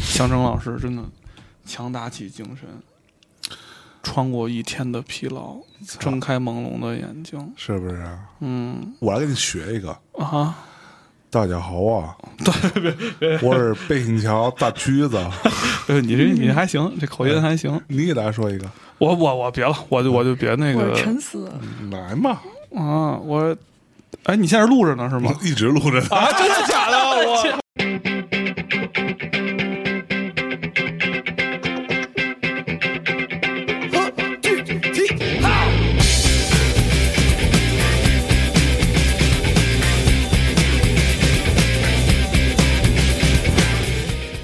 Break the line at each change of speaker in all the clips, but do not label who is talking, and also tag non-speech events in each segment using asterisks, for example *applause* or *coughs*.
相声老师真的强打起精神，穿过一天的疲劳，睁开朦胧的眼睛。
是不是啊？
嗯
我来给你学一个。
啊，
大家好
*laughs*
啊！对，我是北新桥大橘子。 *laughs*
对呃你这你还行，这口音还行。
你给大家说一个，
我我我别了，我就我就别那个
我是沉思，
来嘛，
啊，我哎，你现在录着呢是吗？
一直录着呢。
*laughs* 啊，真的假的？我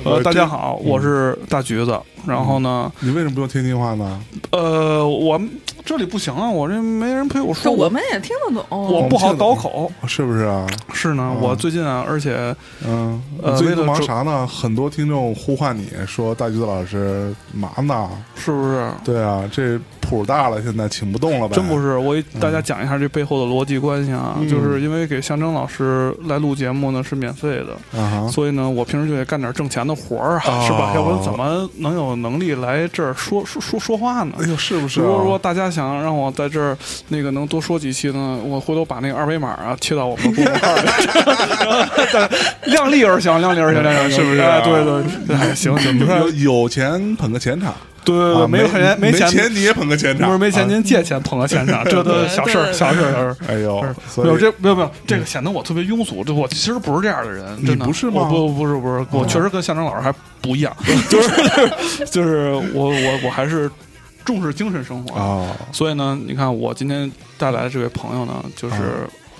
呃，大家好，我是大橘子。然后呢，
你为什么不用天津话呢？
呃，我这里不行啊，我这没人陪我
就
说，
我们也听得懂。
我不好倒口。
是不是啊？
是呢，我最近啊，而且
嗯，
呃
你最
为了
近忙
准
啥呢？很多听众呼唤你说大橘子老师嘛呢？
是不是
对啊，这谱大了，现在请不动了呗？
真不是，我给大家讲一下这背后的逻辑关系啊，
嗯
就是因为给象征老师来录节目呢是免费的，
啊哈，
所以呢，我平时就得干点挣钱的活儿啊，
哦
是吧？要不然怎么能有能力来这儿说说说说话呢？
哎呦，是不是、啊？
如果说大家想让我在这儿那个能多说几期呢，我回头把那个二维码啊贴到我们的公众
*laughs*
号里，量力而行，量力而行，量力而行，
是不是啊
哎，对对，哎，行行，
你
不是，
说有钱捧个钱场，
对对
啊
呃对，没有钱，
没
钱，
你也捧个钱场，
不是没钱，
啊
您借钱捧个钱场，这都小事儿，
对对
小事儿，
对
小事儿。
哎呦，所
没有
以
这没有没有，这个显得我特别庸俗。这我其实不是这样的人，
你
真的
不是吗
我不不是不是，我确实跟向征老师还不一样，就是就是我我我还是重视精神生活。
啊，
所以呢，你看我今天带来的这位朋友呢，就是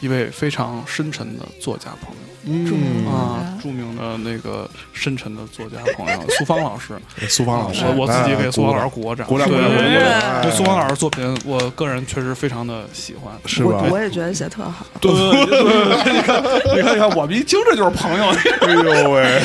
一位非常深沉的作家朋友
嗯
啊，著名的那个深沉的作家朋友苏芳老师。
苏芳老师，
呃我我自己给苏芳老师
师
鼓过掌，
鼓掌，
对
鼓掌，
我
鼓
我
掌
对苏芳老师作品，我个人确实非常的喜欢。
是吧
我？我也觉得写特好，
对对对对，你看，你看，你看，我们一听这就是朋友。
哎
*laughs*
呦喂，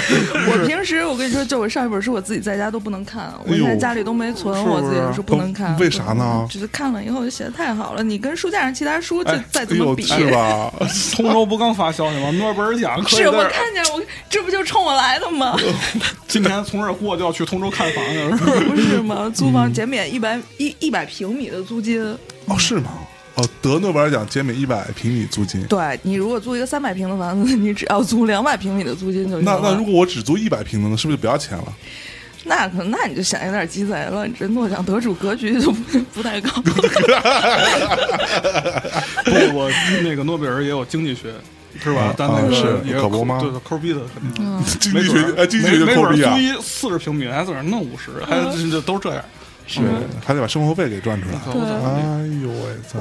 我平时我跟你说，就我上一本书我自己在家都不能看，我
哎呦
现在家里都没存
是，不是
我自己是不能看。
为啥呢
就是看了以后就写的太好了，你跟书架上其他书就
哎
再
哎
怎么
呦
比，
*laughs*
是吧？
通州不刚发消息吗？诺贝尔奖可以
是我
在
看见我这不就冲我来
*laughs*
的吗？
今天从这儿过就要去通州看房去了，是不是
不是吗？
嗯
租房减免一百一一百平米的租金，
哦，是吗？哦，得诺贝尔奖减免一百平米租金。
对你如果租一个三百平的房子，你只要租两百平米的租金就行
那
啊
了。
那如果我只租一百平的呢，是不是就不要钱了？
那可那你就显得有点鸡贼了，你这诺奖得主格局就不 *laughs* 不太高。
不，我那个诺贝尔也有经济学，是吧
啊？
但那
啊
个
是
也有
可不吗
对对，抠逼的肯定。
*laughs* 经
嗯没
济
准
学，哎，
儿，
经济学就
没
扣
准儿
逼啊
租，一四十平米，还自个儿弄五十，还这这都这样。
是
嗯
还得把生活费给赚出来。
可不咋地
哎呦喂，操！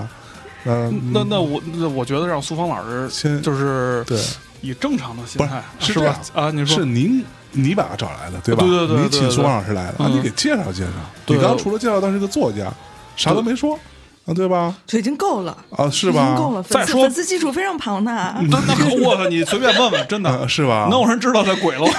呃那
那那我那我觉得让苏芳老师
先
就是
对，
以正常的心态，
不是
是
是这
吧
样？
啊，你
是
说
您你把他找来的对吧？
对对对对
你请苏芳老师来的，啊
嗯
你给介绍介绍。
对
你刚刚除了介绍他是个作家，啥都没说啊，对吧？
就已经够了，
啊， *laughs* 是
已经
吧？嗯
够了。
再
粉丝
说
粉丝基础非常
*laughs*
庞大，
那那可我操，你随便问问，真的
啊，是吧？
能有人知道他
*laughs*
鬼了吗？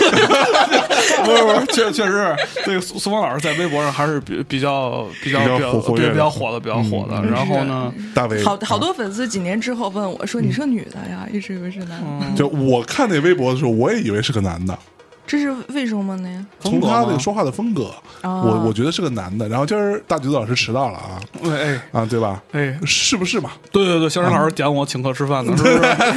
不是不是，确确实，这个苏苏芳老师在微博上还是比比较比较
比较
比较
活活跃
比
的嗯
比较火的，比较火的。然后呢，
大卫，
好好多粉丝几年之后问我
嗯
说：“你是女的呀，一直以为是男的，
就我看那微博的时候，我也以为是个男的，
这是为什么呢
风
从
格
他
吗
那个说话的风格，
啊
我我觉得是个男的。然后今儿大橘子老师迟到了啊
哎哎
啊，对吧？
哎，
是不是嘛？
对对对，肖晨老师点我请客吃饭呢，是不是？
*laughs*
*laughs* 是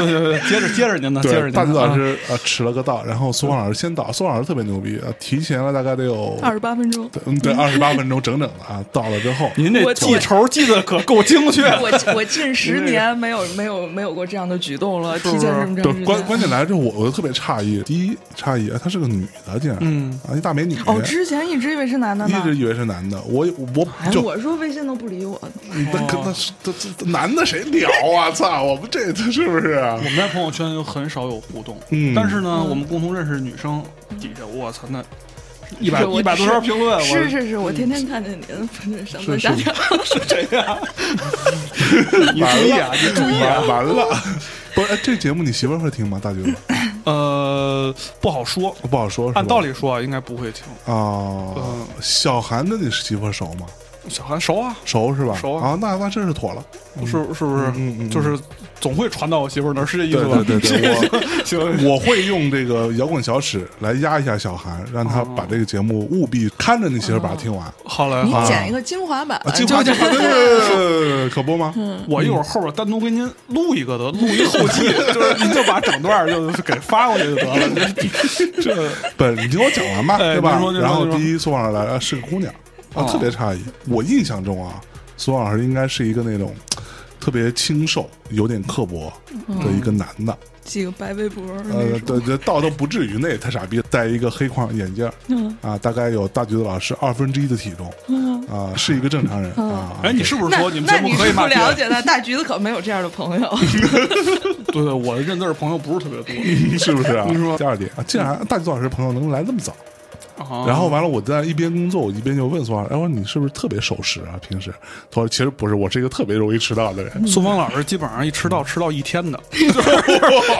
不是？就接着接着您呢，接着您呢。
对，大橘子老
啊
师啊迟了个到，然后苏芳老师先到，苏芳老师特别牛逼，啊提前了大概得有？”
二十八分钟，
嗯对二十八分钟整整的啊，到了之后，
您这
我
记仇记得可够精确。
*laughs*
我我近十年没有没有没有过这样的举动了，提前这么
对
长时，
关
间。
关键来之后，我我就特别诧异。第一诧异，哎她是个女的，竟然，
嗯
啊，一大美女，
哦，之前一直以为是男的
一
呢。
直以为是男的。我我
哎，
就
我说微信都不理我，
那
哦
跟那是这这这男的谁聊啊？操，我们这这是不是啊？
我们在朋友圈有很少有互动，
嗯
但是呢，我们共同认识女生底下，我操，那一百
是我
一百多条评论，我
是是是，我天天看见您，不是上班
嗯是
下跳。
谁呀？你注意啊，你注意啊
完！完了， *laughs* 不是哎这节目你媳妇儿会听吗？大舅子
呃，不好说，
不好说，是吧
按道理说啊，应该不会听。
啊
嗯，
小韩跟你媳妇儿熟吗？
小韩熟啊，
熟是吧？
熟啊
啊，那那真是妥了。
是是不是？
嗯嗯嗯
就是总会传到我媳妇儿那儿，是这意思吧？
对对 *laughs* 对对
行，
我会用这个摇滚小史来压一下小韩，让他把这个节目务必看着你媳妇儿把它听完。
好嘞，
你
好嘞。
剪一个精华版
啊啊，，精
就
华
是
精华，对对对对对对，可不吗？
我一会儿后边单独给您录一个得，录一后记，就是您就把整段就给发过去就得了。这这
不，你听我讲完吧，
哎
对吧
您说您？说
然后
您说
第一苏上来啊是个姑娘啊，
哦
特别诧异。我印象中啊，苏老师应该是一个那种特别清瘦、有点刻薄的一个男的，
几个白围脖儿那
呃，
种，
对对，倒都不至于那太傻逼，戴一个黑框眼镜儿
嗯
啊，大概有大橘子老师二分之一的体重
嗯。
啊，是一个正常人啊。
哎，你是不是
那
说你们
那
节目
你
可以
是不
骂街？
了解的，大橘子可没有这样的朋友。 *laughs*
对对，我认字儿朋友不是特别多。
*laughs* 是不是啊
你说？
第二点啊，竟然大橘子老师朋友能来那么早，
啊
然后完了，我在一边工作，我一边就问苏老师：“哎，我说你是不是特别守时啊？平时？”他说：“其实不是，我是一个特别容易迟到的
*laughs*
人。
苏芳老师基本上一迟到迟到一天的，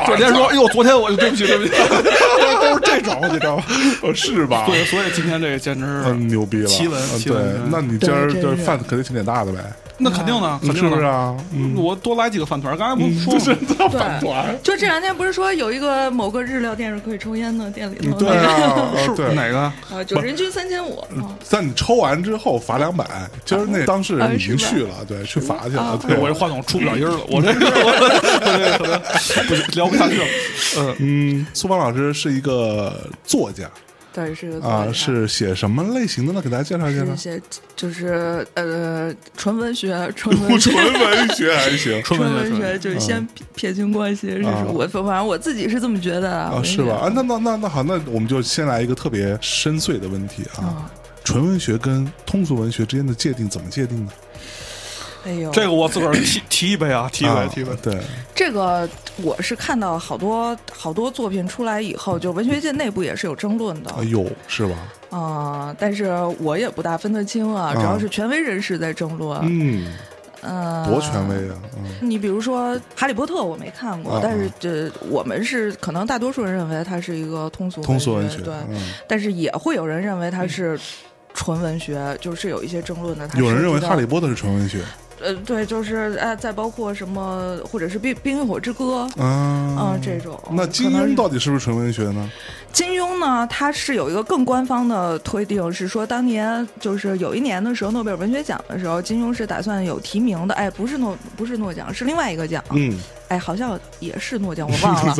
昨天说，哟，昨天我就对不起对不起，都是这种，你知道
*laughs*
吧？
呃，是吧？
对，所以今天这个简直是
嗯，牛逼了，
奇闻
嗯
奇闻
对
嗯，
那你今儿
对
就
真
是
是
饭肯定挺点大的呗，
那肯定的，肯
是
定
不是
的。
啊？嗯，
我多来几个饭团儿，刚才不是说吗
*laughs* 这饭团，
就这两天不是说有一个某个日料店是可以抽烟的店里头，
对嗯啊，
是
呃
不是
对。
哪个？
啊，就人均三千五。啊
但你抽完之后罚两百，今儿那当事人已
啊
经去了，对，去罚
哦
去了。啊对，
哎我这话筒出不了音儿了，我这我这可能不行聊不下去了。嗯，
嗯，苏芳老师是一个作家
对，是个作
啊，
家
是写什么类型的呢？给大家介绍介
是
绍
一。些就是呃纯文学，
*laughs*
纯文学
纯。文学还
*laughs*
行，
纯
纯
文学
文
纯
学
文
就是先撇撇清关系，这
嗯啊
是我反正我自己是这么觉得
啊，是吧？？啊，那那那那好，那我们就先来一个特别深邃的问题
我觉得
啊，
啊，
纯文学跟通俗文学之间的界定怎么界定呢？
哎呦，
这个我自个儿提提一杯啊，提一
啊
杯，提一杯。
对，
这个我是看到好多好多作品出来以后，就文学界内部也是有争论的
哎呦，是吧？
啊，但是我也不大分得清啊，主要是权威人士在争论，
嗯，
嗯，
多权威啊！嗯
你比如说《哈利波特》，我没看过，
啊
但是这我们是可能大多数人认为它是一个通俗
通俗文
文
学，
对，
嗯，
但是也会有人认为它是纯文学，就是有一些争论的。它
有人
涉及
认为《
到
哈利波特》是纯文学
呃，对，就是呃，再包括什么，或者是冰《冰与火之歌》
啊
嗯，这种
那金
可能
庸
是
到底是不是纯文学呢？
金庸呢，他是有一个更官方的推定，是说当年就是有一年的时候，诺贝尔文学奖的时候，金庸是打算有提名
*laughs*
的。哎，不是诺，不是诺奖，是另外一个奖。
嗯，
哎，好像也是诺奖，我忘
*laughs*
了，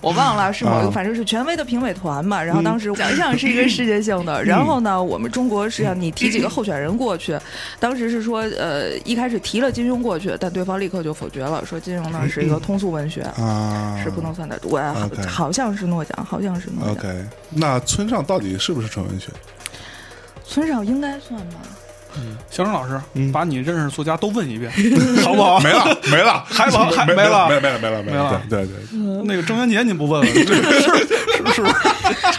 我忘了是某
啊
一个，反正是权威的评委团嘛。
嗯
然后当时奖项是一个世界性的，然后呢，我们中国是让你提几个候选人过
嗯
去，当时是说，呃，一开始提了金庸过去，但对方立刻就否决了，说金庸呢是一个通俗文学，
啊，
是不能算的。我
嗯 OK
好像是诺奖，好像是诺奖，
OK。那村上到底是不是纯文学？
村上应该算吧。
小沈老师
嗯，
把你认识的作家都问一遍， *laughs* 好
*laughs*
不好？
没了，没了，
哦还完还
没
没了
没了，没了，没
没了
了。对对对，
那个郑渊洁您不问问，这是是是不是？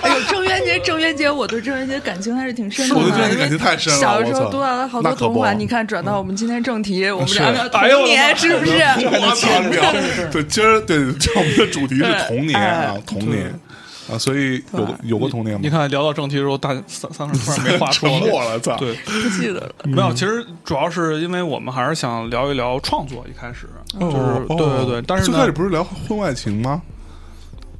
哎呦，郑渊洁，郑渊洁，我对郑渊洁感情还是挺深的，
我就觉得
因
你感
为
情太深了。
小时
我
候
操
读完了好
那
多
可
童话，
不嗯
你看转到我们今天正题，我们
是哎
俩聊
哎呦我
童
的
年
妈
是不是？啊
我操！聊对，今儿对，今儿我们的主题是童年啊
哎，
童年啊，所以有过有过童年吗？
你看聊到正题的时候，大三三十突然没话
*laughs* 沉
说
默。了，嗯操！
对，
不记得了。
没有，其实主要是因为我们还是想聊一聊创作。一开始就
哦，
是
哦
对对对，但是
最开始
呢，
不是聊婚外情吗？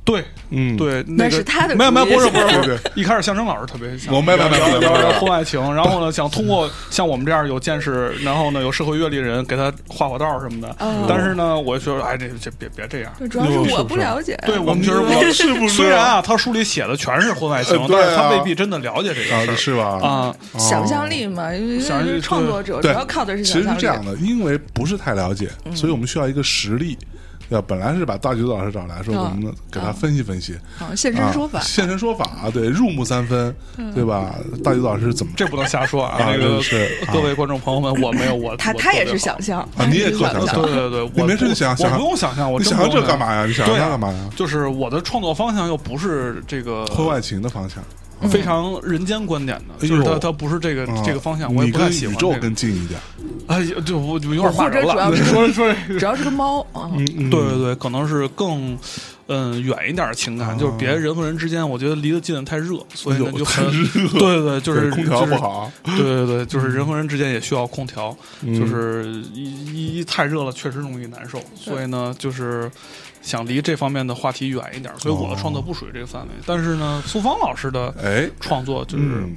对
嗯，，
对，
那
个
是他的
没有没有，
主意
不是不是不
对
是，一开始象征老师特别想
我没没没没没
聊聊
没
婚外情，然后呢，想通过像我们这样有见识，然后呢有社会阅历的人给他画画道什么的。
嗯
但是呢，我就觉得哎，这这别别这样。
对，主要
嗯
是我不了解。
对我们觉得
你
我
是不是
虽然啊，他书里写的全是婚外情
呃，对啊
但是他未必真的了解这
啊
个，事
是吧
儿？啊。
哦
想象。力嘛，因为
想象力
创作者主
对
要靠的是
其
想
实是
嗯象力。
这样的，因为不是太了解，所以我们需要一个实例。对吧，本来是把大橘子老师找来说，
嗯
我们给他分析分析，
啊，现身说法嗯
啊，现身说法啊，对，入木三分，对吧？大橘子老师怎么
这不能瞎说啊！
啊
那个
这是啊
各位观众朋友们，我没有我，
他
我
他也
特别
是
好
想象
啊你也
他
做
是
想象
对对对，
你
我
没事
不
就想
我
想
不用想象，我
你
真
想象
不用
这干嘛呀你想象
对啊
它干嘛呀
就是我的创作方向又不是这个
婚外情的方向？
非常人间观点的，就
嗯哎
是
呦
它它不是这个
啊
这个方向，我也
你
不太
跟
喜
宇
欢
宙
这个。
更近一点。
哎，就我有点
或
骂
者
人 *laughs*
主要
了。
是
说说这个
主要是个猫啊，
嗯，
对对对，可能是更嗯远一点的情
啊
感，就是别人和人之间，我觉得离得近的太热，所以呢
有
就
哎太
很
热，
*laughs* 对对对，就是
空调不，
就是
好，
对对对，就是人和人之间也需要空调，
嗯
就是一一一太热了，确实容易难受。所以呢，就是想离这方面的话题远一点。所以我的创作不属于这个范围，但是呢，苏芳老师的
哎，
啊
创作就是
嗯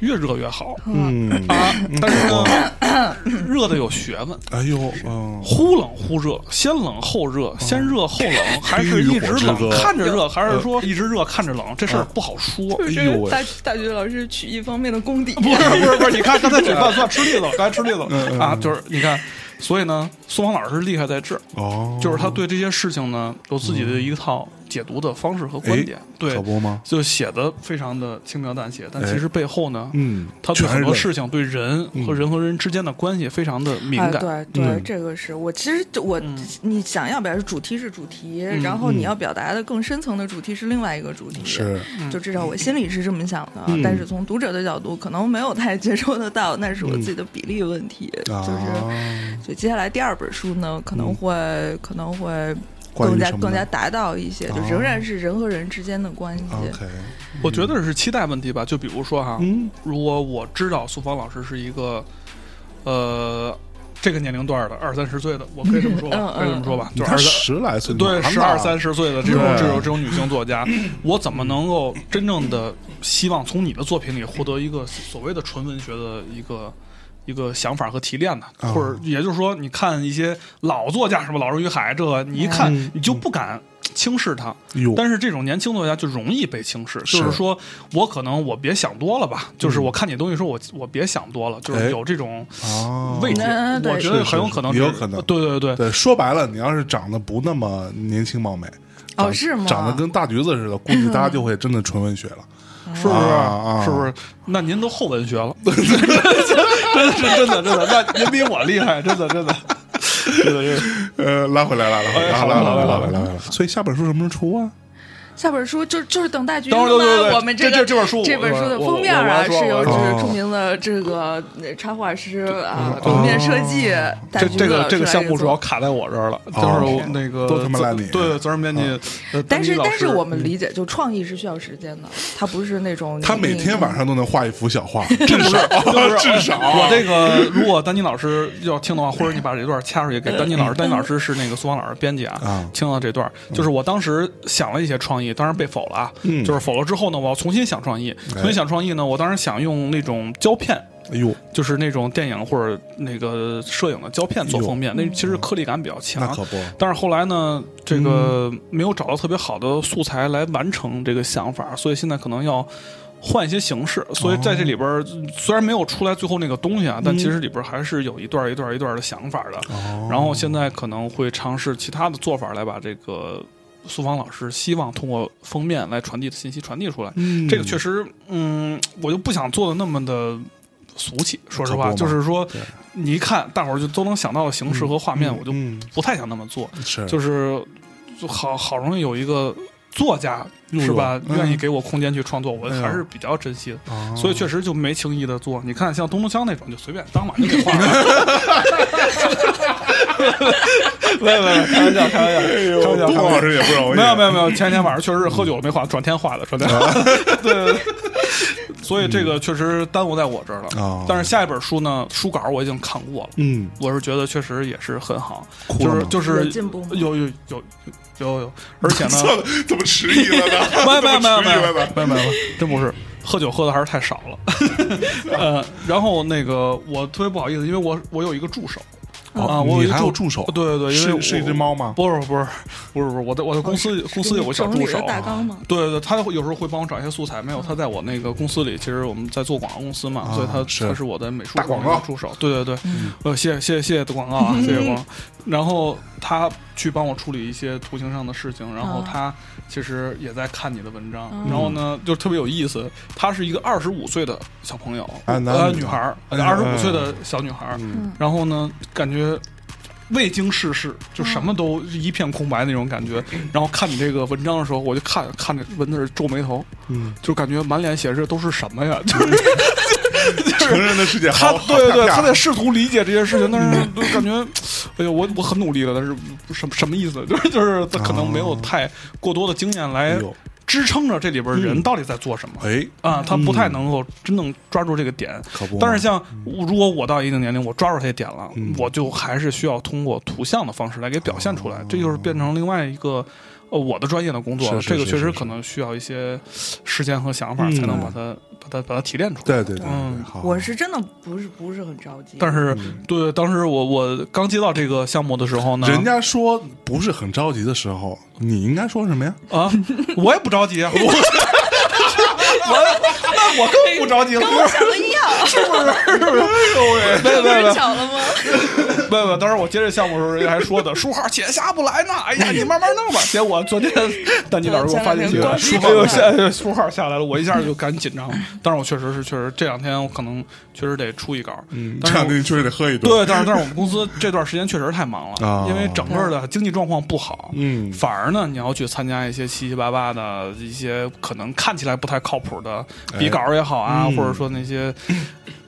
越热越好，
嗯，
啊但是呢，热的有学问。
哎呦，嗯，
忽冷忽热，先冷后热，先热后 *laughs* 冷，还是一直
冰与火之
冷
歌
看着热，哎还是说一直热看着冷？这事儿不好说。
就
哎呦
是
喂
大大学老师曲艺方面的功底，
不是不是不 *laughs* 是，你看刚才举饭算吃力了，刚才吃力了啊，就是你看，所以呢，宋芳老师厉害在这儿，
哦，
就是他对这些事情呢有自己的一套解读的方式和观点
哎，
对
可，不吗？
就写的非常的轻描淡写，但其实背后呢，
嗯，
他对
全嗯是
很多
人
事情、对人和人和人之间的关系非常的敏
啊，
感。嗯
对对，
嗯
这个是我其实就我、你想要表达主题是主题，然后你要表达的更深层的主题是另外一个主题，
嗯是，
嗯
就至少我心里是这么想的。
嗯
但是从读者的角度，可能没有太接受得到，那是我自己的比例问题。就是，
嗯啊，嗯
所以接下来第二本书呢，可能会、可能会
关于
更加
什么呢
更加达到一些，就
哦
仍然是人和人之间的关系。
OK，
我觉得是期待问题吧。就比如说哈，
嗯
如果我知道苏芳老师是一个，呃，这个年龄段的二三十岁的，我可以这么说吧，
嗯嗯
可以这么说吧，
你
就
才
二三
十来岁，
对
哪
十
哪
二三十岁的这种
啊对
这种这种女性作家， *clears throat* 我怎么能够真正的希望从你的作品里获得一个所谓的纯文学的一个？一个想法和提炼呢，
啊
或者也就是说，你看一些老作家，什么老人与海，这个你一看你就不敢轻视他，
嗯哟，
但是这种年轻作家就容易被轻视，
是嗯
就是说我可能我别想多了吧，就是我看你东西说我我别想多了，就
哎
是有这种
啊，
慰藉，
嗯对
我觉得
是是
很有可能
是
是
也有可能
对对对。
对，说白了，你要是长得不那么年轻貌美，
哦
长
是吗
长得跟大橘子似的，估计大家就会真的纯文学了。
是不是？
啊啊
是不是？那您都后文学
*laughs*
了，真的是真的真的，那您比我厉害，真的真
*laughs*
的。真的真的
呃，拉回来了，拉回来
哎
了，
好
拉
了
回来了，拉
好了
回来了。所以下本书什么时候出啊？
下本书就就是等待局
等会儿
了吗
等会儿等会儿
我们
这
个
这这本书我
这本书的
我
封面
我我
啊
来说
是由
我来
就
说
是著名的这个呃插画师啊，平面设计戴
哦这
菊
这
老
个
师
这个
来
项目
做
主要卡在我这儿了，就
哦
是那个
都他妈赖
责
你哦
对，责任编辑，
但
呃丹
是
妮老
但是
师
我们理解，就创意是需要时间的，它不是那种
他
你
每
你
天晚上都能画一幅小画，至少
就是
至少
我这个，如果丹妮老师要听的话，或者你把这段掐出去给丹妮老师，丹妮老师是那个苏芳老师编辑啊
啊，
听到这段，就是我当时想了一些创意，当然被否了啊，
嗯
就是否了之后呢，我要重新想创意，重新想创意呢，我当时想用那种胶片。
哎呦，
就是那种电影或者那个摄影的胶片做封面，那其实颗粒感比较强。
那可不嗯
但是后来呢，这个没有找到特别好的素材来完成这个想法，所以现在可能要换一些形式。
哦
所以在这里边儿、虽然没有出来最后那个东西啊，但其
嗯
实里边儿还是有一段一段一段的想法
哦
的。然后现在可能会尝试其他的做法来把这个。苏芳老师希望通过封面来传递的信息传递出来，
嗯
这个确实，嗯，我就不想做的那么的俗气。说实
可
话，
不嘛
就是说
对，
你一看大伙儿就都能想到的形式和画面，我就
嗯
不太想那么做。
是
就是就好好容易有一个作家
哟
是吧，
嗯
愿意给我空间去创作，我
哎呦
还是比较珍惜的。
啊
所以确实就没轻易的做。你看，像东东锵那种，就随便当晚就给画了。 *laughs* 没有没有，开玩笑，开玩笑，
哎呦
开玩笑，
杜
开
老
玩笑。
师也不容易，
没有没有没有，前天晚上确实是喝酒了没画，转天画的，转天
啊
画的。 *laughs* 对对对。所以这个确实耽误在我这儿
哦
了。但是下一本书呢，书稿我已经看过了。
嗯，
我是觉得确实也是很好，
哭
就
了
是
吗
就是
有进步吗
有有有有有
*laughs*
有，而且呢，
算了，怎么迟疑了呢？
没有没有没有没有
怎么迟疑
没
了
有
呢
没有没有，真不是，喝酒喝的还是太少
*laughs*
了。呃，然后那个我特别不好意思，因为我我有一个助手。啊，我有一
哦你还有
个
助手
对对对，因为
是
我
是一只猫吗
不是不是不是不是，我的我的公司
哦
公司有个小
整理了
助手，啊
大纲吗？
对对对，他有时候会帮我找一些素材，没有他在我那个公司里，其实我们在做广告公司嘛，所以他
啊是
他是我的美术
打广
方面的
告
助手，对对对，呃，谢谢谢谢谢谢广告啊，谢谢广告。然后他去帮我处理一些图形上的事情，然后他其实也在看你的文章，然后呢就特别有意思，他是一个二十五岁的小朋友，
啊男
呃
女
女孩儿，
嗯
二十五岁的小女孩儿，然后呢感觉未经世事，就什么都一片空白那种感觉。然后看你这个文章的时候，我就看看着文字皱眉头，
嗯，
就感觉满脸写着都是什么呀？就是
成人的世界
他
好，嗯好
对对，
看
他
片
在
儿
试图理解这些事情，但是就感觉，哎呀，我我很努力了，但是什么什么意思？ *laughs* 就是就是他可能没有太过多的经验来
啊哎呦嗯
支撑着这里边人到底在做什么。
哎，
啊，他不太能够真正抓住这个点。
可不嘛，
但是像如果我到一定年龄，我抓住这些点了
嗯，
我就还是需要通过图像的方式来给表现出
哦
来，这就是变成另外一个。呃，我的专业的工作了，
是是
这个
是
确
是
实
是
可能需要一些时间和想法，
嗯
才能把它、把它、把它提炼出来。
对对对，
嗯
对好，
我是真的不是不是很着急，
*laughs*
但是
嗯，
对，当时我我刚接到这个项目的时候呢，
人家说不是很着急的时候，你应该说什么呀？
啊，我也不着急啊， *laughs*
*laughs*
我我那我更不着急了，
跟我想的一样，
是不是？ *laughs* 是不是？哎呦喂，
不
对
是
对对，
巧了吗？
没有没有，当时我接这项目的时候，人家还说的书号且下不来呢。哎呀，你慢慢弄吧。结果昨天丹妮老师给我发信息，
前两天
书
光
号
机
下哎书号下来了，我一下就赶紧紧张了。但是我确实是，确实这两天我可能确实得出一稿。
嗯
但
*laughs* 这
是我
两天确实得喝一顿。
对，但是但是我们公司这段时间确实太忙
啊
了，因为整个的经济状况不好。
嗯，
反而呢，你要去参加一些七七八八的一些可能看起来不太靠谱的比稿也好啊，
嗯
或者说那些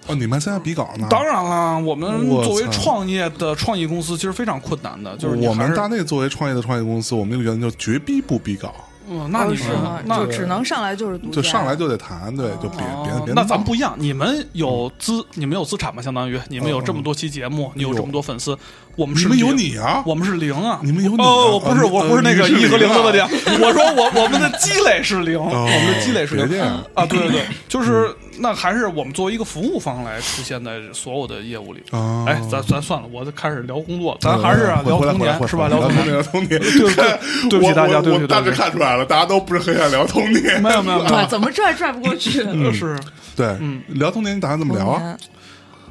哦，你们还参加比稿呢？
当然啦，我们
我
作为
操
创业的创意公司，其实非常困难的，就是你
我
还
们
是
大内作为创业的创业公司，我们那个原则就绝逼不比稿，
嗯，那
哦
你
是
们
吗
那
就只能上来就是独
就
家
上来就得谈，对，就别别
哦
别。
那咱们不一样，你们有资，你们有资产吗？相当于你们有这么多期节目，你有这么多粉丝，我们
嗯你
是
们
零
有，你啊，
我们是零啊，
你们有你啊
哦，我不是，
哦你
我不是那
哦
个
你是
一和零的问
*laughs*
题
零
啊，我说我我们的积累是零，我
哦
们的积累是
别这
零
样嗯
啊，对对对，就是那还是我们作为一个服务方来出现在所有的业务里。
啊，呃
哎，咱咱算了，我就开始聊工作，呃咱还是啊
回
聊
嗯回来
童
回来
年
回来
是吧？
聊
聊童
童
年
年，，聊童年。
对对
*laughs*
对不起大家
我我
对不起
我大致
对不起
看出来了，大家都不是很想聊童年。
没有没有嗯没
哇，
有
怎么拽也拽不过去，
嗯
是。
*laughs* 对，聊童年你打算怎么聊啊？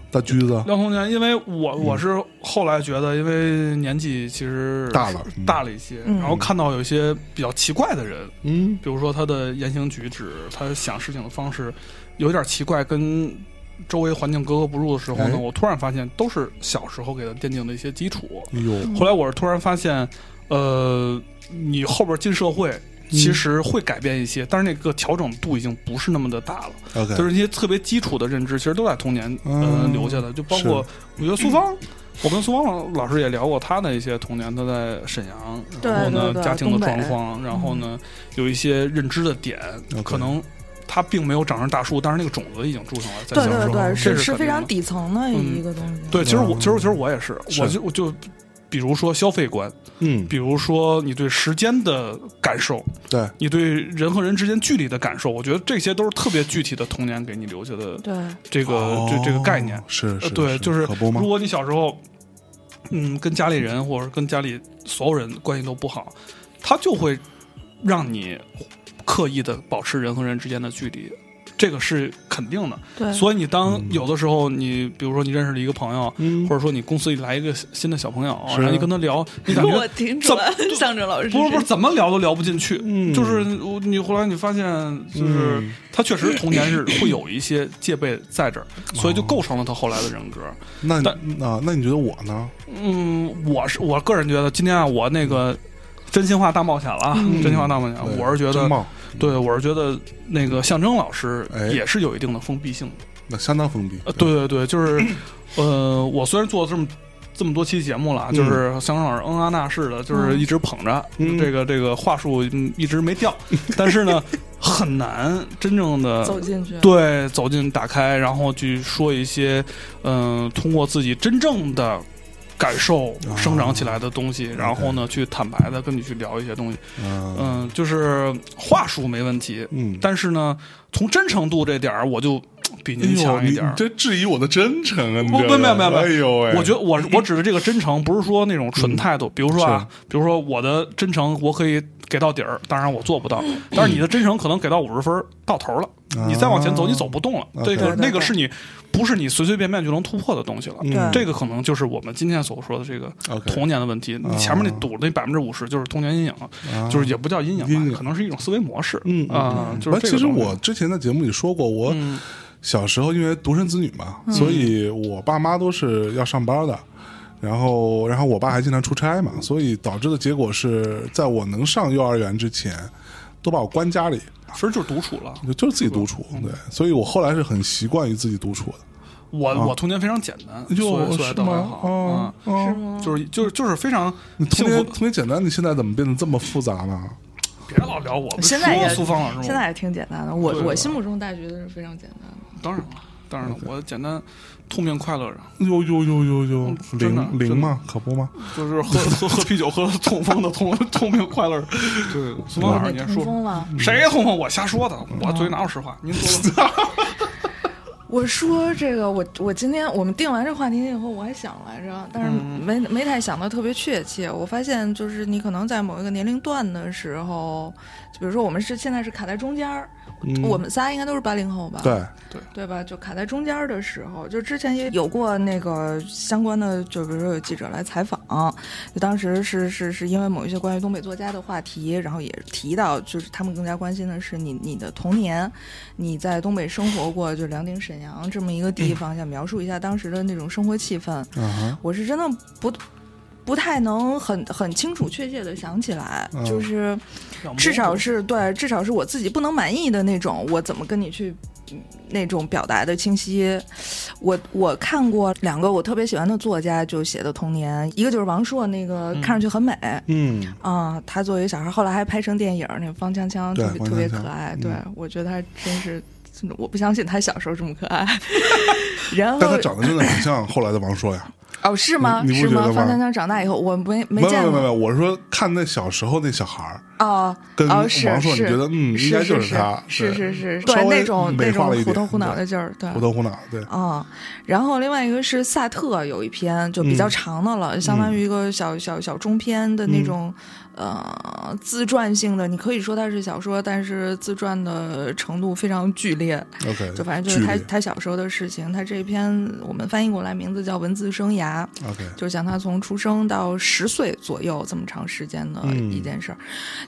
大橘子，
廖同年，因为我
嗯
我是后来觉得，因为年纪其实
大了嗯
大了一些，
嗯
然后看到有一些比较奇怪的人，
嗯，
比如说他的言行举止，他想事情的方式有点奇怪，跟周围环境格格不入的时候
哎
呢，我突然发现都是小时候给他奠定的一些基础。
哎呦，
嗯
后来我是突然发现，呃，你后边进社会。
嗯
其实会改变一些，但是那个调整度已经不是那么的大了。
OK，
就是一些特别基础的认知，其实都在童年
嗯
呃、留下的，就包括我觉得苏芳，
嗯
我跟苏芳老老师也聊过她的一些童年，她在沈阳，
对
然后呢
对对嗯
家庭的
东北
状况，然后呢有一些认知的点，
OK
可能她并没有长成大树，但是那个种子已经种上了，在
对
小时
对
候，
对，
这
是
是肯
非
定
常
的
底层的一个东西。
对。其实我
嗯
其实其实我也是，
是
我就我就比如说消费观，
嗯，
比如说你对时间的感受，
对，
你对人和人之间距离的感受，我觉得这些都是特别具体的童年给你留下的
对，
这个、这这个概念
哦。是
呃
是，
对，就是
可不吗
如？果你小时候，嗯，跟家里人或者跟家里所有人关系都不好，他就会让你刻意的保持人和人之间的距离，这个是肯定的。
对，
所以你当
嗯
有的时候你，比如说你认识了一个朋友，
嗯
或者说你公司里来一个新的小朋友，
是
然后你跟他聊，你感觉。
我听出来，向正老师
不是不是，怎么聊都聊不进去，
嗯
就是我你后来你发现，就是
嗯
他确实童年是 *coughs* 会有一些戒备在这儿，
哦
所以就构成了他后来的人格。
那
但
那那你觉得我呢？
嗯，我是我个人觉得，今天啊，我那个真心话大冒险了啊，真心话大冒险，
嗯对
我是觉
真
得，
棒
对我是觉得那个象征老师
哎
也是有一定的封闭性的。
那相当封闭
呃，，对对对，就是，呃，我虽然做了这么。这么多期节目了啊，就是象征老师嗯啊那是的，就是一直捧着、
嗯
这个这个话术嗯一直没掉，但是呢，很难真正的
走进去，
对，走进打开，然后去说一些，嗯、通过自己真正的感受生长起来的东西，然后呢，去坦白的跟你去聊一些东西。
嗯
嗯、就是话术没问题，
嗯，
但是呢，从真诚度这点儿，我就比您强一点
哎呦你
儿
你。这质疑我的真诚啊！你
不
这
不没有没有没有
哎呦喂！
我觉得我我指的这个真诚，不是说那种纯态
嗯
度。比如说啊，比如说我的真诚，我可以给到底儿，当然我做不到。
嗯
但是你的真诚可能给到五十分儿到头了，你再往前走，你走不动了。
OK
这
啊对
个
对对
那个是你不是你随随便便就能突破的东西了。
嗯
这个可能就是我们今天所说的这个
OK
童年的问题。你前面那堵那百分之五十就是童年阴影，
啊
就是也不叫阴影
阴影
吧，可能是一种思维模式。
嗯
啊，就是这个
其实
东西
我之前在节目里说过，我
嗯
小时候因为独生子女嘛，所以我爸妈都是要上班的。然后，然后我爸还经常出差嘛，所以导致的结果是在我能上幼儿园之前，都把我关家里，
其实就是独处了。
就就是自己独处。对，所以我后来是很习惯于自己独处的。
我、我童年非常简单，所以
哟，
所以
是
倒还
吗？
好。
哦
嗯，
哦，
就是就是就是非常
你
幸
童
福
年。童年简单，你现在怎么变得这么复杂呢？
别老聊我，
现在也
说苏芳老师吗，
现在也挺简单的，我
对啊
我心目中大学是非常简单的。
当然了，当然了，我简单痛并快乐着，
呦呦呦呦呦
嗯，真的
零零吗？可不吗？
就是喝 *laughs* 喝喝啤酒喝得痛风的痛痛并快乐着。对，苏芳老师，你先
痛
说。嗯
风了，
谁痛风？我瞎说的，我嘴哪有实话？您说 *laughs* 吧。
我说这个，我我今天我们定完这话题以后，我还想来着，但是
嗯
没、没太想到特别确切。我发现就是你可能在某一个年龄段的时候，就比如说我们是现在是卡在中间儿，
嗯
我们仨应该都是八零后吧？
对，啊
对吧？就卡在中间儿的时候，就之前也有过那个相关的，就比如说有记者来采访，就当时是是是因为某一些关于东北作家的话题，然后也提到，就是他们更加关心的是你你的童年，你在东北生活过，就辽宁沈阳这么一个地方，想描述一下当时的那种生活气氛。
啊哈，
我是真的不不太能很很清楚确切的想起来，
嗯
就是。 *laughs* 至少是对，至少是我自己不能满意的那种，我怎么跟你去嗯那种表达的清晰？我我看过两个我特别喜欢的作家就写的童年，一个就是王朔那个
嗯
看上去很美
嗯，
啊、他作为小孩后来还拍成电影儿，那个方强强
对
特别
方
特别
强
可
强
爱，
嗯
对我觉得他真是。我不相信他小时候这么可爱， *laughs* 然后
但他长得真的很像后来的王朔
*laughs*
呀。
哦是吗？
你你
是
不觉得吗
方强强长大以后，我没没
没
见
有没有没
过
有，我是说看那小时候那小孩儿
哦
跟
哦
王
是
朔，你
是
觉得嗯，应该就是他，
是是是，
稍
对
微
那种
美
那
化
种
了一点
虎头虎脑的劲儿，对
对，虎头虎脑，对，
啊、然后另外一个是萨特有一篇就比
嗯
较长的了，相当于一个小小小中篇的那种，呃，自传性的，你可以说它是小说，但是自传的程度非常剧烈，
OK，
就反正就是
距
他
离
他小时候的事情。他这篇我们翻译过来名字叫《文字生涯》，
OK，
就是讲他从出生到十岁左右这么长时间的
嗯
一件事儿，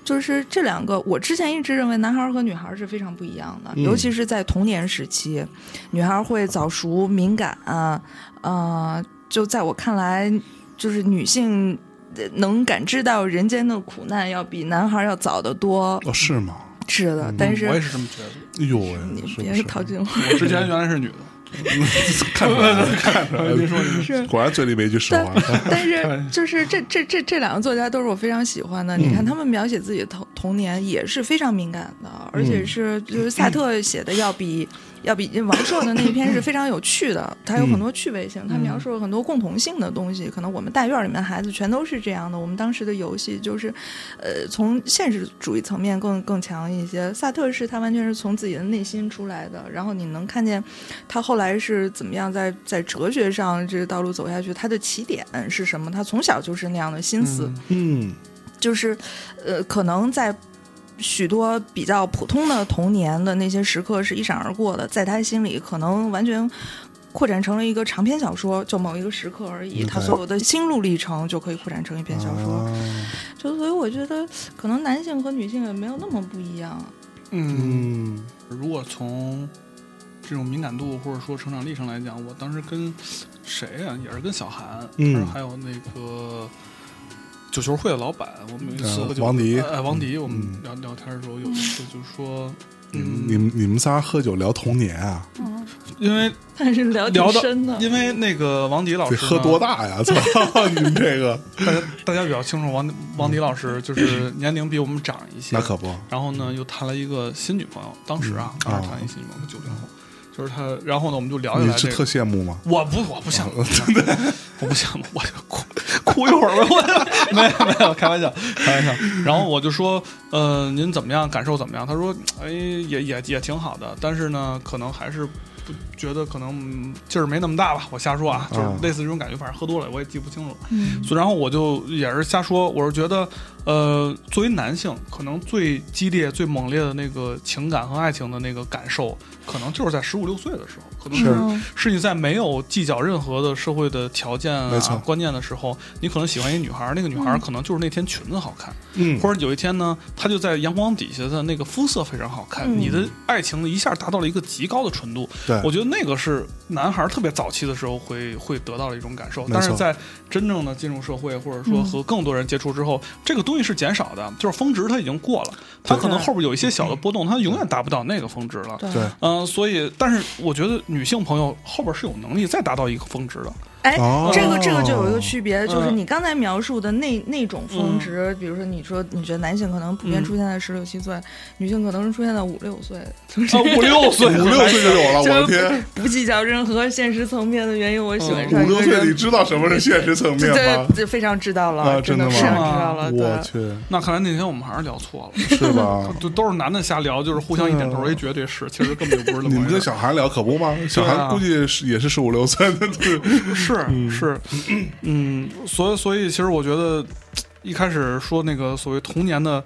就是这两个，我之前一直认为男孩儿和女孩儿是非常不一样的，
嗯
尤其是在童年时期，女孩儿会早熟、敏感、啊，呃，就在我看来，就是女性呃能感知到人间的苦难要比男孩儿要早得多。
哦是吗？
是
嗯
的，但是
我也是这么觉得。
哎呦喂，
你
是不
别
是
套近乎。
我之前原来是女的， *laughs*
看出来了，看出来
哎
了，
您说您说，
*laughs* 果然嘴里没一句实话。 *laughs*
*laughs*
但
开
是
玩
就是这这这这两个作家都是我非常喜欢的。你看他们描写自己的童童年也是非常敏感的，而且是就是萨特写的要比要比王朔的那篇是非常有趣的，它有很多趣味性，它描述了很多共同性的东西。可能我们大院里面的孩子全都是这样的。我们当时的游戏就是，呃，从现实主义层面更更强一些。萨特是他完全是从自己的内心出来的，然后你能看见他后来是怎么样在在哲学上这个道路走下去，他的起点是什么？他从小就是那样的心思，
嗯
就是，呃，可能在许多比较普通的童年的那些时刻是一闪而过的，在他心里可能完全。扩展成了一个长篇小说，就某一个时刻而已。
明白
他所有的心路历程就可以扩展成一篇小说，
啊
就所以我觉得可能男性和女性也没有那么不一样。
嗯，
嗯，
如果从这种敏感度或者说成长历程来讲，我当时跟谁呀、也是跟小韩，
嗯
还是还有那个酒球会的老板，我们有一次
啊
喝酒，
王迪
哎，王迪，我们
嗯
聊聊天的时候有一次就说，
你
嗯
们，你们你们仨喝酒聊童年啊？
嗯，
因为
但是聊
聊
挺
到
深的，
因为那个王迪老
得
师
喝
呢
多大呀？ *laughs* 操，你们这个
大家大家比较清楚，王王迪老师就是年龄比我们长一些，
嗯 *laughs* 那可不，
然后呢，又谈了一个新女朋友。当时啊，
嗯
当时谈一新女朋友，九零后，就是他。然后呢，我们就聊起
你
来
是
这
特哦
个。
羡
*laughs*
慕吗？
我不，我不想，真的，我不想，我就哭哭一会儿吧。我没有没有，开玩笑，开玩笑。然后我就说，呃，您怎么样？感受怎么样？他说，哎，也也也挺好的，但是呢，可能还是不觉得，可能嗯劲儿没那么大吧。我瞎说啊，就是
啊
类似这种感觉。反正喝多了，我也记不清楚了。
嗯
所以然后我就也是瞎说，我是觉得，呃，作为男性，可能最激烈、最猛烈的那个情感和爱情的那个感受，可能就是在十五六岁的时候，可能
是
是
嗯
是你在没有计较任何的社会的条件
没错
啊、观念的时候，你可能喜欢一女孩儿，那个女孩儿可能就是那天裙子好看，
嗯，
或者有一天呢，她就在阳光底下的那个肤色非常好看，
嗯
你的爱情一下达到了一个极高的纯度，
*laughs* 对，对
我觉得那个是男孩儿特别早期的时候会会得到的一种感受，
没错
但是在真正的进入社会或者说和更多人接触之后，这个东西是减少的，就是峰值它已经过了，它可能后边有一些小的波动，它永远达不到那个峰值了。
对
对，
嗯、所以，但是我觉得女性朋友后边是有能力再达到一个峰值的，
哎
哦，
这个这个就有一个区别，就是
嗯
你刚才描述的那那种峰值，比如说你说你觉得男性可能普遍
嗯
出现在十六七岁，女性可能是出现在五六岁，
啊，五 *laughs* 六岁，
五六岁就有了，我的
就
天，
不计较任何现实层面的原因，我喜欢上
哦五
一
六
个
岁你
人，
知道什么是现实层面吗
这？这非常知道
啊
了，
真的
的
吗啊
非常
是吗
知道了，
我
对，
去，
那看来那天我们还是聊错
*laughs*
了。
是
*laughs*
吧？
都都是男的瞎聊，就是互相一点头，
对啊
哎，绝对是，其实根本就不是那
你
么
们跟
回事。
小孩聊可不吗？
啊
小孩估计是也是十五六岁的，对，
是是，嗯，所以所以，其实我觉得一开始说那个所谓童年的，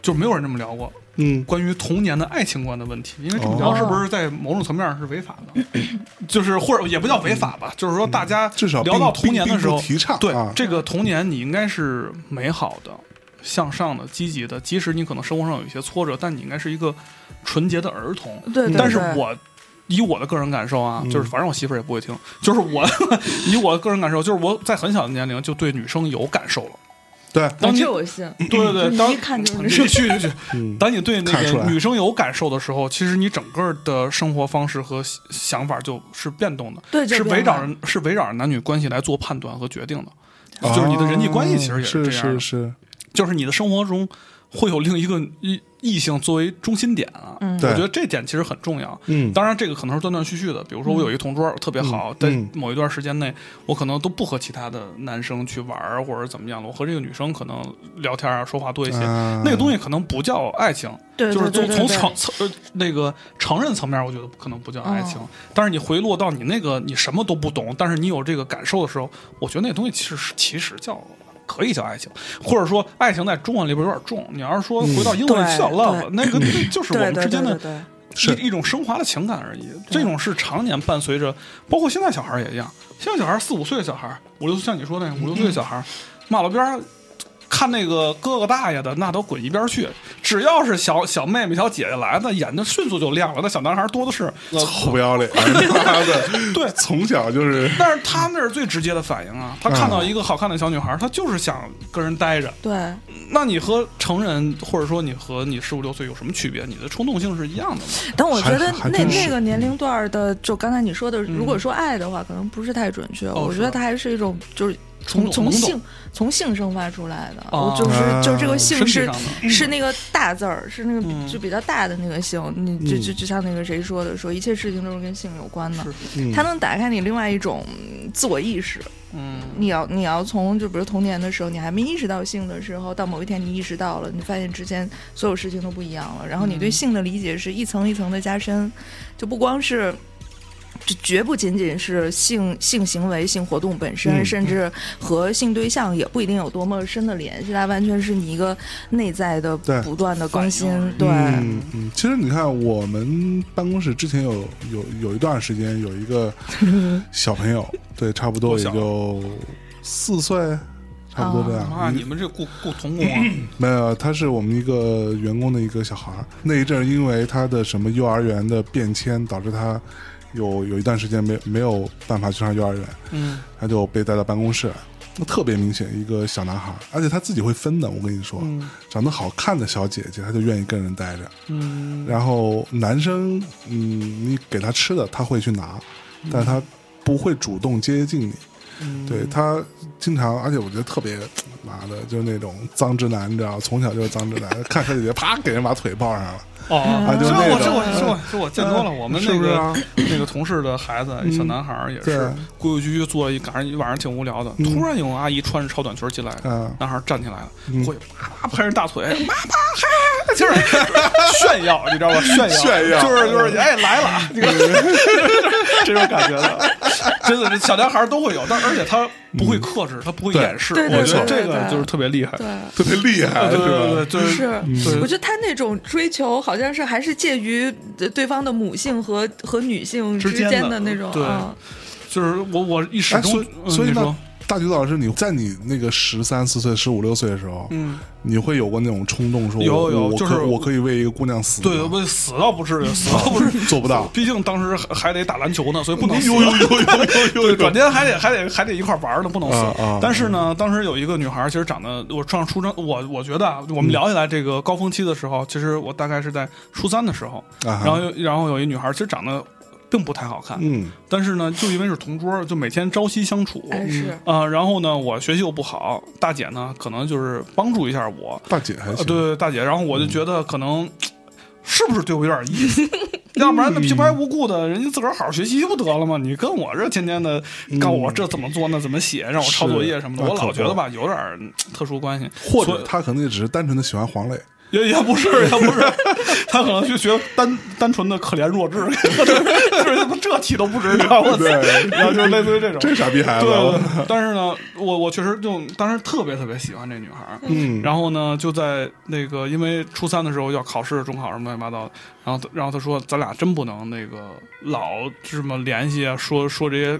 就没有人这么聊过
嗯，
关于童年的爱情观的问题，因为这么聊
哦
是不是在某种层面上是违法的？ *coughs* 就是或者也不叫违法吧，就是说大家
至少
聊
并
到童年
并
的
不
时候，
提倡
对
啊，
这个童年你应该是美好的、向上的、积极的，即使你可能生活上有一些挫折，但你应该是一个纯洁的儿童。
对
嗯
对，
但是
对
我以我的个人感受啊，
嗯
就是反正我媳妇儿也不会听，就是我 *laughs* 以我的个人感受，就是我在很小的年龄就对女生有感受了。
对，
当你
这我信，
对对对，
你
当
一看就是
你去 *laughs* 去去，
嗯，
当你对那
看出
个
来
女生有感受的时候，其实你整个的生活方式和想想法就是变动的，
对，就是
围
变
绕
了
着是围绕着男女关系来做判断和决定的，
哦
就是你的人际关系其实也
是
这样
嗯是
的，
是，
就是你的生活中会有另一个异异性作为中心点啊，
嗯
我
对
觉得这点其实很重要。
嗯，
当然，这个可能是断断续续的。比如说，我有一个同桌特别好，在
嗯
某一段时间内，我可能都不和其他的男生去玩儿或者怎么样了。我和这个女生可能聊天啊、说话多一些。
啊
那个东西可能不叫爱情，
对，
就是
对
从从。
对对对
成层呃那个承认层面，我觉得可能不叫爱情
哦。
但是你回落到你那个你什么都不懂，但是你有这个感受的时候，我觉得那东西其实是其实叫。可以叫爱情，或者说爱情在中文里边有点重。你要是说回到英文
嗯对
就叫 love，那个那就是我
对
们
对
之间的
对对对
是
一一种升华的情感而已。这种是常年伴随着，包括现在小孩儿也一样。现在小孩儿四五岁的小孩儿，五六像你说那五六岁的小孩儿，马路边儿看那个哥哥大爷的，那都滚一边儿去。只要是小小妹妹、小姐姐来的，眼睛迅速就亮了。那小男孩儿多的是，
臭
*laughs*
不要脸，妈的，
对
从小就是
但是他那是最直接的反应啊。他看到一个好看的小女孩儿，他就是想跟人待着。
对，
那你和成人，或者说你和你十五六岁有什么区别？你的冲动性是一样的嘛？
但我觉得
还还
那
真是
那
嗯
个年龄段儿的，就刚才你说的，如果说爱的话，可能不是太准确。
哦
我觉
是
得
吧
它还是一种就是
冲
从
动冲动
从性从性生发出来的，
哦
我就是就是这个
身
性
体
是
上的
是那个大字儿，是那个
嗯
就比较大的那个性。你就就就像那个谁说的，说一切事情都是跟性有关的
是。
嗯
它能打开你另外一种嗯自我意识。
嗯，
你要你要从就比如童年的时候，你还没意识到性的时候，到某一天你意识到了，你发现之前所有事情都不一样了，然后你对性的理解是一层一层的加深，就不光是。就绝不仅仅是性性行为、性活动本身，
嗯
甚至和性对象也不一定有多么深的联系，它完全是你一个内在的
对
不断的更新
反应。
对，
嗯嗯，其实你看，我们办公室之前有有有一段时间有
*laughs*
一个小朋友，对，差不多
多
也
小哦
就四岁，差不多这样。
妈，
一
你们这雇雇童工啊！
没有，他是我们一个员工的一个小孩儿。那一阵儿，因为他的什么幼儿园的变迁，导致他有有一段时间没没有办法去上幼儿园，
嗯，
他就被带到办公室。那特别明显，一个小男孩儿，而且他自己会分的。我跟你说，
嗯
长得好看的小姐姐，他就愿意跟人待着。
嗯，
然后男生，嗯，你给他吃的，他会去拿，
嗯
但他不会主动接近你。对他经常，而且我觉得特别妈的，就是那种脏直男，你知道，从小就是脏直男， *laughs* 看小姐姐啪给人把腿抱上了，
哦，
啊就
这
那
我
种
这我这我这我见多了。
嗯
我们
是
那
不是
个
啊
那个同事的孩子，小男孩儿也是
嗯对
规规矩矩坐一赶上一晚上挺无聊的，
嗯
突然有个阿姨穿着超短裙进来了，
啊
男孩儿站起来了
嗯，
过去啪拍人大
*laughs*
腿，妈妈嗨，就是炫耀，你知道吧？炫耀，
炫耀
就是就是哎来了，
*laughs*
这个 *laughs* 这种感觉的，真的，这小男孩儿都会有，但而且他不会克制，他不会
嗯对
掩饰，
对
我
对
觉得
对
这
对
个
对
就是特别厉害。
对。
特别厉害，
对对
是
对，
吧？
就是对
我觉得他那种追求好像是还是介于呃对方的母性和和女性
之
之
间的嗯
的那种，
对
啊
就是我我一始
哎
终
所以，
嗯
所以
你
呢
说
大橘子老师，你在你那个十三四岁、十五六岁的时候，
嗯，
你会有过那种冲动，说我
有有
我可
就是
我可以为一个姑娘死吗，
对，不死倒不至于，死倒不 *laughs* 至于
*laughs* 做不到
嗯
嗯
毕竟当时还还得打篮球呢，所以不能死。
有有有有有有
*laughs* 对，转天还得还得还得一块玩呢，不能死。
啊啊
但是呢，当时有一个女孩，其实长得我上初中，我我觉得啊，我
嗯
们聊起来这个高峰期的时候，其实我大概是在初三的时候，
啊哈
然后有然后有一女孩，其实长得并不太好看，
嗯
但是呢，就因为是同桌，就每天朝夕相处。
哎是，
啊、然后呢，我学习又不好，大姐呢可能就是帮助一下我，
大姐还
呃
行，嗯
对对大姐，然后我就觉得可能是不是对我有点意思，要不然那平白无故的，人家自个儿好好学习不得了吗？你跟我这天天的告我这怎么做那怎么写，让我抄作业什么的，
是
我
那可
老
不
觉得吧有点儿特殊关系，
或
所以
者她可能也只是单纯的喜欢
*laughs*
黄磊，
也也不是，也不是，他可能就觉得单单纯的可怜弱智， *laughs* 就是他妈这题都不知道，我操
*laughs* 对
*laughs* 然后就类似于这种，
真傻逼孩
*laughs*
子，*laughs*
对，但是呢，我我确实就当时特别特别喜欢这女孩儿，
嗯，
然后呢，就在那个因为初三的时候要考试，中考什么乱七八糟的，然后她然后他说咱俩真不能那个老什么联系啊，说说这些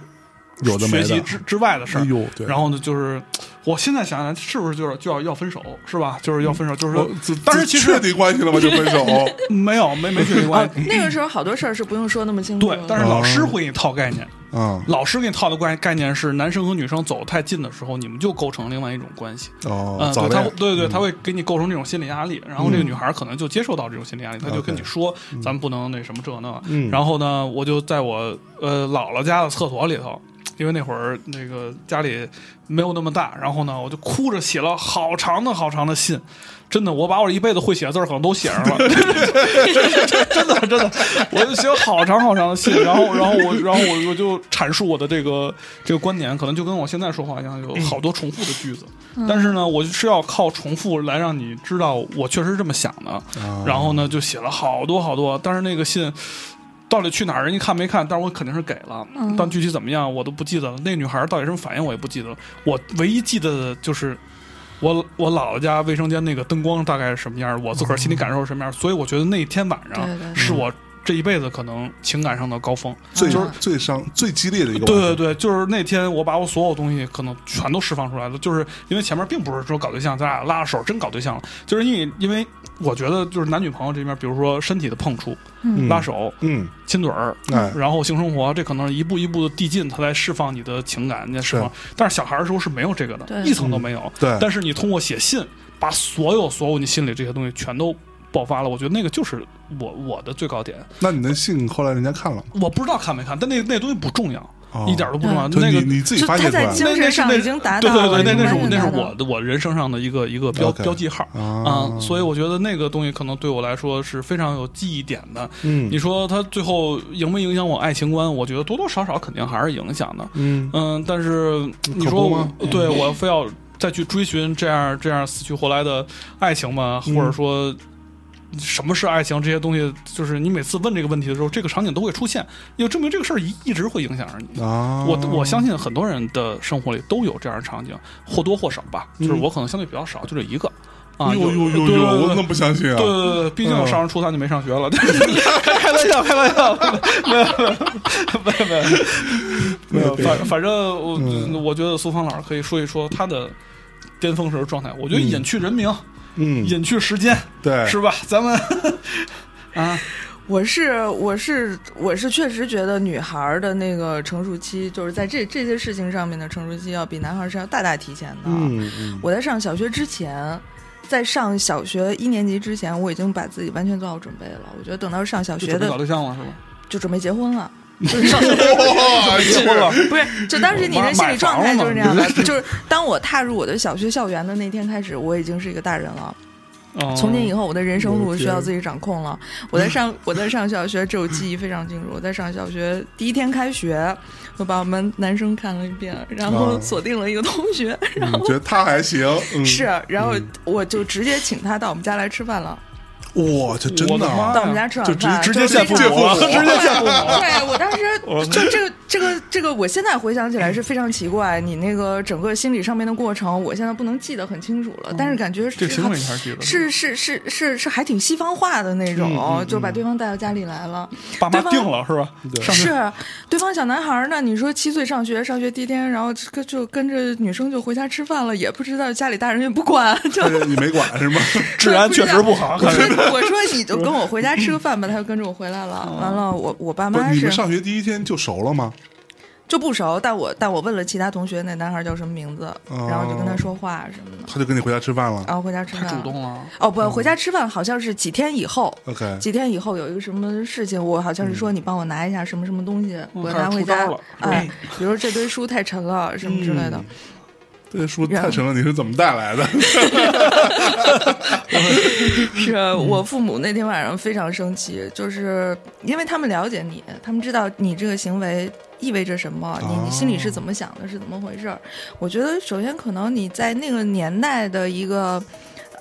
有的没
学
的
习之之外的事
哎
儿。
呦，对，
然后呢，就是我现在想想，是不是就是就要要分手是吧？就是
嗯
要分手，就是
我
说
自，
但是
自
其
确
实
定关系了吗？就 *laughs* 分手，
没有没没确定关系。
那个时候好多事儿是不用说那么清楚
对
的。，
但是老师
嗯
会给你套概念，
啊
老师给你套的概概念是男生和女生走太近的时候，你们就构成另外一种关系。
哦
嗯，，
早
对，他
恋
会，对对，他会给你构成这种心理压力，然后这个女孩可能就接受到这种心理压力，她就跟你说，咱们不能那什么这那。
嗯
然后呢，我就在我呃姥姥家的厕所里头，因为那会儿那个家里没有那么大，然后呢，我就哭着写了好长的好长的信。真的，我把我一辈子会写的字儿可能都写上了， *laughs* 真的真的，我就写了好长好长的信，然后然后我然后我我就阐述我的这个这个观点，可能就跟我现在说话一样，有好多重复的句子，但是呢，我是要靠重复来让你知道我确实这么想的，然后呢就写了好多好多，但是那个信。到底去哪儿？人家看没看？但是我肯定是给了，
嗯
但具体怎么样我都不记得了。那女孩到底什么反应我也不记得了。我唯一记得的就是我我姥姥家卫生间那个灯光大概是什么样儿，我自个儿心里感受是什么样儿，所以我觉得那天晚上
嗯对对对
是我这一辈子可能情感上的高峰。
最
就是
最伤最激烈的一个，
嗯对对，对，就是那天我把我所有东西可能全都释放出来了，就是因为前面并不是说搞对象，咱俩拉着手真搞对象了，就是因为因为我觉得就是男女朋友这边，比如说身体的碰触、
嗯
拉，手、
嗯，
亲嘴儿，
哎
然后性生活，这可能是一步一步的递进，它在释放你的情感，你在释放。但是小孩儿的时候是没有这个的，
对
一层都没有。
对
但是你通过写信，把所有所有你心里这些东西全都爆发了，我觉得那个就是我我的最高点。
那你的信后来人家看了吗？
我不知道看没看，但那那东西不重要，
哦
一点都不重
嗯
要。
就
那个
你你自己
就
发
他
现出来
在
了
精
那那
神
是
上
那
已经达
对
到
对
了，
对，那那是
已
我
经
那是
达到
我
了
的我人生上的一个一个标
OK
标记号
啊
啊，所以我觉得那个东西可能对我来说是非常有记忆点的。
嗯
你说它最后影没影响我爱情观？我觉得多多少少肯定还是影响的。
嗯
嗯，但是你
可
说
不
我
吗嗯
对我非要再去追寻这样这样死去活来的爱情吗？
嗯
或者说什么是爱情？这些东西就是你每次问这个问题的时候，这个场景都会出现，就证明这个事儿一一直会影响着你。
啊，
呃我我相信很多人的生活里都有这样的场景，或多或少吧。就是我可能相对比较少，就这一个啊。
呦呦
有
呦
对
呦，
对
嗯我
对
怎么不相信啊？
对对对对，毕竟我上了初三就没上学了，开玩笑，开玩笑，没有没有没有没有没有，反反正我
嗯
我觉得苏芳老师可以说一说他的巅峰时候状态。我觉得隐去人名，
嗯，
隐去时间，
对，
是吧？咱们啊，
我是我是我是确实觉得女孩儿的那个成熟期，就是在这这些事情上面的成熟期，要比男孩儿是要大大提前的。
嗯嗯
我在上小学之前，在上小学一年级之前，我已经把自己完全做好准备了。我觉得等到上小
就
学
准备搞
的
对象了是吧？
就准备结婚
*laughs*
了，
哇，
结婚了，
不是？就当时你的心理状态就是那样的，
*laughs*
就是当我踏入我的小学校园的那天开始，我已经是一个大人了。从今以后，我的人生
哦我
路
的
需
天
要自己掌控了。我
*laughs*
在上我在上小学，这我记忆非常清楚。我在上小学第一天开学，我把我们男生看了一遍，然后
啊
锁定了一个同学，
嗯觉得他还行，嗯
是，然后我就直接请他到我们家来吃饭了，
哇，这真
我的
的啊
妈
到我们家吃晚
就直
饭，
直
接
就非 *laughs*
见父
常
母了，直接见父母了。
对我当时就这个这个这个，我现在回想起来是非常奇怪，你那个整个心理上面的过程，我现在不能记得很清楚了，但是感觉
嗯这个
是
形容一下记得
是是是是是还挺西方化的那种，
嗯嗯
就把对方带到家里来了。
爸妈
对方
定了是吧？
对
上学
是，对方小男孩儿呢？你说七岁上学，上学第一天，然后就跟就跟着女生就回家吃饭了，也不知道家里大人也不管，就
但是你没管
*laughs*
是吗？
治安确实不好，
我
看着嗯
说我说你就跟我回家吃个饭吧，他就跟着我回来了。完了，我我爸
不
妈
是你
是
们上学第一天就熟了吗？
就不熟，但我但我问了其他同学那男孩叫什么名字，然后就跟他说话什么的，
他就跟你回家吃饭了。
啊
然后回家吃
太
饭。
主动了。
哦不，回家吃饭好像是几天以后。
OK，
几天以后有一个什么事情，我好像是说你帮我拿一下什么什么东西，
嗯开
我
始
拿回
出招
家
了。是吧
哎，比如说这堆书太沉了，什么之
嗯
类的。
这书太沉了，你是怎么带来的？
是我父母那天晚上非常生气，就是因为他们了解你，他们知道你这个行为意味着什么，你你心里是怎么想的，是怎么回事儿。我觉得首先可能你在那个年代的一个。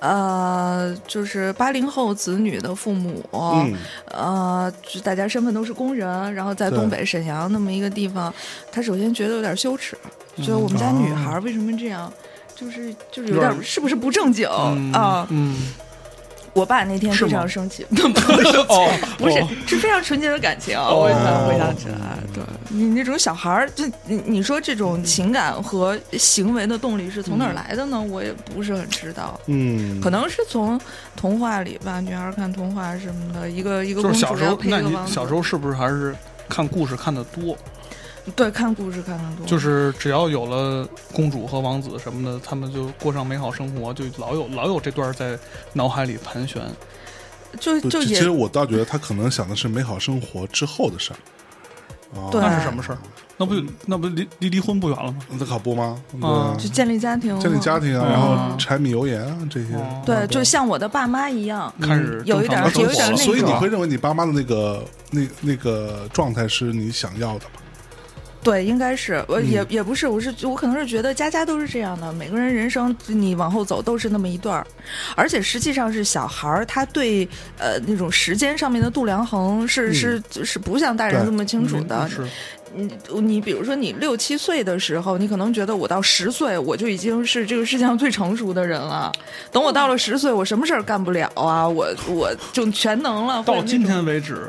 呃，就是八零后子女的父母，
哦
嗯，
呃，就大家身份都是工人，然后在
对
东北沈阳那么一个地方，他首先觉得有点羞耻，觉得我们家女孩儿为什么这样，就是就是有
有
点
点
是不是不正经啊、
嗯，
我爸那天
是
非
吗
常生气， *laughs*
哦，
不是
哦，
是非常纯洁的感情。啊
哦
我想回想起来，对你那种小孩儿，就你你说这种情感和行为的动力是从哪儿来的呢？
嗯
我也不是很知道。
嗯，
可能是从童话里吧，女孩儿看童话什么的，一个一
嗯
个
就
公
是
主
小时
要
候，
配一
那
个
你
王子。
小时候是不是还是看故事看的多？
对看故事看的多，
就是只要有了公主和王子什么的，他们就过上美好生活，就老有老有这段在脑海里盘旋。
就
不
就
其
也
实我倒觉得他可能想的是美好生活之后的事儿。哦
对
那是什么事儿？那不就
嗯
那不离离离婚不远了吗？
那可不吗？对
啊
吧
就建立家庭嘛，
建立家庭啊，
嗯
然后柴米油盐啊这些。啊
哦
对，就像我的爸妈一样，
开始
嗯有一点
正常地
有一
生
点
活了
那
所以你
种
会认为你爸妈的那个那那个状态是你想要的吗？
对，应该是，我
嗯
也也不是，我是我可能是觉得家家都是这样的，每个人人生你往后走都是那么一段儿，而且实际上是小孩儿他对呃那种时间上面的度量衡
嗯
是、是是不像大人
对
这么清楚的。
是
你你比如说你六七岁的时候，你可能觉得我到十岁我就已经是这个世界上最成熟的人了，等我到了十岁，我什么事儿干不了啊，我我就全能了。或者
到
那
今
种
天为止。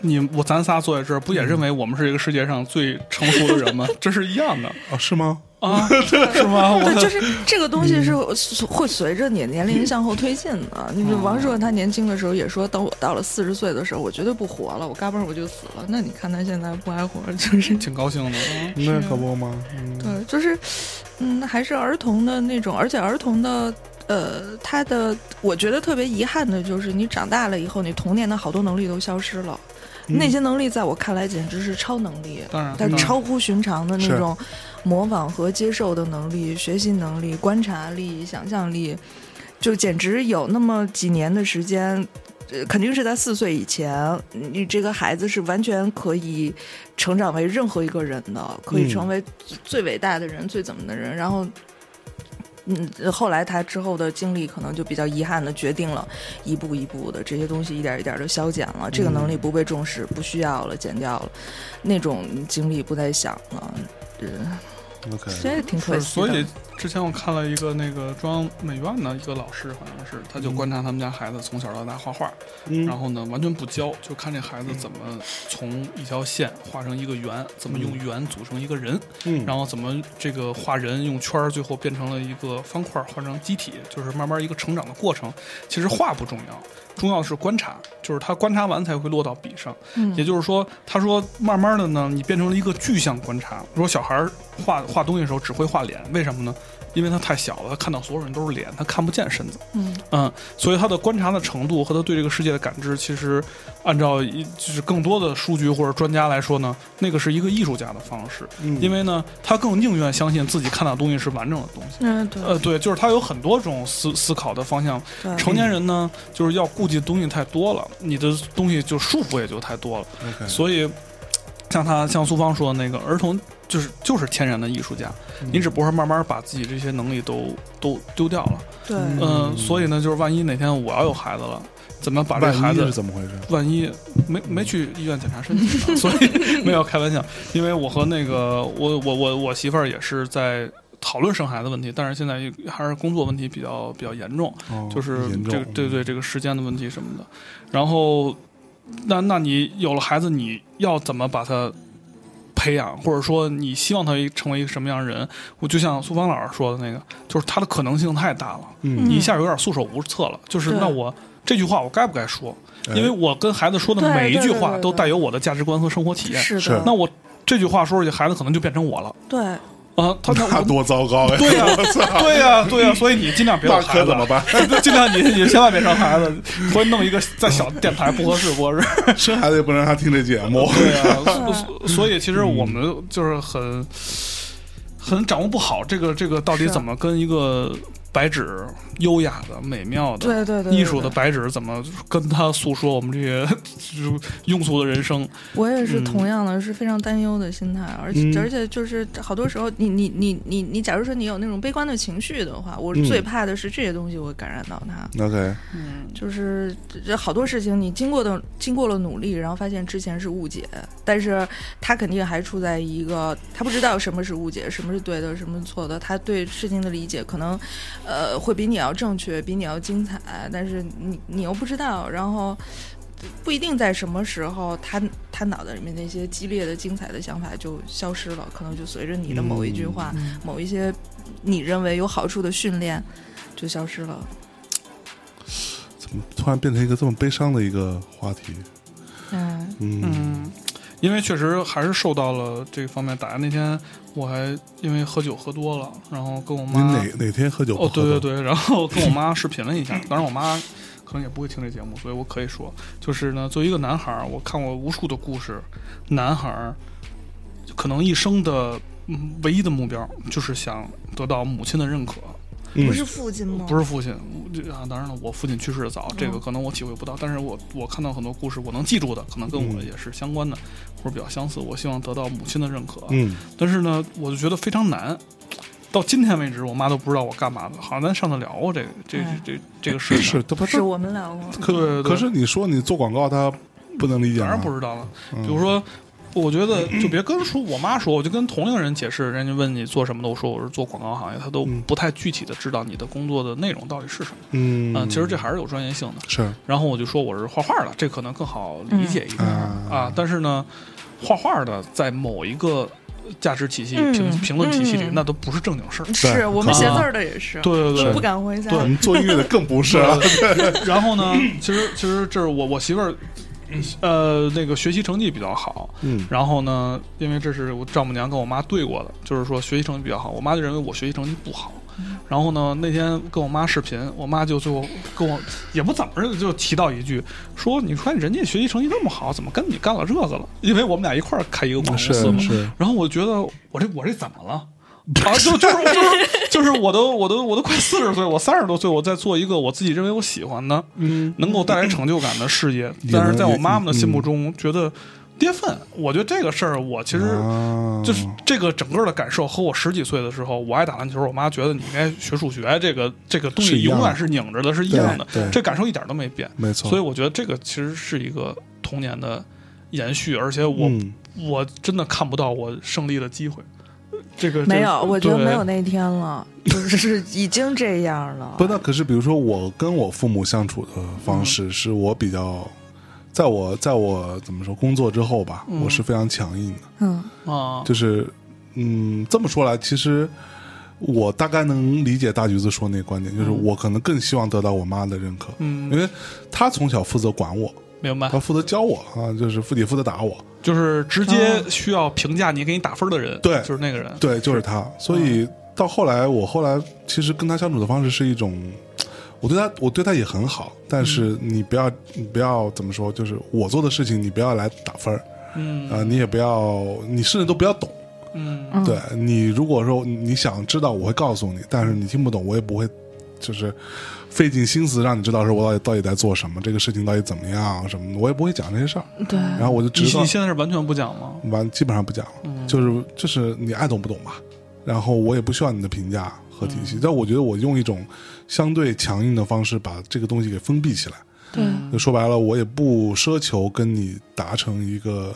你我咱仨坐在这儿，不也
嗯
认为我们是这个世界上最成熟的人吗？ *laughs* 这是一样的
啊，是吗？
啊，是吗？我
*laughs* 对， *laughs* 就是这个东西是随会随着你年龄向后推进的。你比如王朔他年轻的时候也说，等我到了四十岁的时候，我绝对不活了，我嘎嘣儿我就死了。那你看他现在不挨活，就是
挺高兴的。嗯
那可不吗？嗯
对，就是嗯，还是儿童的那种，而且儿童的。呃，他的我觉得特别遗憾的就是，你长大了以后，你童年的好多能力都消失了。那些能力在我看来简直是超能力，
当然，
但
当然
超乎寻常的
是
那种模仿和接受的能力、学习能力、观察力、想象力，就简直有那么几年的时间，呃肯定是在四岁以前，你这个孩子是完全可以成长为任何一个人的，可以
嗯
成为最伟大的人、最怎么的人，然后。嗯，后来他之后的经历可能就比较遗憾的决定了，一步一步的这些东西一点一点的消减了，这个能力不被重视，不需要了，减掉了，那种经历不再想了，
，OK，
这也挺可
是，
惜的。
所以之前我看了一个那个中央美院的一个老师，好像是，他就观察他们家孩子从小到大画画，
嗯
然后呢完全不教，就看这孩子怎么从一条线画成一个圆，怎么用圆组成一个人，
嗯，
然后怎么这个画人用圈儿，最后变成了一个方块，画成机体，就是慢慢一个成长的过程。其实画不重要，重要的是观察，就是他观察完才会落到笔上。
嗯
也就是说，他说慢慢的呢，你变成了一个具象观察。如果小孩儿画画东西的时候只会画脸，为什么呢？因为他太小了，他看到所有人都是脸，他看不见身子。
嗯
嗯，所以他的观察的程度和他对这个世界的感知，其实按照一就是更多的数据或者专家来说呢，那个是一个艺术家的方式，
嗯
因为呢，他更宁愿相信自己看到的东西是完整的东西。
嗯，对
呃，对，就是他有很多种思思考的方向。
对
嗯
成年人呢，就是要顾忌的东西太多了，你的东西就束缚也就太多了。
OK，
所以，像他像苏芳说的那个，儿童就是就是天然的艺术家，
嗯
你只不过是慢慢把自己这些能力都都丢掉了。呃
对
嗯、所以呢，就是万一哪天我要有孩子了，怎么把这
嗯万
孩
一
子
是怎么回事？
万一没没去医院检查身体呢，所以没有开玩笑。因为我和那个我我我我媳妇儿也是在讨论生孩子问题，但是现在还是工作问题比较比较严重，
哦
就是
严重
这个对对这个时间的问题什么的。然后，那那你有了孩子，你要怎么把他培养，或者说你希望他成为一个什么样的人？我就像苏芳老师说的那个，就是他的可能性太大了，
嗯
你一下有点束手无策了。就是
对
那我这句话我该不该说？
哎
因为我跟孩子说的
对
每一句
对对
话
对
都带有我的价值观和生活体验。
是
是
的，
那我这句话说出去，孩子可能就变成我了
对，
啊！
*laughs*
他他
那
我
多糟糕呀！
对呀、对呀、对呀、所以你尽量别有
那
孩
可
子
怎
*laughs*
么。办？
尽量你你千万别生孩子，所以弄一个在小电台不合适不合适。
生孩子也不能让他听这节目。
对啊，所所所以其实我们就是很很掌握不好这个这个到底
是
怎么跟一个白纸优雅的、美妙的、
对对对，
艺术
对
的白纸怎么跟他诉说我们这些就是庸俗的人生。
我也是
嗯
同样的，是非常担忧的心态，而且、
嗯
而且就是好多时候你，你你你你假如说你有那种悲观的情绪的话，我
嗯
最怕的是这些东西会感染到他。
OK，
就是这这好多事情，你经过的经过了努力，然后发现之前是误解，但是他肯定还处在一个他不知道什么是误解，什么是对的，什么是错的，他对事情的理解可能，呃，会比你要正确，比你要精彩，但是你你又不知道，然后。呃不一定在什么时候，他他脑袋里面那些激烈的、精彩的想法就消失了，可能就随着你的某一句话、某一些你认为有好处的训练，就消失了。
怎么突然变成一个这么悲伤的一个话题？
嗯，
嗯，
嗯，因为确实还是受到了这方面打压。那天我还因为喝酒喝多了，然后跟我
您
妈
哪哪天喝酒不
哦，对
喝
对
的，
对，然后跟我妈视频了一下。当然，我妈可能也不会听这节目，所以我可以说，就是呢，作为一个男孩儿，我看过无数的故事，男孩儿可能一生的嗯唯一的目标就是想得到母亲的认可，
嗯
不是父亲吗？
不是父亲，我这啊，当然了，我父亲去世的早，这个可能我体会不到，但是我我看到很多故事，我能记住的，可能跟我
嗯
也是相关的，或者比较相似。我希望得到母亲的认可，
嗯，
但是呢，我就觉得非常难。到今天为止，我妈都不知道我干嘛的，好像咱上次聊过这个这
哎
这这这个事情，
是，他不
是我们聊过，
对对对
可是你说你做广告，他不能理解
当
吗？
然不知道了。
嗯，
比如说，我觉得就别跟说我妈说，我就跟同龄人解释，人家问你做什么的，我说我是做广告行业，他都
嗯
不太具体的知道你的工作的内容到底是什么。
嗯，
嗯，其实这还是有专业性的。
是
然后我就说我是画画的，这可能更好理解一点、
嗯
啊。但是呢，画画的在某一个价值体系、
嗯
评评论体系里，
嗯
那都不是正经事儿。
对
是我们
可
写
能
字儿的也
*laughs*
是，
对对 *laughs* 对。
不敢回家。
我们做音乐的更不是啊
*laughs* 对
了。
然后呢，
嗯
其实其实这是我我媳妇儿，呃，那个学习成绩比较好。
嗯
然后呢，因为这是我丈母娘跟我妈对过的，就是说学习成绩比较好，我妈就认为我学习成绩不好。然后呢，那天跟我妈视频，我妈就最后跟我也不怎么着就提到一句，说你看人家学习成绩那么好，怎么跟你干了这个了？因为我们俩一块儿开一个广告公
嗯是
司嘛。
是
然后我觉得我这我这怎么了？啊，就 *laughs* 就是就是就是我都我都我都快四十岁，我三十多岁，我在做一个我自己认为我喜欢的，
嗯，
能够带来成就感的事业，但是在我妈妈的心目中觉得跌份。我觉得这个事儿，我其实
啊
就是这个整个的感受和我十几岁的时候，我爱打篮球，我妈觉得你应该学数学，这个这个东
是
西
一样
永
的
远是拧着的，是一样的
对对，
这感受一点都没变。
没错，
所以我觉得这个其实是一个童年的延续，而且我、
嗯
我真的看不到我胜利的机会。这个
没有，我觉得没有
那
那
*laughs*
天了，就是已经这样了。
不，那可是比如说我跟我父母相处的方
嗯
式，是我比较，在我在我怎么说工作之后吧，
嗯
我是非常强硬的，
嗯，
啊，
就是嗯，这么说来，其实我大概能理解大橘子说那个观点，就是
嗯
我可能更希望得到我妈的认可，
嗯，
因为她从小负责管我，
明白
她，负责教我啊，就是负也负责打我，
就是直
啊
接需要评价你、给你打分的人，
对
就是那个人，
对，就是她，所以到后来，我后来其实跟她相处的方式是一种。我对她，我对她也很好，但是
嗯
你不要，你不要怎么说，就是我做的事情，你不要来打分儿
嗯
啊、你也不要，你甚至都不要懂。
嗯
嗯
对你，如果说你想知道，我会告诉你，但是你听不懂，我也不会，就是费尽心思让你知道说我到底到底在做什么，这个事情到底怎么样什么的，我也不会讲这些事儿。
对，
然后我就
嗯你
知道
你，现在是完全不讲吗？嗯
完基本上不讲了，就是就是你爱懂不懂吧。然后我也不需要你的评价
嗯
和体系，但我觉得我用一种相对强硬的方式把这个东西给封闭起来，
对，
嗯
嗯
就说白了，我也不奢求跟你达成一个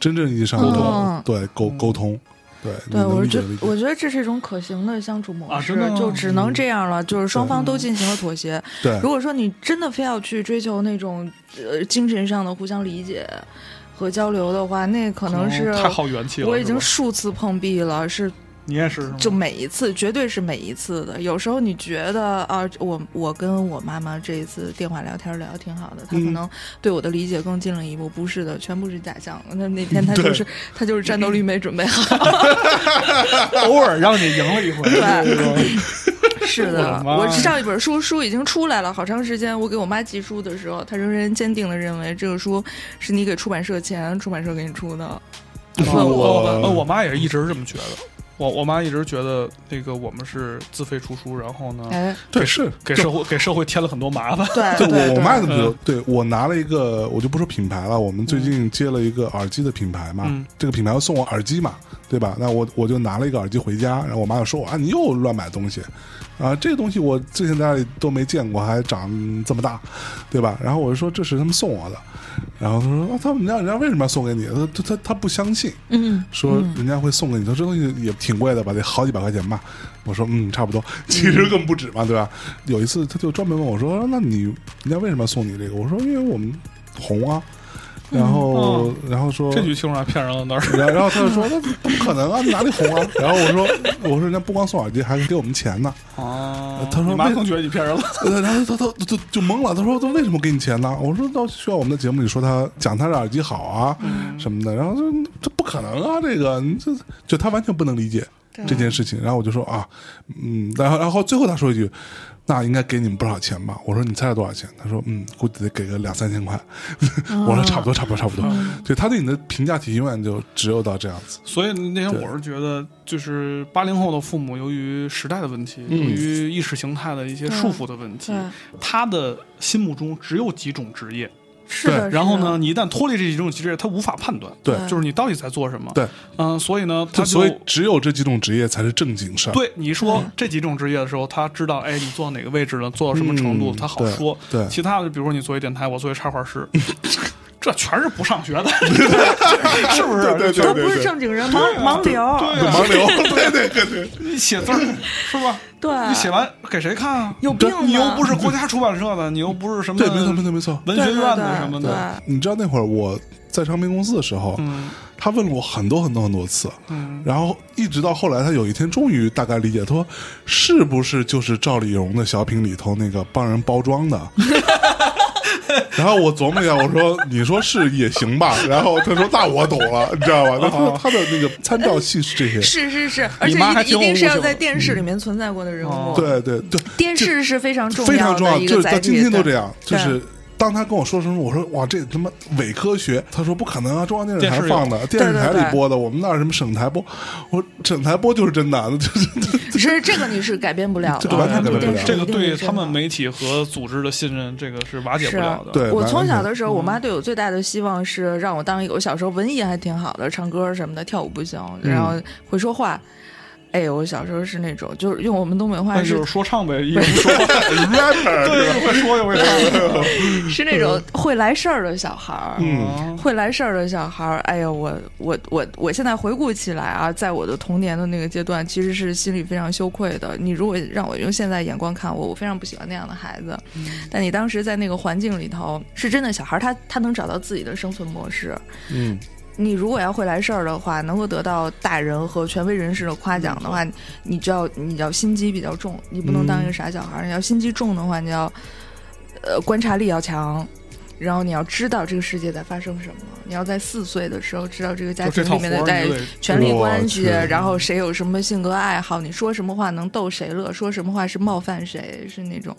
真正意义上的
嗯
对沟沟通，对，
对，
你能
我
理解
觉
理解
我觉得这是一种可行的相处模
啊
式
真的，吗嗯
就只能这样了，就是双方
对嗯
都进行了妥协。
对
如果说你真的非要去追求那种呃精神上的互相理解和交流的话，那可能是
哦太耗元气了。
我已经
是吧
数次碰壁了，是
你也是是吗
就每一次，绝对是每一次的。有时候你觉得啊，我我跟我妈妈这一次电话聊天聊得挺好的，她可
嗯
能对我的理解更进了一步。不是的，全部是假象。那那天她就是她就是战斗力没准备好。
*laughs* 偶尔让你赢了一回，
对
对吧
是的，
我的妈
我上一本书书已经出来了，好长时间。我给我妈寄书的时候，她仍然坚定的认为这个书是你给出版社钱，出版社给你出的。
我我
我
呃哦我妈也是一直这么觉得。我我妈一直觉得那个我们是自费出书，然后呢，
哎，
对是
给社会给社会添了很多麻烦。
对
对我我妈
对嗯
怎么觉得？对我拿了一个，我就不说品牌了。我们最近接了一个耳机的品牌嘛，
嗯
这个品牌要送我耳机嘛，对吧？那我我就拿了一个耳机回家，然后我妈就说我啊，你又乱买东西啊，这个东西我之前在家里都没见过，还长这么大，对吧？然后我就说这是他们送我的，然后她说啊，他们家人家为什么要送给你？她她她她不相信，
嗯，
说人家会送给你，说这东西也挺贵的吧，得好几百块钱吧。我说嗯，差不多，其实更不止嘛，对吧？有一次他就专门问我说，那你人家为什么要送你这个？我说因为我们红啊，然后、然后说
嗯哦这句听出来骗人了那儿。
*laughs* 然后然后他就说：“那不可能啊，哪里红啊？”然后我说：“我说人家不光送耳机，还给我们钱呢。
哦
她说
你妈
为
更觉得你骗人了。
呃”然后他他他就就懵了，他说：“他为什么给你钱呢？”我说：“到需要我们的节目里说他讲他的耳机好啊
嗯
什么的。”然后说：“这不可能啊，这个你这就他完全不能理解这件事情。”然后我就说：“啊，嗯。”然后然后最后他说一句。那应该给你们不少钱吧？我说你猜是多少钱？他说嗯，估计得给个两三千块。
嗯
我
哦
说差不多，差不多，差不多。对他对你的评价体永远就只有到这样子。
所以那天
对
我是觉得，就是八零后的父母，由于时代的问题，
嗯
由于意识形态的一些束缚的问题，
对，
他的心目中只有几种职业。
是啊的。
然后呢，
是的？
你一旦脱离这几种职业，他无法判断，
对
就是你到底在做什么。
对，
嗯、所以呢，他
就
就
所以只有这几种职业才是正经事儿。
对你说这几种职业的时候，他知道，哎，你做到哪个位置了，做到什么程度，
嗯
他好说。
对对
其他的，比如说你作为电台，我作为插画师， *laughs* 这全是不上学的， *laughs* 是不是？
对对
就
都不是正经人，盲盲流。
*laughs* 对啊
盲流，对对对对，
你写字儿是吧？
对，
你写完给谁看啊？
啊有病吗
你又不是国家出版社的，你又不是什么
对，没错没错没错。
文学院的什么
对
的，
你知道那会儿我在唱片公司的时候，
嗯
他问了我很多很多很多次，
嗯，
然后一直到后来，他有一天终于大概理解，他说是不是就是赵丽蓉的小品里头那个帮人包
*laughs*
装的？然后我琢磨一下，我说：“你说是也
*laughs*
行吧。”然后他说：“那我懂了，你知道吧？”那他
啊
他的那个参照系是这些，
是是是，而且
妈还
一
挺有
一定是
悟
要
性
在
的
电视里面存在过的人物
哦。，
对对对，
电视是非常重
非常重要，
的一
就
个
是
载
到
体。
今天都这
对
样。就是当他跟我说什么，我说哇，这他妈伪科学。他说不可能啊，中央电视台
电视有
放的，电视
对
台
对
里播的，我们那儿什么省台播，我说省台播就是真的，啊就是 *laughs*
是这个你是改变不了的，
这个完全
他们
改变不
电
了
视
这个
一定是
对
这
他们
样。
媒体和组织的信任，这个是瓦解不
是
了的。
啊对
我
完
从
全嗯
小的时候，我妈对我最大的希望是让我当一个。我小时候文艺还挺好的，唱歌什么的，跳舞不行，
嗯
然后会说话。哎，我小时候是那种，就是用我们东北话
那
是
就是说唱呗，一不说，
rapper
对，会说又会唱。
是那
*laughs* 嗯
种会来事儿的小孩儿。
嗯
会来事儿的小孩儿，哎呀，我我我我现在回顾起来啊，在我的童年的那个阶段，其实是心里非常羞愧的。你如果让我用现在眼光看我，我非常不喜欢那样的孩子。但你当时在那个环境里头，是真的小孩儿，他他能找到自己的生存模式。
嗯，
你如果要会来事儿的话，能够得到大人和权威人士的夸奖的话，
嗯
你就要你要心机比较重，你不能当一个傻小孩儿。你要心机重的话，你要呃观察力要强，然后你要知道这个世界在发生什么。你要在四岁的时候知道这个家
就这
庭
套
里
活
面
儿
的
你
在
就得
权力
我
关系，
去
然后谁有什么性格爱好，你说什么话能逗谁乐，说什么话是冒犯谁，是那种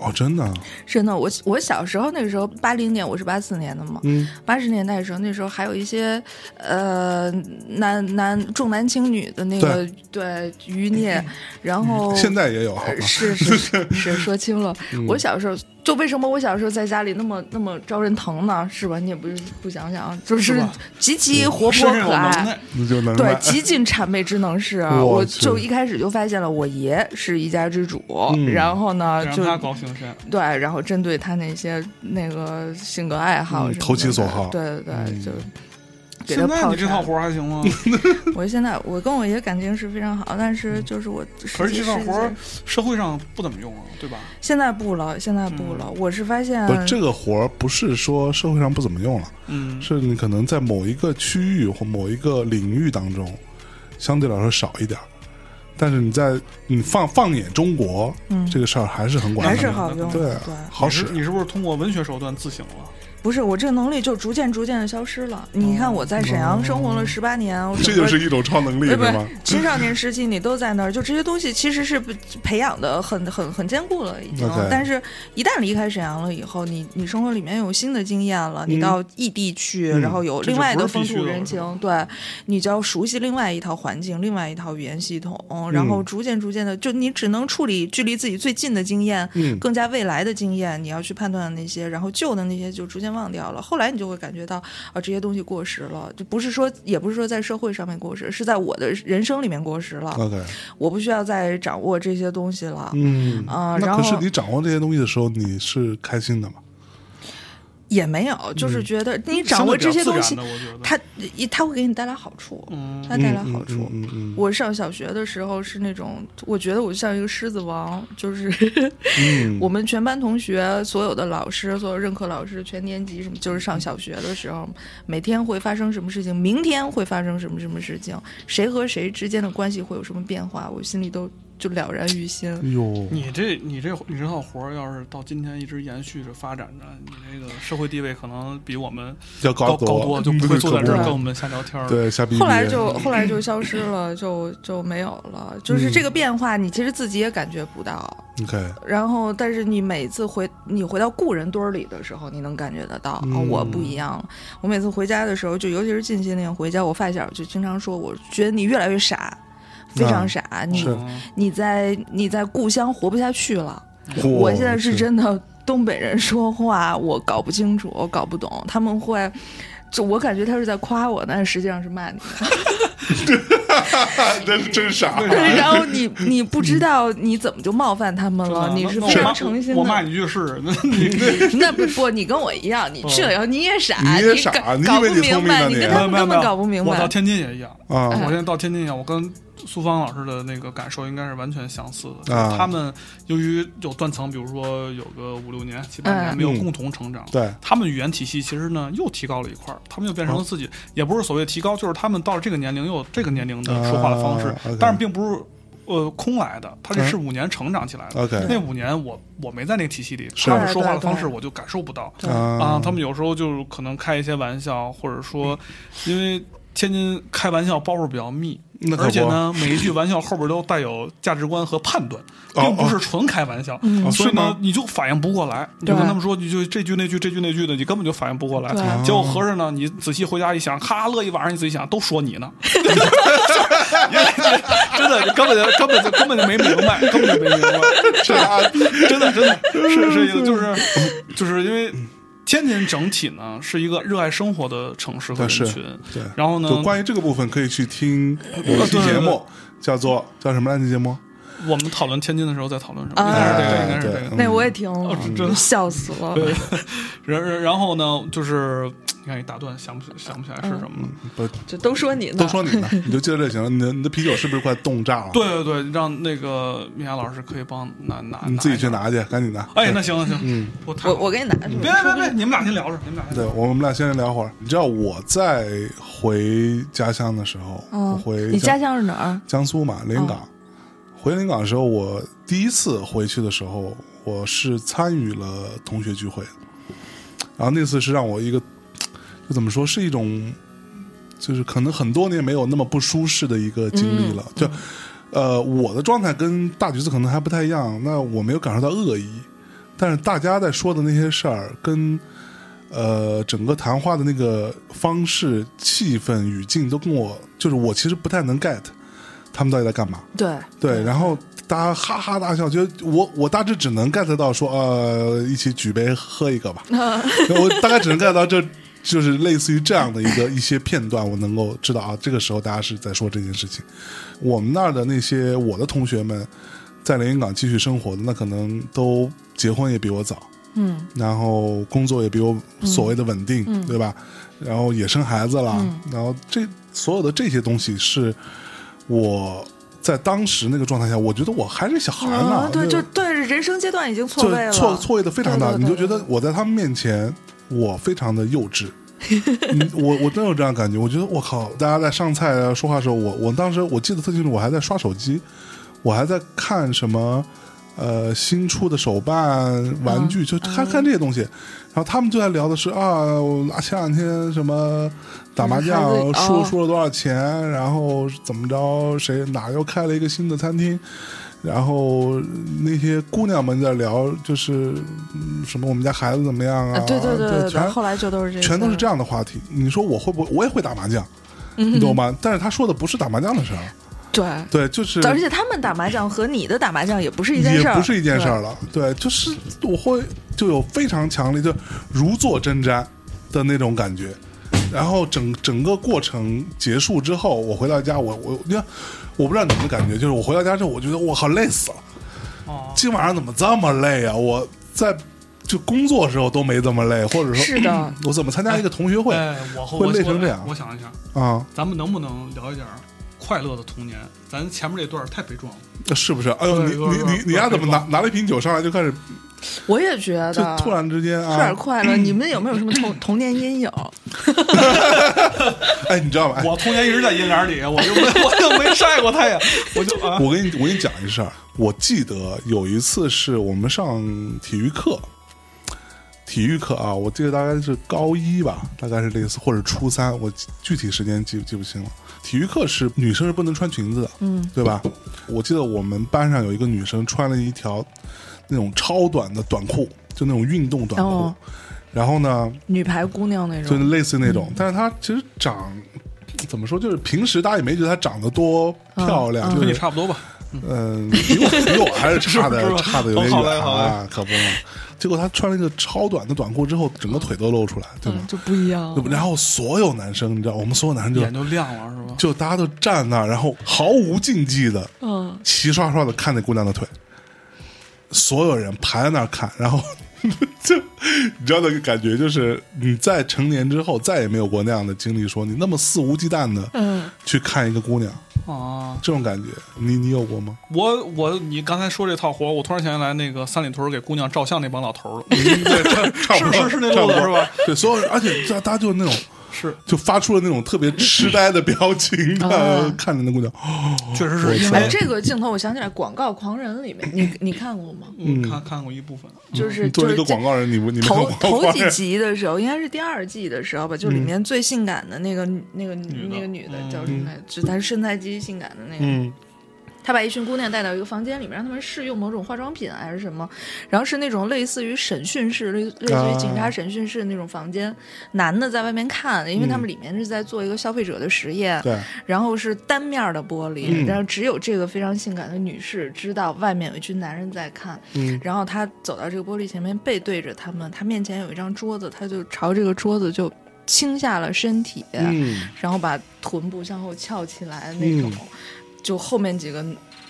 哦，真的啊，
真的。我我小时候那个时候八零年，我是八四年的嘛，
嗯，
八十年代的时候，那时候还有一些呃男男重男轻女的那个对余孽，然后
嗯
呃
现在也有，好吧 *laughs* 嗯
是是是是说清了。我小时候就为什么我小时候在家里那么那么招人疼呢？是吧？你也不是不想想，就是
吧
极其活
身
泼
上有
可
能
爱
耐。，
那就能
对
卖，
极尽谄媚之能事啊！
我
我
去
就一开始就发现了，我爷是一家之主，
嗯
然后呢，
让
就
他搞兴深，
对，然后针对他那些那个性格爱好
嗯
什么的，
投其所好
对对对，
嗯
就给他
现在
泡
你这套
茶。
活儿还行啊
*laughs*
吗？
我现在我跟我爷感情是非常好，但是就是我
可是
实际
这套活
实
儿
际
社会上不怎么用啊，对吧？
现在不了，现在不了。我是发现
不，这个活儿不是说社会上不怎么用了，
嗯，
是你可能在某一个区域或某一个领域当中，相对来说少一点儿。但是你在你放放眼中国，
嗯
这个事儿还是很管
还
用的，
是好用
对啊
的，对，
好使
你是。你是不是通过文学手段自省了？
不是我这个能力就逐渐逐渐的消失了。你看我在沈阳生活了十八年，我
哦
整
这
个
就是一种超能力，
对不
对
是
吗？
青少年时期你都在那儿，就这些东西其实是不培养的很很很坚固了已经。
OK
但是，一旦离开沈阳了以后，你你生活里面有新的经验了，
嗯
你到异地去，
嗯
然后有
这就
另外的
不是
风
必须
土
了
人
是
情
吧，
对，你就要熟悉另外一套环境，另外一套语言系统，然
嗯
后逐渐逐渐的，就你只能处理距离自己最近的经验。
嗯，
更加未来的经验，你要去判断的那些，然后旧的那些就逐渐忘掉了。后来你就会感觉到啊，这些东西过时了，就不是说，也不是说在社会上面过时，是在我的人生里面过时了。
OK，
我不需要再掌握这些东西了。
嗯
啊
那
然
可
后
是你掌握这些东西的时候，你是开心的嘛？
也没有，就是觉得你掌握
相对比较
这些
自
东
然
西
的，我觉得，
它它会给你带来好处，
嗯，
它带来好
嗯
处。
嗯嗯嗯
我上小学的时候是那种，我觉得我像一个狮子王，就是
嗯，
我们全班同学、所有的老师、所有任课老师、全年级什么，就是上小学的时候，每天会发生什么事情，明天会发生什么什么事情，谁和谁之间的关系会有什么变化，我心里都就了然于心。
哎呦，
你这你这你这套活儿要是到今天一直延续着发展着，你这个社会地位可能比我们
要
高
多嗯
高
多
多，就不会坐在这儿
嗯可不
跟我们瞎聊天儿了。
对瞎逼逼。
后来就后来就消失了，就就没有了。就是这个变化，你其实自己也感觉不到。啊
OK，
然后，但是你每次回你回到故人堆儿里的时候，你能感觉得到啊、
嗯
我不一样了。我每次回家的时候，就尤其是近些年回家，我发小就经常说，我觉得你越来越傻，非常傻，你
是
嗯
你在你在故乡活不下去了。
嚯
我现在是
是
真的东北人说话，我搞不清楚，我搞不懂，他们会。就我感觉他是在夸我，但是实际上是骂你。
*laughs* 真真傻，
对， *laughs* 然后你你不知道你怎么就冒犯他们了，嗯你是
啊那
非
我骂
常诚心
我骂
的。
你一句是， *laughs* 那你这
*laughs* 那不不，你跟我一样，你去了以后你也傻，
嗯你也傻
搞
你以
搞
为
不
你聪
明
明呢
白，你
你
跟他们
没有
根
没有
本搞不明
我到
白。
天津也一样。
啊
嗯
我现在到天津一样，我跟苏芳老师的那个感受应该是完全相似的。就是
啊
他们由于有断层，比如说有个五六年、七八年
嗯
没有
嗯
共同成长，
对，
他们语言体系其实呢又提高了一块儿，他们又变成了自
哦
己，也不是所谓提高，就是他们到了这个年龄又有这个年龄的说话的方式，
啊，OK
但是并不是呃空来的，他这
嗯
是五年成长起来的。
OK
那五年我我没在那个体系里，
是
他们说话的
对对对
方式我就感受不到
对
啊。他们有时候就是可能开一些玩笑，或者说因为。天津开玩笑包袱比较密，
那可不
而且呢，每一句玩笑后边都带有价值观和判断，
哦
并不是纯开玩笑。
哦
所以
是
呢
吗，
你就反应不过来，你就跟
嗯对
他们说，你就这句那句这句那句的，你根本就反应不过来。
哦
对
结果合着呢，你仔细回家一想，咔乐一晚上，你仔细想，都说你呢， *laughs* 真的，你根本就根本就根本就没明白，根本就没明白，
是啊，
真的真的是是一个就是就是因为天津整体呢是一个热爱生活的城市和
啊对是
人群，
对。
然后呢，
就关于这个部分，可以去听我们一期
嗯对对对
节目，叫做叫什么来着？节目
我们讨论天津的时候再讨论什么，应
啊
该是这个，应该是这
对
个。
那我也听了
哦真，的
*laughs* 笑死了。
对，然然然后呢，就是你看一打断，想不起想不起来是什么
嗯
了。
不是
就都说你呢，
都说你
*laughs*
呢，你就记得这行了。你的你的啤酒是不是快冻炸了？，
对对对，让那个米娅老师可以帮拿拿，
你自己去
拿一
拿去，赶紧拿
下。。哎，那行行，
嗯，
我太
我我给你拿去吧。
别别别别，你们俩先聊着，你们俩先
对，
聊着。
我们俩先聊会儿。你知道我在回家乡的时候，我
嗯
回，
你家乡是哪儿？
江苏嘛，连云港。回连云港的时候，我第一次回去的时候，我是参与了同学聚会，然后那次是让我一个，就怎么说，是一种，就是可能很多年没有那么不舒适的一个经历了。就，呃，我的状态跟大橘子可能还不太一样，那我没有感受到恶意，但是大家在说的那些事儿跟。呃，整个谈话的那个方式、气氛、
*laughs*
语境都跟我，就是我其实不太能 get，他们到底在干嘛？
对
对，然后大家哈哈大笑，觉得我我大致只能 get 到说呃，一起举杯喝一个吧，
嗯
我大概只能 get 到这。就是类似于这样的一个一些片段，我能够知道啊，这个时候大家是在说这件事情。我们那儿的那些我的同学们，在连云港继续生活的，那可能都结婚也比我早，
嗯，
然后工作也比我所谓的稳定，对吧？然后也生孩子了，然后这所有的这些东西是我在当时那个状态下，我觉得我还是小孩呢，
啊，对，
就
就对人生阶段已经错
就
位了，
错错位的非常大，
对对
你就
对
觉得我在他们面前，我非常的幼稚。嗯我我真有这样感觉，我觉得我靠，大家在上菜啊说话的时候，我我当时我记得特清楚，我还在刷手机，我还在看什么呃新出的手办、玩
嗯
具，就看看这些东西。然后他们就在聊的是啊，我前两天什么打麻将
嗯孩子
输
哦
输了多少钱，然后怎么着，谁哪又开了一个新的餐厅。然后那些姑娘们在聊，就是、嗯什么我们家孩子怎么样啊？
啊对对对对对，
全
后来就都是这，
全都是这
样，
样的话题。你说我会不会？我也会打麻将，
嗯
你懂吗？但是他说的不是打麻将的事儿，
对，
对，就是
而且他们打麻将和你的打麻将也不是一件
也
事儿，
不是一件事儿了。对，就是我会就有非常强烈，就如坐针毡的那种感觉。然后整整个过程结束之后，我回到家，我我你看，我不知道你们的感觉，就是我回到家之后，我觉得我靠累死了。
哦，
今晚上怎么这么累啊？我在就工作时候都没这么累，或者说嗯
是
*laughs*
的，
我怎么参加一个同学会
哎，我和
会
我
累成
我
这样
我想一想，
啊？
咱们能不能聊一点儿快乐的童年？咱前面这段儿太悲壮了。
是不是？哎呦，
对
你
有
你
点
你你
有
丫
点
怎么拿拿了一瓶酒上来就开始，
我也觉得
就突然之间
有点
啊？
快乐。你们有没有什么童 *coughs* 童年阴影？
哎，你知道吗？哎
我童年一直在阴凉里，我就没 *laughs* 我就没晒过太阳，我就
*laughs*
啊，
我跟你我跟你讲一事儿，我记得有一次是我们上体育课，体育课啊，我记得大概是高一吧，大概是类似或者初三，我具体时间记记不清了。体育课是女生是不能穿裙子的，
嗯，
对吧？我记得我们班上有一个女生穿了一条那种超短的短裤，就那种运动短裤，
哦
然后呢，
女排姑娘那
就
种，
类似那种，但是她其实长。怎么说？就是平时大家也没觉得她长得多漂亮，
跟
就
你
是
差不多吧。
嗯，比我比我还是差
*laughs* 是
的
吧
差的有点
好嘞
远
好嘞
啊，可不嘛。结果她穿了一个超短的短裤之后，整个腿都露出来，对吧？
嗯
就不一样
对吧然后所有男生，你知道，我们所有男生就
眼就亮了是吧？
就大家都站那儿，然后毫无禁忌的，
嗯，
齐刷刷的看那姑娘的腿，所有人排在那儿看，然后就你知道那个感觉，就是你在成年之后再也没有过那样的经历，说你那么肆无忌惮的
嗯，
去看一个姑娘，
啊，
这种感觉，你你有过吗？
我我你刚才说这套活儿，我突然想起来那个三里屯儿给姑娘照相那帮老头儿了，
对，
*laughs*
差差不多
是是是那路子
差不多
是吧？
对，所有人，而且大大家就那种。
是啊
就发出了那种特别痴呆的表情，看看着那姑娘，
确实
我
是因
操
为
*laughs* 哎，这个镜头我想起来，《广告狂人》里面，你你看过吗？
嗯看看过一部分，
就是
你作
就
为
是
一个广告人，你不你没看
头
过广
头
告
几
人？嗯
集的时候，应该是第二季的时候吧，就里面最性感的那个女那个
女的
那个女的
嗯
叫什么来着？就她是身材极其性感的那个，
嗯，
他把一群姑娘带到一个房间里面，让他们试用某种化妆品还是什么，然后是那种类似于审讯室、类类似于
啊
警察审讯室那种房间，男的在外面看，因为他们里面是在做一个消费者的实验，
对，
然后是单面的玻璃，
嗯
然后只有这个非常性感的女士知道外面有一群男人在看，
嗯
然后她走到这个玻璃前面，背对着他们，她面前有一张桌子，她就朝这个桌子就倾下了身体，
嗯，
然后把臀部向后翘起来那种，就后面几个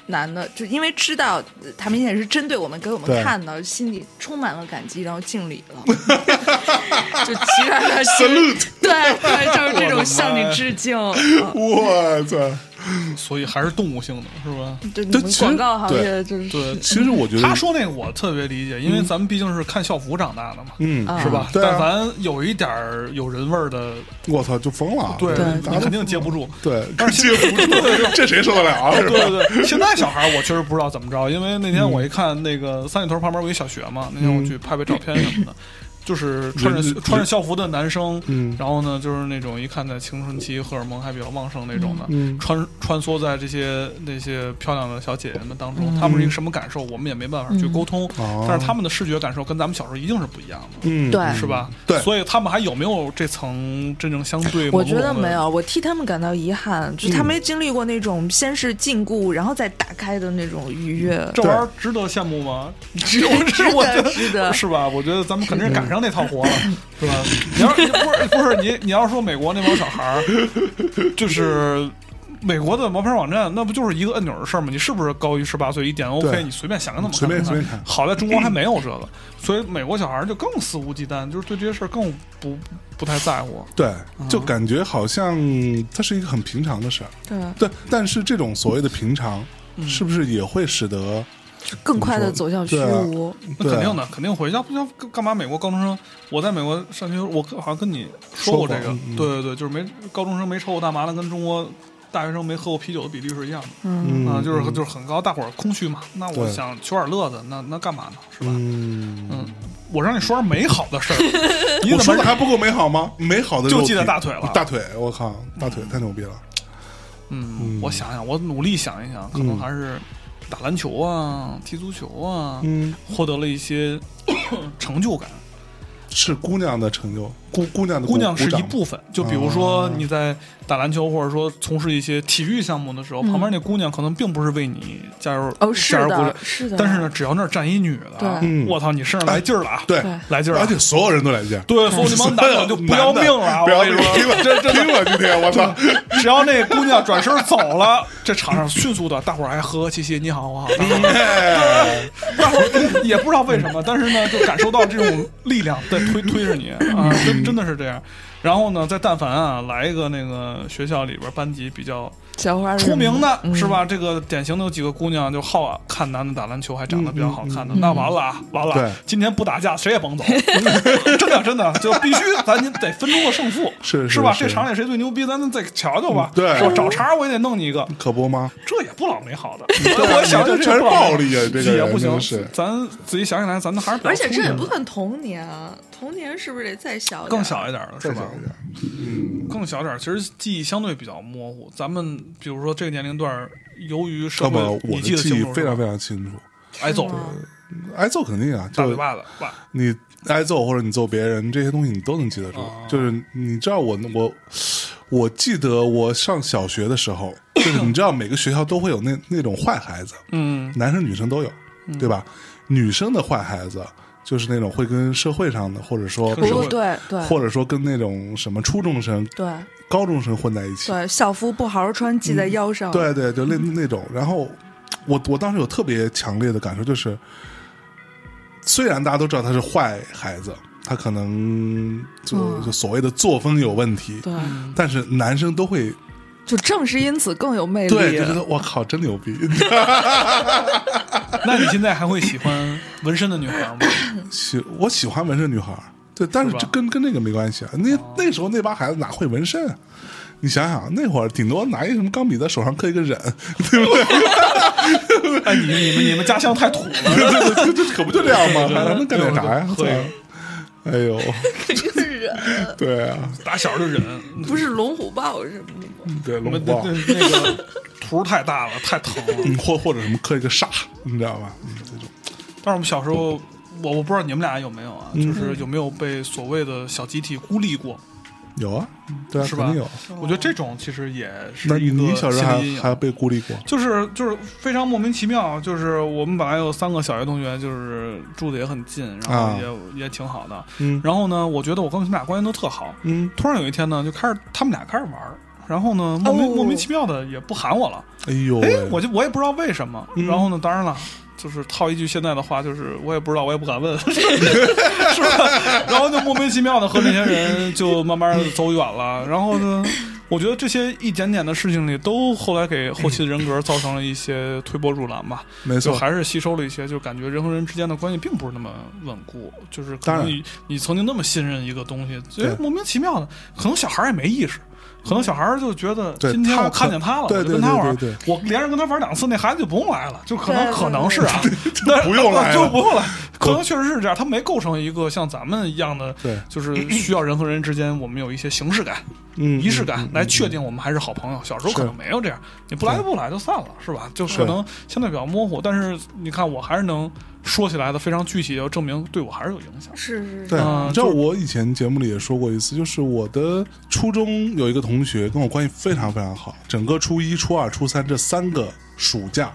男的，就因为知道呃他明显是针对我们给我们
对
看的，心里充满了感激，然后敬礼了， *laughs* 就其他的
Salute
对对，就
我的
是这
妈呀
种向你致敬。嗯
我操！
所以还是动物性的是吧？
对，你
对
们
其实
广告行业就是
对。
其实我觉得，
他说那个我特别理解，因为咱们毕竟是看校服长大的嘛，
嗯，
啊
是吧？
对
但
啊，
凡有一点儿有人味儿的，
我操，就疯了，
对，
对
你肯定接不住。
对，接不住，这谁受得了啊？是 *laughs*
对
吧？
对对， *laughs* 现在小孩儿我确实不知道
*laughs* 嗯
怎么着，因为那天我一看那个三里屯旁边有一小学嘛，那天我去拍拍照片什么的， *laughs* 就是穿着
人
穿着校服的男生，
嗯
然后呢，就是那种一看在青春期荷尔蒙还比较旺盛那种的，
嗯
穿穿梭在这些那些漂亮的小姐姐们当中，她们是一个什么感受，我们也没办法去沟通，
嗯哦
但是她们的视觉感受跟咱们小时候一定是不一样的，
嗯
对
是吧？
对
所以他们还有没有这层真正相对？
我觉得没。有，我替他们感到遗憾，就他没经历过那种先是禁锢，然后再打开的那种愉悦。
这玩意儿值得羡慕吗？
值
我
值
我觉
得值得。
*laughs* 是吧？我觉得咱们肯定是赶上那套活了，是吧？你要是不是不是你你要说美国那帮小孩儿，就是美国的毛片网站，那不就是一个按钮的事儿吗？你是不是高于十八岁一点 OK，
对
你随便想个怎么看
随便
怎么看
随便看
好在中国还没有这个，所以美国小孩儿就更肆无忌惮，就是对这些事儿更不不太在乎。
对，就感觉好像它是一个很平常的事儿。
对，
对，但是这种所谓的平常，
嗯
是不是也会使得
更快的走向虚无。
那
对
*laughs* 肯定的，肯定回要不要干嘛？美国高中生，我在美国上学，我好像跟你说过这
说
个
过嗯，嗯
对对对，就是没高中生没抽过大麻的，跟中国大学生没喝过啤酒的比例是一样的。
嗯，
啊，就是就是很高，大伙儿空虚嘛。那我
对
想求点乐子，那那干嘛呢？是吧？
嗯，
嗯，我让你说点美好的事
*laughs*
儿，你
我
怎
说的
么
还不够美好吗？美好的
就
肉
记得
体
大腿了
大腿，我靠，大腿太牛逼了。
嗯，我想想，我努力想一想，可
嗯
能还是打篮球啊，踢足球啊，
嗯，
获得了一些 *coughs* 成就感。
是姑娘的成就，姑姑娘的
姑娘
鼓
是一
掌啊
部分，就比如说你在打篮球或者说从事一些体育项目的时候，旁
嗯
边那姑娘可能并不是为你加油
哦，是
加油鼓掌
的，，是的。
但是呢，只要那儿站一女的
对，
我操，你身上来劲儿了啊！
嗯对，
对
来劲儿了
而。且所有人都来劲儿。 *laughs*
对，所以那帮男的就不要命了啊，
不要
我
命
跟
了，
你
拼
说，
了，真拼了！今天我操，
只要那姑娘转身走了，这场上迅速的，大伙儿还和和气气，你好，我好，大伙儿
哎
大伙儿也不知道为什么，但是呢，就感受到这种力量在推推着你啊，真真的是这样。然后呢，在但凡啊来一个那个学校里边班级比较
小花
出名的
嗯
是吧？这个典型的有几个姑娘就好看男的打篮球，还长得比较好
嗯
看的，那完了啊，完了
对，
今天不打架谁也
*laughs*
甭走，真的真的就必须咱得分出个胜负，
是是
是吧？
是嗯
这场里谁最牛逼，咱们再瞧瞧吧，
对
是吧？找茬我也得弄你一个，
可不吗？
这也不老美好的，
嗯
我想想
啊这全是
不老美好
暴力啊这个
也
人
不行
真是，
咱自己想起来，咱们还是比较
而且这也
聪明
不啊
的
算童年啊，童年是不是得再小一点？
更小一点了，是
再
吧
想？一下，嗯，
更小点儿，其实记忆相对比较模糊。咱们比如说这个年龄段儿，由于社
那
会
么我
你
的
记得
记忆
清楚
非常
是吧
非常清楚，
挨揍，
挨揍肯定啊，
大
就
嘴巴子，哇，
你挨揍或者你揍别人这些东西你都能记得住，就是你知道我我我记得我上小学的时候，就是你知道每个学校都会有那那种坏孩子，
嗯
男生女生都有，对吧？女生的坏孩子就是那种会跟社会上的，或者说
跟社
不
会
对对
或者说跟那种什么初中生、
对
高中生混在一起，
对，校服不好好穿，系在腰上。
对对，就那那种。然后我我当时有特别强烈的感受，就是虽然大家都知道他是坏孩子，他可能就、就所谓的作风有问题，
对，
但是男生都会
就正是因此更有魅力。
对就觉得我靠真牛逼，
那你现在还会喜欢纹身的女 *laughs* 孩吗？
喜我喜欢纹身女孩儿，对，但是
是吧
这跟跟那个没关系啊。那那时候那帮孩子哪会纹身、啊？你想想，那会儿顶多拿一什么钢笔在手上刻一个忍，对不对？
哎，你你们你们家乡太土了，
这这这可不就这样吗？还能干点啥呀？
对
哎呦，
就是人，
对啊，
打小就忍，
不是龙虎豹什么的。
对
我
龙
们
豹，
那那个图太大了，太疼了。
嗯或或者什么刻一个煞，你知道吧？嗯这种
但是我们小时候，我我不知道你们俩有没有啊，
嗯
就是有没有被所谓的小集体孤立过？
有啊，对啊，
是
肯
吧
定有。
我觉得这种其实也
那
是
你
一
你
个
小时候
心
还
理阴影
还被孤立过？
就是就是非常莫名其妙，就是我们本来有三个小学同学，就是住的也很近，然后
啊
也、也挺好的。
嗯
然后呢，我觉得我跟他们俩关系都特好。
嗯，
突然有一天呢，就开始他们俩开始玩儿，然后呢，莫名、
哦
莫名其妙的也不喊我了。
哎呦
哎
喂，，
我就我也不知道为什么。
嗯
然后呢，当然了。就是套一句现在的话，就是我也不知道，我也不敢问，是吧？然后就莫名其妙的和那些人就慢慢地走远了。然后呢，我觉得这些一点点的事情里，都后来给后期的人格造成了一些推波助澜吧。
没
就
错，
还是吸收了一些，就感觉人和人之间的关系并不是那么稳固，就是可
当
能
然
你你曾经那么信任一个东西，觉得
对
莫名其妙的，可能小孩也没意识，可能小孩儿就觉得
对
今天
他
我看
可
见他了，
对
我就跟
对
他
对
玩儿
对对。
我连着跟他玩两次，那孩子就不用来了，就可能
对对
可能
对
是啊，但
*laughs* 不用来
*laughs*
了
就不
*laughs*
用来，可能确实是这样。他没构成一个像咱们一样的，
对
就是需要人和人之间我们有一些形式感、
嗯
仪式感来确定我们还是好朋友。小时候可能没有这样，你不来就不来就散了，是吧？就可能相对比较模糊，但是你看我还是能说起来的，非常具体，就证明对我还是有影响。
是是
对，啊
嗯
你知道
就是
我以前节目里也说过一次，就是我的初中有一个同学跟我关系非常非常好，整个初一、初二、初三这三个暑假，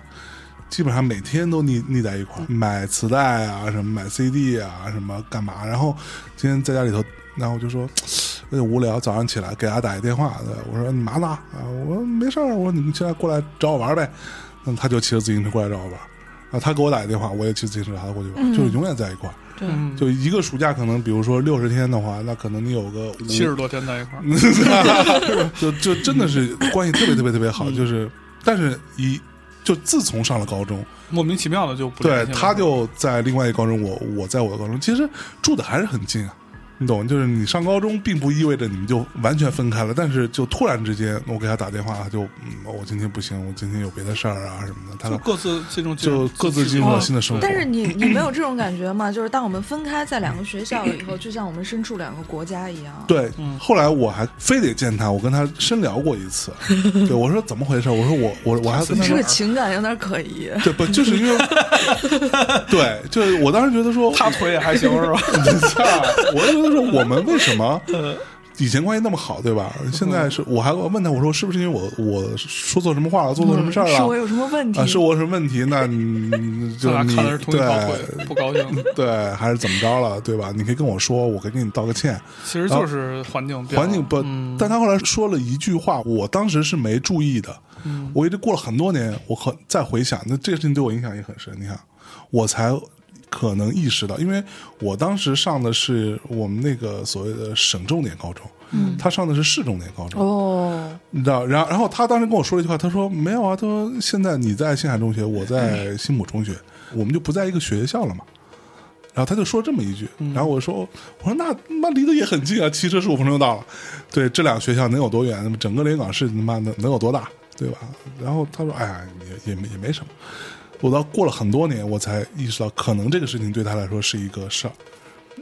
基本上每天都腻腻在一块儿，买磁带啊，什么买 CD 啊，什么干嘛。然后今天在家里头，然后我就说有点无聊，早上起来给他打一电话，对我说你嘛呢？啊，我说没事儿，我说你们现在过来找我玩儿呗。那他就骑着自行车过来找我玩儿。啊，他给我打一电话，我也骑自行车，他过去玩儿，就是永远在一块儿。
嗯，
就一个暑假，可能比如说六十天的话，那可能你有个五
七十多天在一块儿，
*laughs* 就就真的是关系特别特别特别好，
嗯
就是但是一就自从上了高中，
莫名其妙的就不
对
联系，了
他就在另外一个高中，我我在我的高中，其实住的还是很近啊。你懂，就是你上高中，并不意味着你们就完全分开了，但是就突然之间，我给他打电话，他就嗯，我今天不行，我今天有别的事儿啊什么的，他
就各自进入
就各自进入了新的
嗯
生活。
但是你你没有这种感觉吗？就是当我们分开在两个学校了以后，就像我们身处两个国家一样。
对，
嗯
后来我还非得见他，我跟他深聊过一次。对，我说怎么回事？我说我我我还跟
你
他
这
说
个，情感有点可疑。
对不就
*laughs*
是因为，对，就是我当时觉得说，
他腿也还行是吧？
我就觉得说我们为什么
呃
以前关系那么好，对吧？现在是我还问他，我说是不是因为我我说错什么话了，做错什么事儿
嗯是我
了？
有什么问题？
啊，是我有什么问题？那你 *laughs* 就
咱俩
你
看的是同一条腿，
对嗯
不高
*laughs*
兴。
对，还是怎么着了，对吧？你可以跟我说，我可以给你道个歉。
其实就是环境变了，
啊环境不，
嗯
但他后来说了一句话，我当时是没注意的。我一直过了很多年，我很再回想，那这个事情对我影响也很深。你看，我才可能意识到，因为我当时上的是我们那个所谓的省重点高中，嗯，他上的是市重点高中，
哦，
你知道？然然后他当时跟我说了一句话，他说没有啊，他说现在你在新海中学，我在新浦中学，我们就不在一个学校了嘛。嗯嗯然后他就说这么一句，然后我说我说那那离得也很近啊，骑车十五分钟就到了。对，这两个学校能有多远？那么整个连云港市他妈能能有多大，对吧？然后他说哎呀，也也没也没什么。我到过了很多年，我才意识到，可能这个事情对他来说是一个事儿，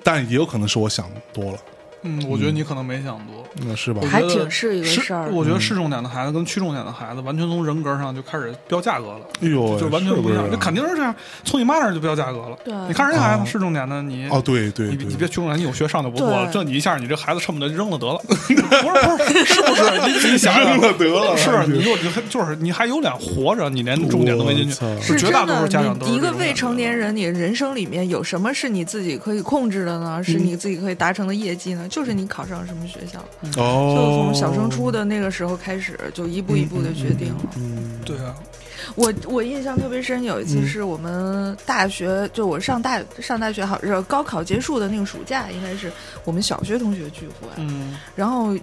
但也有可能是我想多了，
嗯，我觉得你可能没想多，
那嗯是吧
我？觉
还
得
挺是一个
是
事儿
嗯
我觉得市重点的孩子跟区重点的孩子，完全从人格上就开始标价格了。
哎呦喂，
就完全
是不
一
是
样，这肯定是这样。从你妈那儿就标价格了。
对
你看人家孩子
哦
市重点的，你
哦，对对
你
对，
你别区重点，你有学上就不错了。
对
这你一下，你这孩子恨不得扔了得了。 *laughs* 不是不是，是不是？你
*laughs*
你想想
扔了得了
是
感觉
你就就就是你还有脸活着，你连 *laughs* 重点都没进去
我操，
就是绝
真
大多数
的，
家长都是
你一
这
个
种
未
感觉
成年人，你人生里面有什么是你自己可以控制的呢？
嗯
是你自己可以达成的业绩呢？就是你考上什么学校，
哦，
就从小升初的那个时候开始，就一步一步的决定了。
嗯
对啊，
我我印象特别深，有一次是我们大学，就我上大上大学好是高考结束的那个暑假，应该是我们小学同学聚会，
嗯
然后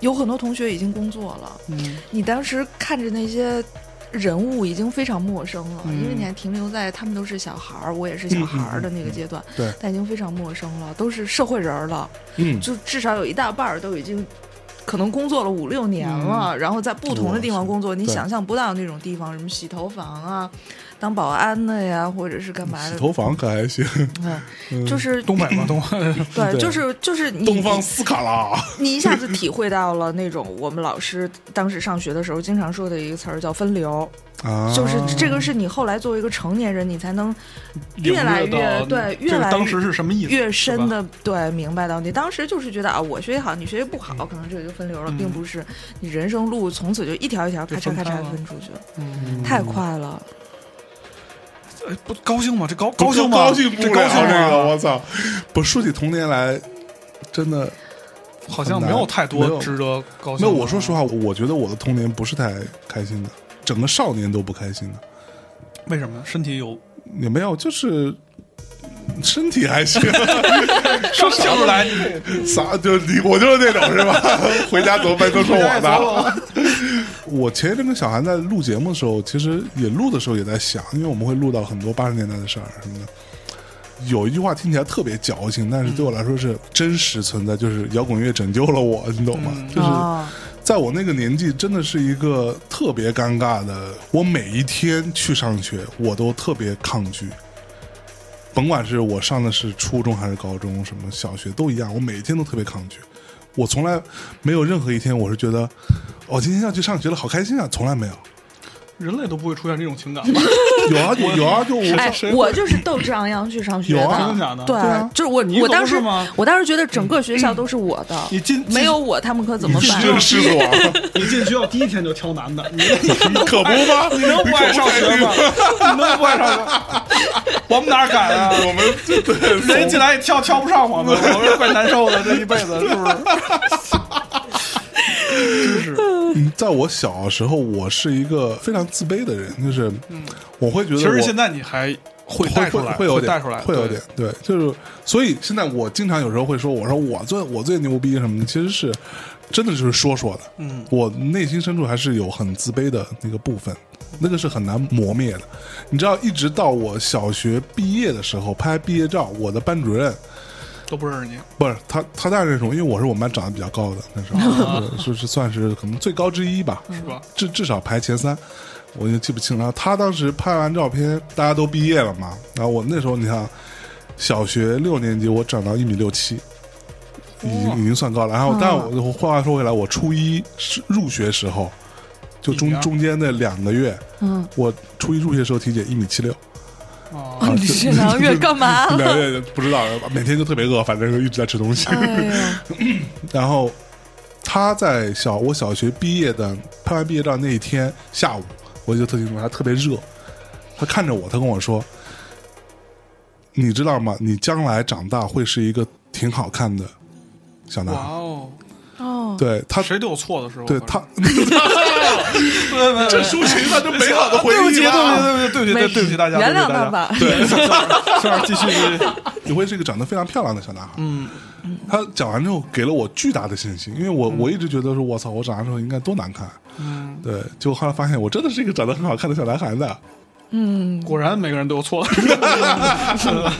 有很多同学已经工作了，
嗯，
你当时看着那些人物已经非常陌生了，
嗯
因为你还停留在他们都是小孩儿，我也是小孩儿的那个阶
嗯
段，
嗯嗯嗯对
但已经非常陌生了，都是社会人儿了，
嗯，
就至少有一大半儿都已经。可能工作了五六年了，然后在不同的地方工作，
嗯
你
对
想象不到那种地方，什么洗头房啊，当保安的呀，或者是干嘛
洗
的，
头房可还行，*laughs*
嗯就是
东北嘛，东北。
对，
对
就是就是你
东方斯卡拉，
你一下子体会到了那种我们老师当时上学的时候经常说的一个词儿叫分流，
啊，
就是这个是你后来作为一个成年人，你才能越来越
领略到
对
这
越
个
来
当时是什么意思？
越深的对明白到你当时就是觉得啊，我学习好，你学习不好，可能这个就分流了，
嗯
并不是你人生路从此就一条一条
就
咔嚓
分
咔
开
嚓
了
分出去，
嗯，
太快了。
哎不高兴吗？这高
不
高兴吗？
高兴不
这
了
高兴
这个，
吗？
我操！不，说起童年来，真的
好像没
很
有
难
太
没
多
有
值得高兴的。
没有。我说实话，我觉得我的童年不是太开心的，整个少年都不开心的，
为什么身体
*laughs*
有
也没有，就是身体还行， *laughs*
说不出来？
啥就你我就是那种是吧？ *laughs* 回家走，班都说我的。我前一阵跟小韩在录节目的时候，其实也录的时候也在想，因为我们会录到很多八十年代的事儿什么的。有一句话听起来特别矫情，但是对我来说是真实存在，就是摇滚乐拯救了我，你懂吗？
嗯
就是
啊，
在我那个年纪，真的是一个特别尴尬的。我每一天去上学，我都特别抗拒。甭管是我上的是初中还是高中，什么小学都一样，我每一天都特别抗拒。我从来没有任何一天我是觉得，我、今天要去上学了，好开心啊！从
*laughs*
来没有。
人类都不会出现这种情 *laughs* 感吧？
有啊，有有啊，就我
哎
上
谁会
我就是斗志昂扬去上学
有啊真
的假的
对
对啊，
就是我
你，
我
走
当
是
时
吗，嗯
我当时觉得整个学校都是我的，
你进
没有我他们可怎么办？
是狮子王，
*laughs* 你进学校第一天就挑男的，你
可不 *laughs* 嘛，
你能 *laughs* 不爱上学吗？ *laughs* 你能不爱上学？ *laughs* 我们哪敢啊？
*laughs* 我们这对
人进来也挑挑不上我
*laughs*
们，我们怪难受的，这一辈子是不是？真是，
嗯在我小时候，我是一个非常自卑的人，就是我会觉得我，
其实现在你还会带出
会
来，
会有点
带出来，
会有点对，就是所以现在我经常有时候会说，我说我最我最牛逼什么的，其实是真的就是说说的，
嗯，
我内心深处还是有很自卑的那个部分，那个是很难磨灭的。你知道，一直到我小学毕业的时候拍毕业照，我的班主任
都不认识你。
不是他，他当然认识我，因为我是我们班长得比较高的，那时
*laughs*
候对是是算是可能最高之一吧，
是吧？
至至少排前三，我就记不清了。他当时拍完照片，大家都毕业了嘛，然后我那时候你看，小学六年级我长到一米六七，已经已经算高了。然后，但
嗯
我我话说回来，我初一是入学时候，就
一米
中
二
中间那两个月，
嗯，
我初一入学时候体检一米七六，啊
哦，
哦 *laughs* 你这两
*laughs*
*laughs*？
个月干嘛
两个月不知道，每天就特别饿，反正就一直在吃东西。
哎呦，
然后他在小我小学毕业的拍完毕业照那一天下午，我就特清楚，他特别热，他看着我，他跟我说：“你知道吗？你将来长大会是一个挺好看的小男
哇
孩。
哦，
哦”，
对他，
谁都有错的时候。
对
反
他
正，这
这属谁呢？这美好的回
对不起，
忆
对
啊！
不起，对不起，对不起，对不起大家，
原谅
对不起大
他
家
吧。
对，
这样继续，继续
你会是一个长得非常漂亮的小男孩。
嗯，
他讲完之后给了我巨大的信心，因为我我一直觉得说，我操，我长大之后应该多难看。啊
嗯，
对，结果后来发现我真的是一个长得很好看的小男孩呢。
果然每个人都有错。
*laughs*
*laughs*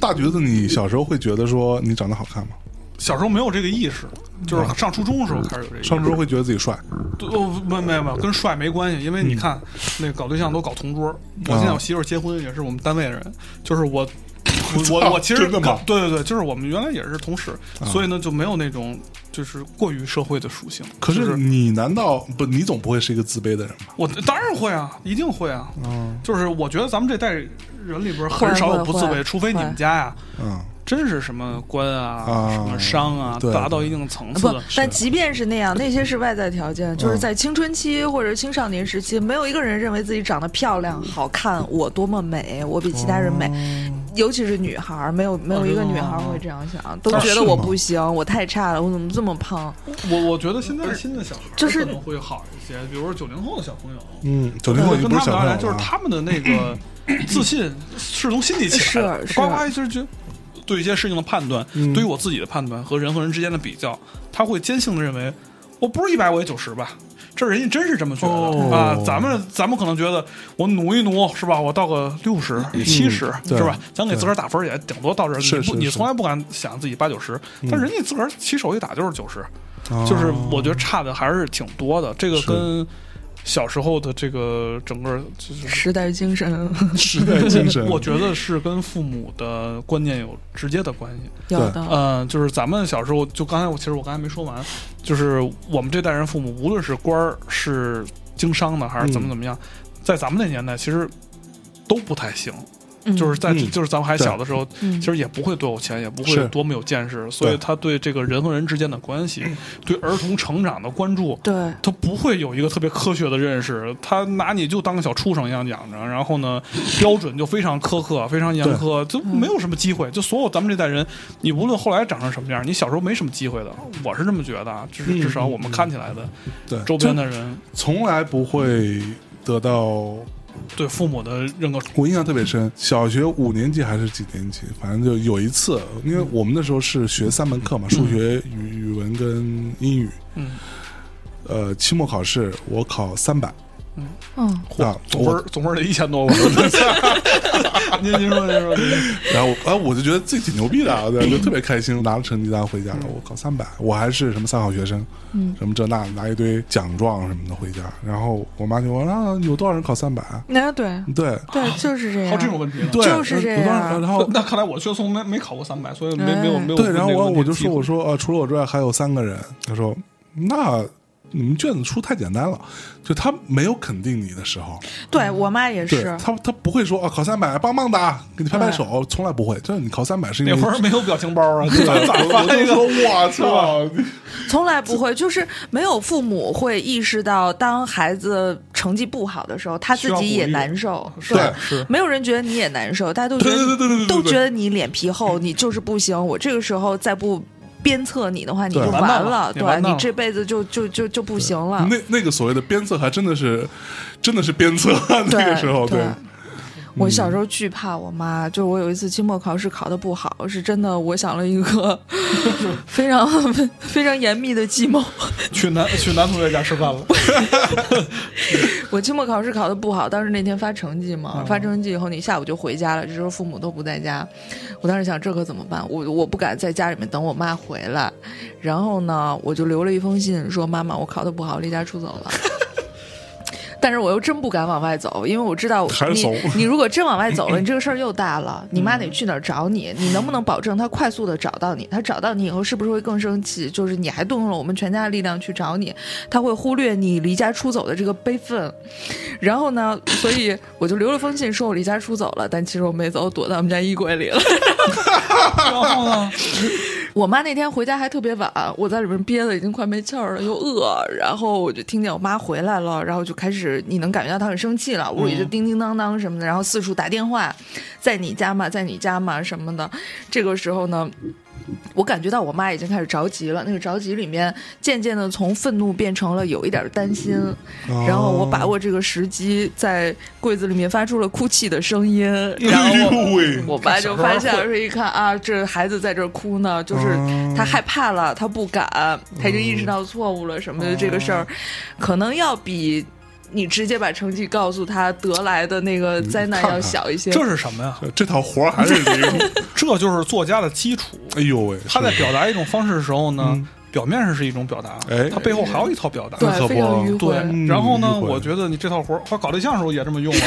大橘子，你小时候会觉得说你长得好看吗？
小时候没有这个意识，就是上初中的时候开始有这个意识。
上周会觉得自己帅，
对哦，没没没，跟帅没关系，因为
嗯
你看，那个搞对象都搞同
啊
桌。我现在我媳妇儿结婚也是我们单位人，就是我，
*laughs*
我我我其实
真的吗啊
对对对，就是我们原来也是同事，所以呢就没有那种就是过于社会的属性。
可
就是
你难道不？你总不会是一个自卑的人吧？
我当然会啊，一定会啊。
嗯
就是我觉得咱们这代人里边很
会
少有
会
不自
会
卑，除非你们家呀，
嗯，
真是什么官啊、
啊
什么商啊，
对
达到一定层次
啊不
了，，
但即便是那样，那些是外在条件，就是
嗯
在青春期或者青少年时期，没有一个人认为自己长得漂亮、
嗯
好看，我多么美，我比其他人美，
哦
尤其是女孩儿，没有没有一个女孩儿会这样想，
哦
都
啊
觉
是
得我
吗
不行，我太差了，我怎么这么胖？
我我觉得现在新的小孩儿
就是
可能会好一些，比如说九零后的小朋友，
嗯，九零
我
后已经
跟
不
他
是
们
小
聊
朋友
聊，
啊了，
就是他们的那个
*clears throat*
自信是从心底起来的，
是是
呱呱就是觉得对一些事情的判断，
嗯
对于我自己的判断和人和人之间的比较，他会坚信的认为，我不是一百我也九十吧。这人家真是这么觉得、
哦
啊！咱们咱们可能觉得我努一努是吧？我到个六十、七十
嗯对
是吧？咱给自个儿打分儿也顶多到这儿，你
是
不
是嗯
你
是
从来不敢想自己八九十，但人家自个儿起手一打就是九十，
啊
就是我觉得差的还是挺多的。这个
是
跟小时候的这个整个
*laughs*
就是。
时代
*laughs*
精神
时代精神，
我觉得是跟父母的观念有直接的关系。
有
对
的，
嗯、就是咱们小时候，就刚才我其实我刚才没说完，就是我们这代人父母，无论是官儿是经商的，还是怎
嗯
么怎么样，在咱们那年代其实都不太行。
嗯
就是在、
嗯
就是咱们还小的时候，
嗯
其实也不会多有钱，也不
是
会多么有见识，所以他对这个人和人之间的关系，
嗯
对儿童成长的关注，
对，
他不会有一个特别科学的认识，他拿你就当个小畜生一样养着，然后呢，标准就非常苛刻，非常严苛，就没有什么机会。就所有咱们这代人，你无论后来长成什么样，你小时候没什么机会的，我是这么觉得啊，就是
嗯
至少我们看起来的
*laughs* 对
周边的人
从来不会得到
对父母的认可。
我印象特别深，小学五年级还是几年级，反正就有一次，因为我们那时候是学三门课嘛，数学、语语文跟英语。
嗯。
呃，期末考试我考三百，
嗯，
啊
嚯，总分 *laughs*
我
儿总分儿得一千多吧？您您说您说您说，
然后，哎，我就觉得自己挺牛逼的啊，对，就特别开
*laughs*
心，拿着成绩单回家了。
嗯
我考三百，我还是什么三好学生，嗯，什么这那的，拿一堆奖状什么的回家。然后我妈就问啊，有多少人考三百？
那对
对
对，就是这样。
还有这种问题呢？啊
对，呃
就是
有
这
多少
样
人然后
*laughs* 那看来我薛松没没考过三百，所以没没有没有
对，然后
那个
我
问题
我就说
记
我说呃，除了我之外还有三个人。他说那你们卷子出太简单了，就他没有肯定你的时候，
对我妈也
对
是，
他他不会说啊考三百棒棒的啊，给你拍拍手，从来不会。就是你考三百是
*laughs*
因
那
为
会儿没有表情包 *laughs* 啊，
对
咱咋
我
发
我就
一个？
说我操。
从来
*laughs*
不会，就是没有父母会意识到，当孩子成绩不好的时候，他自己也难受。
是
对，
是，
没有人觉得你也难受，大家都觉
对对对对对对
得都觉得你脸皮厚，你就是不行。我这个时候再不鞭策你的话，你就
对
完蛋了
了，
也完蛋
对你
了
这辈子就就就就不行了。
那那个所谓的鞭策，还真的是，真的是鞭策。 *laughs* 那个时候，
对
对，
我小时候惧怕我妈，就是我有一次期末考试考得不好，是真的，我想了一个 *laughs* 非常 *laughs* 非常严密的计谋。
去男去男同学家吃饭了，
*laughs* 我期末考试考得不好，当时那天发成绩嘛，
哦
发成绩以后你下午就回家了，这时候父母都不在家，我当时想这可怎么办？我我不敢在家里面等我妈回来，然后呢，我就留了一封信说妈妈，我考得不好，离家出走
*laughs*
了。但是我又真不敢往外走，因为我知道
还是
你
怂
你如果真往外走了，你这个事儿又大了，你妈得去哪儿找你？你能不能保证她快速的找到你？她找到你以后是不是会更生气？就是你还动用了我们全家的力量去找你，她会忽略你离家出走的这个悲愤。然后呢，所以我就留了封信，说我离家出走了，但其实我没走，我躲到我们家衣柜里了。
然后呢？
我妈那天回家还特别晚，我在里面憋的已经快没气儿了，又饿，然后我就听见我妈回来了，然后就开始，你能感觉到她很生气了，屋里就叮叮当当什么的，然后四处打电话，在你家吗？在你家吗？什么的。这个时候呢。我感觉到我妈已经开始着急了，那个着急里面渐渐的从愤怒变成了有一点担心，然后我
哦
把握这个时机，在柜子里面发出了哭泣的声音，然后我
哎呦
嗯
喂，
我爸就发现
*laughs*
了，说一看啊，这孩子在这儿哭呢，就是
嗯
他害怕了，他不敢，他已经意识到错误了什
嗯
么的。这个事儿，可能要比你直接把成绩告诉他得来的那个
嗯
灾难
看看
要小一些。
*laughs* 这是什么呀？
呃这套活儿还是
*laughs*
零。
这就是作家的基础。
哎呦喂，
他在表达一种方式的时候呢
嗯，
表面上是一种表达
哎，
他背后还有一套表达。
对
那可，不
非常迂
对
回。，
然后呢？
嗯
我觉得你这套活儿，他搞对象的时候也这么用
*laughs*
啊。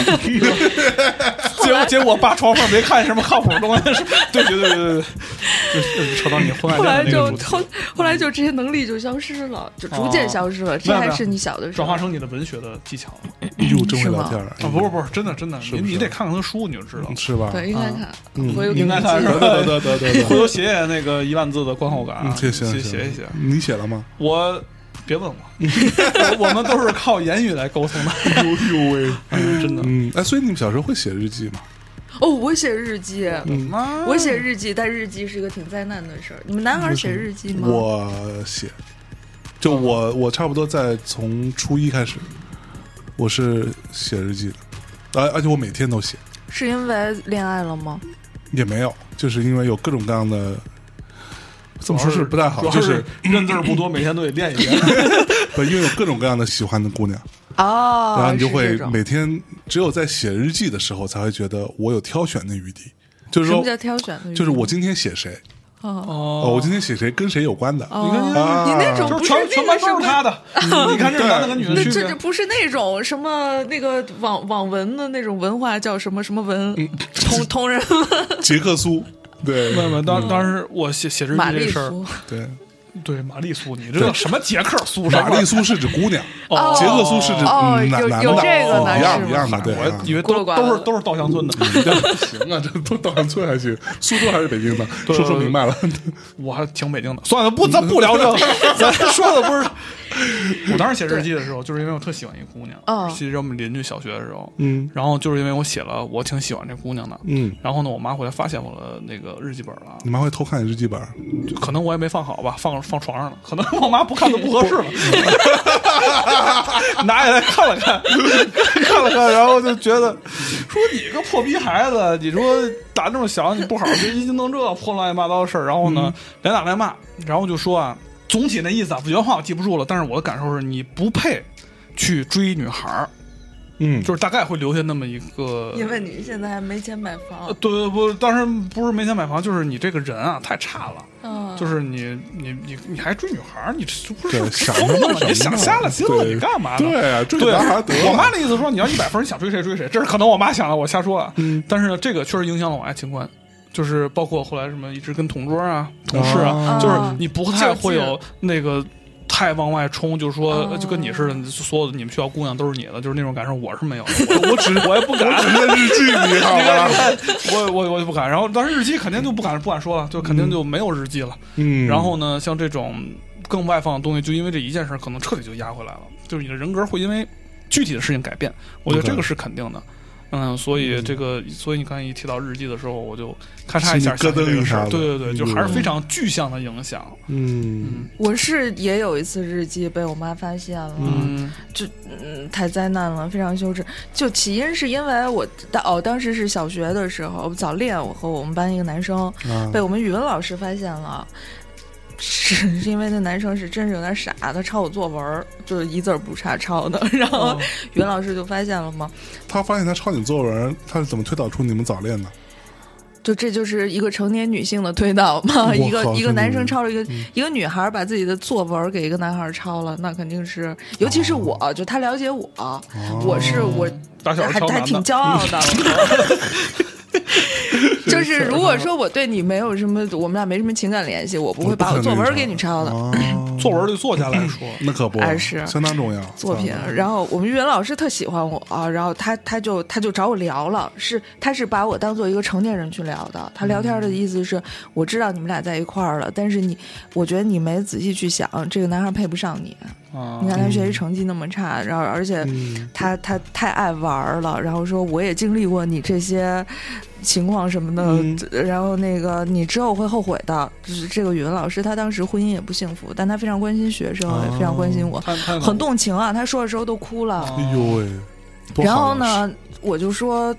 结果结果，爸床上没看什么靠谱的东西，是 *laughs* 对对对对对，就是扯到你婚外
后来
恋的那
就
个主题，哦
后后来就这些能力就消失了，就逐渐消失了。这
那
还
那
是你小的时候
转化成你的文学的技巧了
哟，哎真会聊天儿
啊！不是不是，真的真的，
是
你
不是
你得看看他书，你就
*laughs*
知道了。
啊是吧？
对，应该看，
嗯
我有
应该看是吧
得得得
*laughs*
得
回
得得，
头写写那个一万字的观后感啊，
嗯，这
写
行
写
行
一写。
你写了吗？ *laughs*
我别问我，我我 *laughs* 们都是靠言语来沟通的。
哎呦喂，
哎呀真的，
嗯，哎，所以你们小时候会写日记吗？
哦，我写日记，
嗯
嗯
妈
我写日记，但日记是一个挺灾难的事儿。你们男
嗯
孩儿写日记吗？
我写，就我我差不多在从初一开始，我是写日记的，而而且我每天都写。
是因为恋爱了吗？
也没有，就是因为有各种各样
*laughs*
的，这么说是不太好
主，要
就是
认字儿不多，每天都得练一练。
不因为有各种各样的喜欢的姑
*laughs*
娘，
哦，
然后你就是会
这种
每天只有在写日记的时候才会觉得我有挑选的余地，就是
什么
说，
叫挑选的？
就是我今天写谁，
哦，
哦，
哦
我今天写谁跟谁有关的，
哦
你看你
啊
你那种
就
不
是
是
全全
那
班
个什
都是
么。嗯
他
*laughs*
的，你看这是男的跟女的
那
区
这这
啊
别。
不是那种什么那个网网文的那种文化叫什么什么文，
嗯 *laughs*
同同人
杰克苏，对嗯
没有没有，当当时我写写日记
玛
这
丽
事儿，
苏
对，
对玛丽苏，你知道什么杰克苏？
玛丽苏是指姑娘，
哦
杰克苏是指
哦
嗯男
有
男
有
的，
这个呢
哦一
是
样
吗
一样的，对，嗯
我以为
孤陋
都
寡
都是
闻
都是稻香村的，
行啊，这都稻香村还行，苏州还是北京的，说说明白了，
我还挺北京的。算了，不，咱不聊 *laughs* 这个，咱说的不是。 *laughs* 我当时写日记的时候，就是因为我特喜欢一姑
嗯
娘，是我们邻居小学的时候，
嗯
然后就是因为我写了我挺喜欢这姑娘的，
嗯，
然后呢，我妈回来发现我的那个日记本了，
你妈会偷看你日记本儿？
就可能我也没放好吧，放放床上了，可能我妈不看都不合 *laughs* 适了，拿起来看了看，看了看，然后就觉得说你个破逼孩子，你说打那么小你不好，就一弄这破乱七八糟的事儿，然后呢连打带骂，然后就说啊，总体那意思啊，原话我记不住了，但是我的感受是你不配去追女孩儿。
嗯，
就是大概会留下那么一个。
因为你现在还没钱买
呃
房，
对对不，当然不是没钱买房，就是你这个人啊太差了，
嗯，
就是你你你你还追女孩儿，你这不是 *laughs*
对，想什
疯了
么
吗？
什
你
么
想瞎了心了，
对
你干嘛呢？
对啊，这
对，
男孩得了
我妈的意思说，你要一百分，你想追谁追谁，这是可能我妈想的，我瞎说啊。
嗯
但是呢，这个确实影响了我爱情观，就是包括后来什么一直跟同桌啊、同事啊，
啊
就是你不太
较劲
会有那个。太往外冲，就是说，呃
哦
就跟你似的，所有的你们学校姑娘都是你的，就是那种感受，我是没有的，我我只我也不敢，
那日记你好吧？
*laughs* 我我我就不敢。然后，但是日记肯定就不敢不敢说了，就肯定就没有日记了。
嗯，
然后呢，像这种更外放的东西，就因为这一件事，可能彻底就压回来了，就是你的人格会因为具体的事情改变。我觉得
OK
这个是肯定的。嗯，所以这个，所以你刚才一提到日记的时候，我就咔嚓一下
心
想起
里嗯咯噔
这个
一
事
下
儿，
子
对对对，就
嗯
还是非常具象的影响。
嗯，
我是也有一次日记被我妈发现了，
嗯
就嗯太灾难了，非常羞耻。就起因是因为我当哦，当时是小学的时候，我早恋，我和我们班一个男生
嗯
啊
被我们语文老师发现了。是是因为那男生是真是有点傻，他抄我作文儿，就是一字儿不差抄的。 *laughs* 然
嗯 *laughs* 哦
后语文老师就发现了嘛，
他发现他抄你作文，他是怎么推导出你们早恋的？
就这就是一个成年女性的推导嘛，
我
一个
靠
一个
真的
男生
是
抄了一个、一个女孩把自己的作文给一个男孩抄了，那肯定是，尤其是我，就他了解我，我是我
打小是
还
超
还
男
挺
的，
骄傲 *laughs* 的。就是如果说我对你没有什么，我们俩没什么情感联系，我不会把我作文给你抄的哦
啊，
*clears throat* 作文对作家来说，
那可不
哎，是
相当重要
作品
啊。
然后我们语文老师特喜欢我，啊然后他他就他就找我聊了，是他是把我当做一个成年人去聊的。他聊天的意思是，我知道你们俩在一块儿了，但是你，我觉得你没仔细去想，这个男孩配不上你。
啊
你，看他学习成绩那么差，然后而且
嗯
嗯
他他太爱玩儿了，然后说我也经历过你这些情况什么的，然后那个你之后会后悔的。就是这个语文老师，他当时婚姻也不幸福，但他非常关心学生，也非常关心我，
他他
很动情啊，他说的时候都哭了。
啊
哎呦喂，多
然
好
后
啊？
呢，我就说。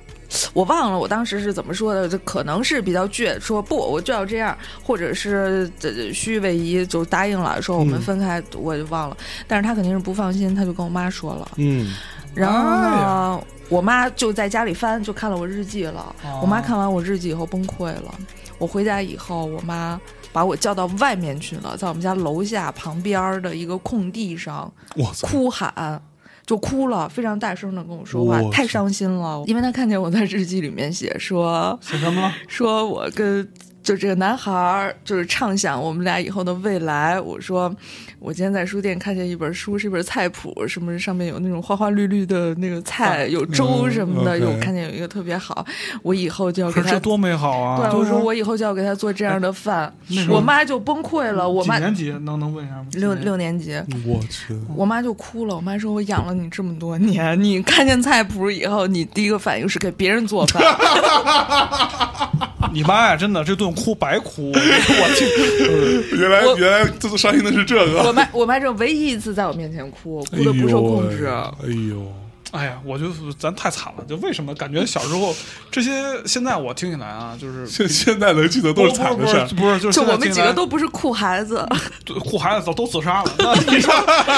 我忘了我当时是怎么说的，这可能是比较倔，说不，我就要这样，或者是呃虚位移，就答应了，说我们分开，我就忘了。但是他肯定是不放心，他就跟我妈说了。
嗯，
然后
哎
呢，
呀
我妈就在家里翻，就看了我日记了。
哦
哦
我妈看完我日记以后崩溃了。我回家以后，我妈把我叫到外面去了，在我们家楼下旁边儿的一个空地上
我操，
哭喊。就哭了，非常大声的跟我说话
我，
太
去
伤心了，因为她看见我在日记里面写说，
写什么了？
说我跟就这个男孩儿，就是畅想我们俩以后的未来。我说，我今天在书店看见一本书，是一本菜谱，什么上面有那种花花绿绿的那个
*laughs*
菜，有粥什么的，
嗯
有
，OK
看见有一个特别好，我以后就要给
可是
他
这。多美好
对，
啊！哎
我说我以后就要给他做这样的饭，
那时候
我妈就崩溃了。我
几
妈
年级能能问一下吗？
六六年级，
我去，
我妈就哭了。我妈说：“我养了你这么多年，你看见菜谱以后，你第一个反应是给别人做饭。”
啊你妈呀，真的这顿哭白哭， *laughs* 我去，就是
原来
我
原来这次伤心的是这个，
我妈我妈这唯一一次在我面前哭，哭的不受控制。啊
哎呦，
哎呀，我就咱太惨了，就为什么感觉小时
*laughs*
候这些，现在我听起来啊，就是
现现在能记得都是惨
不
的
是
事
不
儿
是，不是，就是
就
现在
我们
听起
几
来
个都不是酷孩子，
对护孩子都都自杀了。那你说，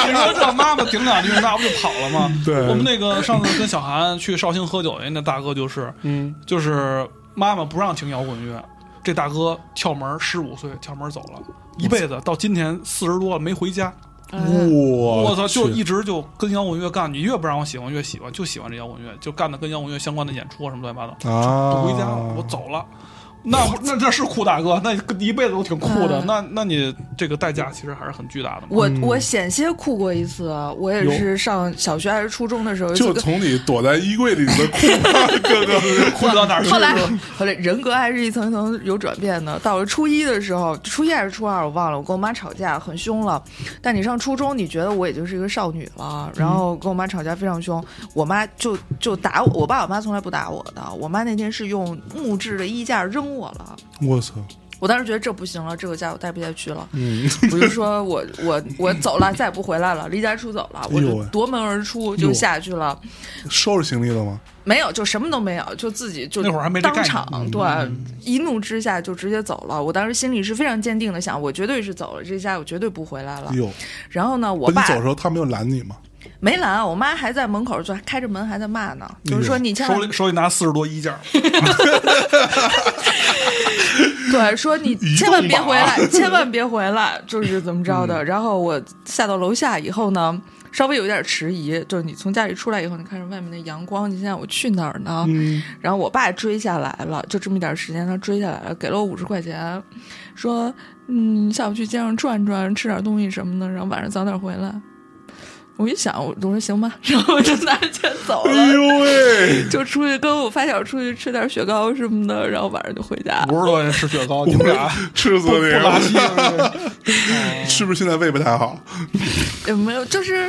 你说这妈妈顶两句，那不就跑了吗？
对
我们那个上次跟小韩去绍兴喝酒，人家大哥就是，
嗯，
就是妈妈不让听摇滚乐，这大哥跳门，十五岁跳门走了，一辈子到今年四十多了没回家。
哎
我
我操，就
去
一直就跟摇滚乐干，你越不让我喜欢，越喜欢，就喜欢这摇滚乐，就干的跟摇滚乐相关的演出啊什么乱七八糟。
啊，
我回家了，我走了。那那这是酷大哥，那一辈子都挺酷的。
嗯
那那你这个代价其实还是很巨大的嘛。
我
嗯
我险些哭过一次，我也是上小学还是初中的时候，
就
有一次
从你躲在衣柜里的哭吧，
*laughs*
哥哥，
酷到哪儿去
后来 *laughs*
了？
后来人格还是一层一层有转变的。到了初一的时候，初一还是初二我忘了，我跟我妈吵架很凶了。但你上初中，你觉得我已经是一个少女了，然后跟我妈吵架非常凶，我妈就就打我，我爸我妈从来不打我的，我妈那天是用木质的衣架扔我了。
我操，
我当时觉得这不行了，这个家我待不下去了，
嗯，
我就说我我我走了，再也不回来了，离家出走了，我
哎呦
就
喂
夺门而出就下去了，
收拾行李
*laughs*
了吗？
没有就什么都没有，就自己就
那会儿还没这概
当
念嗯
场对一怒之下就直接走了。我当时心里是非常坚定的
嗯
想，我绝对是走了，这家我绝对不回来了。
有，
然后呢，我
不，你
爸
走的时候他没有拦你吗？
没拦，我妈还在门口就开着门还在骂呢，就是说你千
手
万
里手里拿四十多衣架，
*laughs* 对，说你
移
千万
动
别
吧嗯 *laughs*
回来，千万别回来，就是怎么着的。然后我下到楼下以后呢，稍微有点迟疑，就是你从家里出来以后，你看着外面的阳光，你现在我去哪儿呢？
嗯
然后我爸追下来了，就这么一点时间，他追下来了，给了我五十块钱，说嗯，下午去街上转转，吃点东西什么的，然后晚上早点回来。我一想，我我说行吧，然后我就拿着钱走了，
哎喂，
就出去跟我发小出去吃点雪糕什么的，然后晚上就回家了。
五十多人吃雪
*laughs*
糕，你们俩
吃死
不不
你
拉
了！
稀。
*laughs*
哦
是不是现在胃不太好？
也没有，就是，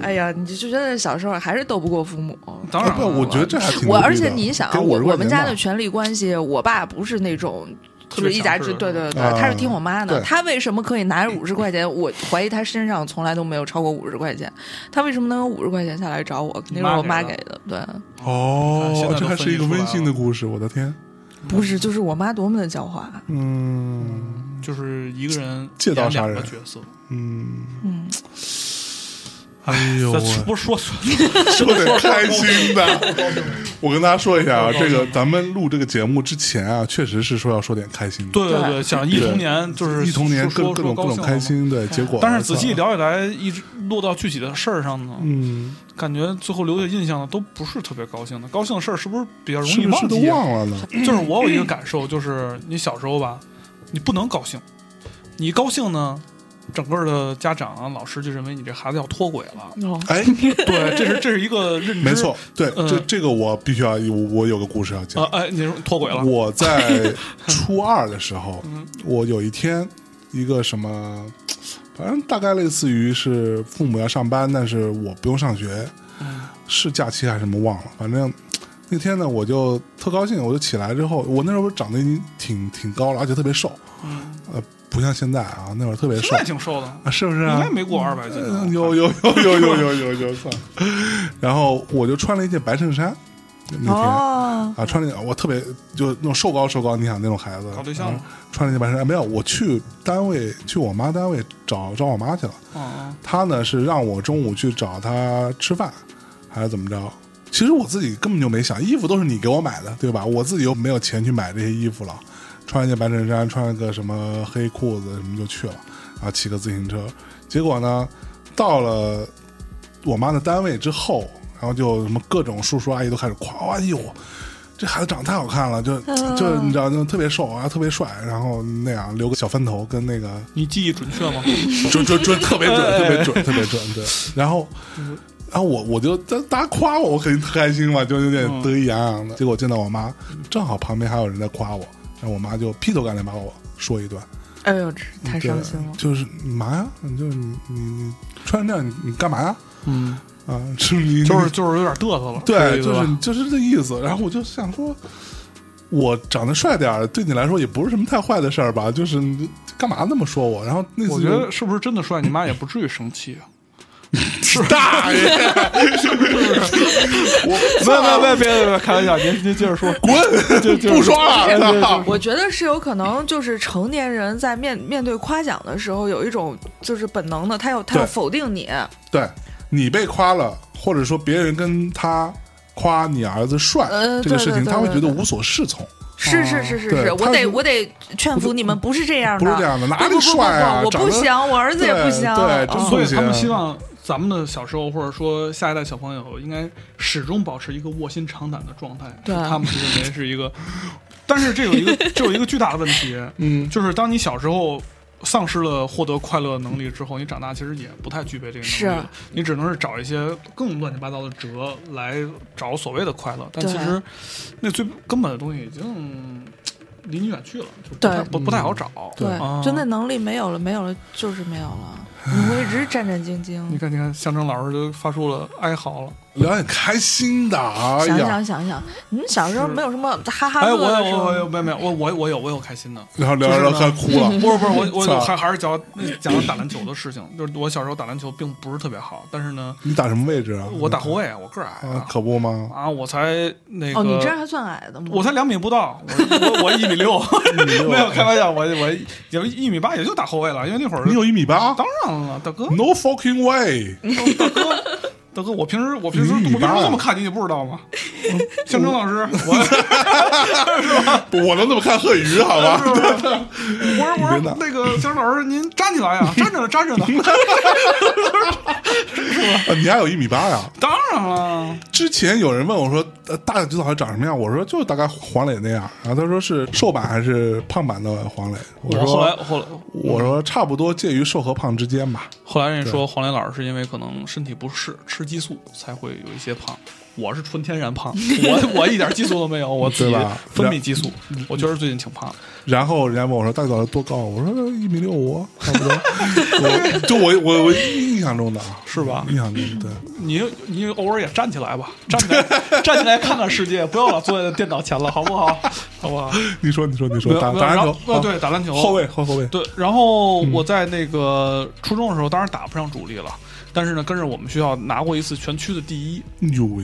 哎呀，你就觉得小时候还是斗不过父母。
当然
哎不，
了，
我觉得这还挺牛
我
逼
而且
的
你想啊，
给
我
50
我
块
们
钱
家
吧
的权力关系，我爸不是那种。
特
就
别
是一家
强
之
势
对对对，
啊
他是听我妈的。
对
他为什么可以拿着五十块钱？我怀疑他身上从来都没有超过五十块钱。他为什么能有五十块钱下来找我？肯定是我妈给的。对，
看现
哦
在，
这
都
还是一个
分析出来
温馨的故事，我的天，
不是，就是我妈多么的狡猾。
嗯
就是一个人
*laughs* 借刀
演
杀
两个
人
角色。
嗯，
嗯，
哎呦
咱
喂
不是说 *laughs* 说
*laughs* 说的开心的。
*laughs*
我跟大家说一下啊，这个咱们录这个节目之前啊，确实是说要说点开心的，
对对对，想忆童年就是
忆童年
说说
各各
说
种各
高
种
兴
开
了嘛。
心，对，结果
但是仔细，聊起来，一直落到具体的事儿上呢，
嗯，
感觉最后留下印象的都不是特别高兴的。高兴的事儿是不是比较容
是
易
不是
忘
都
记啊？
忘
*laughs*
了呢？
就是我有
*laughs*
一个感受，就是你小时候吧，你不能高兴，你一高兴呢，整个的家长啊、老师就认为你这孩子要脱轨
*laughs*
了。
哦，
哎，
对，这是这是一个认知。
没错，对，
嗯
这这个我必须要，我我有个故事要讲
啊，。哎，你说脱轨了？*laughs*
我在初二的时候
嗯，
我有一天一个什么，反正大概类似于是父母要上班，但是我不用上学，
嗯
是假期还是什么忘了，反正。那天呢，我就特高兴，我就起来之后，我那时候长得已经挺挺高了，而且特别瘦，呃，不像现在啊，那会儿特别
嗯现
瘦
在挺瘦的，
啊，是不是啊？
应该没过二百斤
呃
啊。
有有有有有有有有，操！ *laughs* 然后我就穿了一件白衬衫，那天、
哦，
啊，穿那个我特别就那种瘦高瘦高，你想那种孩子
搞对象
然
了
后穿了一件白衬衫，没有，我去单位去我妈单位找找我妈去了，
嗯，
她呢是让我中午去找她吃饭，还是怎么着？其实我自己根本就没想，衣服都是你给我买的，对吧？我自己又没有钱去买这些衣服了，穿一件白衬衫，穿了个什么黑裤子什么就去了，然后骑个自行车。结果呢，到了我妈的单位之后，然后就什么各种叔叔阿姨都开始夸，哎呦，这孩子长得太好看了，就就你知道，就特别瘦啊，特别帅，然后那样留个小分头，跟那个
你记忆准确吗？
准准准，特别准，特别准，特别准。对，然后，然后我我就大大家夸我，我肯定特开心嘛，就有点得意洋洋的。结果见到我妈，正好旁边还有人在夸我，然后我妈就劈头盖脸把我说一顿，
哎呦，这太
对
伤心了，。
就是你嘛呀，你就是你你你穿成这样，你你干嘛呀？
嗯，
啊，是你
就
你
是就是有点嘚瑟了。这
对，
意思
就
吧
是就是这意思。然后我就想说，我长得帅点儿，对你来说也不是什么太坏的事儿吧？就是你干嘛那么说我？然后那次
我觉
就
得是不是真的帅，你妈也不至于生气 *laughs* 啊。
大 *laughs* 爷，
别
*laughs*
别别别别，开玩笑，您您接着说，滚， *laughs* 就就
不说
*laughs*
了，操！
*laughs* 我觉得是有可能，就是成年人在面面对夸奖的时候，有一种就是本能的，他要他要
对
否定你，
对你被夸了，或者说别人跟他夸你儿子帅、
呃
这个事情，
对对对
他会觉得
对对
无所适从。
是是是是
对
是，
他
我得
是
我得劝服你们，不是这样的，
不是这样的哪里
不不不不
帅啊
我
长
不
得
行，我儿子也不行，
对对真
嗯
所以
不行
啊他们希望咱们的小时候，或者说下一代小朋友，应该始终保持一个卧薪尝胆的状态。
对
是他们认为是一个，但是这有一个这有一个巨大的问题，
嗯，
就是当你小时候。丧失了获得快乐的能力之后，你长大其实也不太具备这个能力了，
是
你只能是找一些更乱七八糟的辙来找所谓的快乐，但
对
其实那最根本的东西已经离你远去了，就不
对
太不不
嗯
太好找。
对
啊，
就那能力没有了，没有了，就是没有
*laughs*
了，你会一直战战兢兢。
你看，你看，象征老师都发出了哀嚎了。
聊点开心的，哎
想
呀
想，想想，你们小时候
是
没有什么哈哈
哎，
乐
我有，
的时
我有，
候，
没有，没有，我我我有，我有开心的。
然后聊着聊着快哭了。
*laughs*
不是不是，我我
*laughs* 操
还还是讲讲到打篮球的事情，就是我小时候打篮球并不是特别好，但是呢，
你打什么位置啊？
我打后卫，我个儿矮
啊
啊，，
可不吗？
啊，我才那
哦，你这
个，
还算矮的吗？
我才两米不到，我我我一米
*laughs*
六，没
啊
有开玩笑，我我有一米八也就打后卫了，因为那会儿
你有一米八
当然了，大哥
*laughs*
？No fucking way！
大哥大大哥，我平时我平时我
你一
平时
般啊
这么看你，你不知道吗？象征老师，
*laughs*
我
不我能这么看贺鱼好
*laughs*
吗？ *laughs*
我说我说那个象征老师，您站起来呀，站着呢，站着呢。
啊你还有一米八呀？
当然了，
之前有人问我说，呃大橘子好像长什么样？我说就大概黄磊那样。然后他说是瘦版还是胖版的黄磊？我说
我后来后来
我说差不多介于瘦和胖之间吧。
后来人家说黄磊老师是因为可能身体不适，吃激素才会有一些胖。我是纯天然胖，我 *laughs* 我一点激素都没有，我自己
对吧
分泌激素。我觉得最近挺胖的，
然后人家问我说大橘子多高？我说一米六五，啊差不多。 *laughs* 我就我我我印象中的啊，
是吧
印象中的对。
你你偶尔也站起来吧，站起来 *laughs* 站起来看看世界，不要老坐在电脑前了，好不
*laughs*
好？好不好？
你说，你说，你
没
说，
有
打
没有
打篮
然
球
后，呃
啊
对，打篮球，
后卫，后后卫，
对，然后我在那个初中的时候，当然打不上主力了，但是呢，跟着我们学校拿过一次全区的第一。
牛威，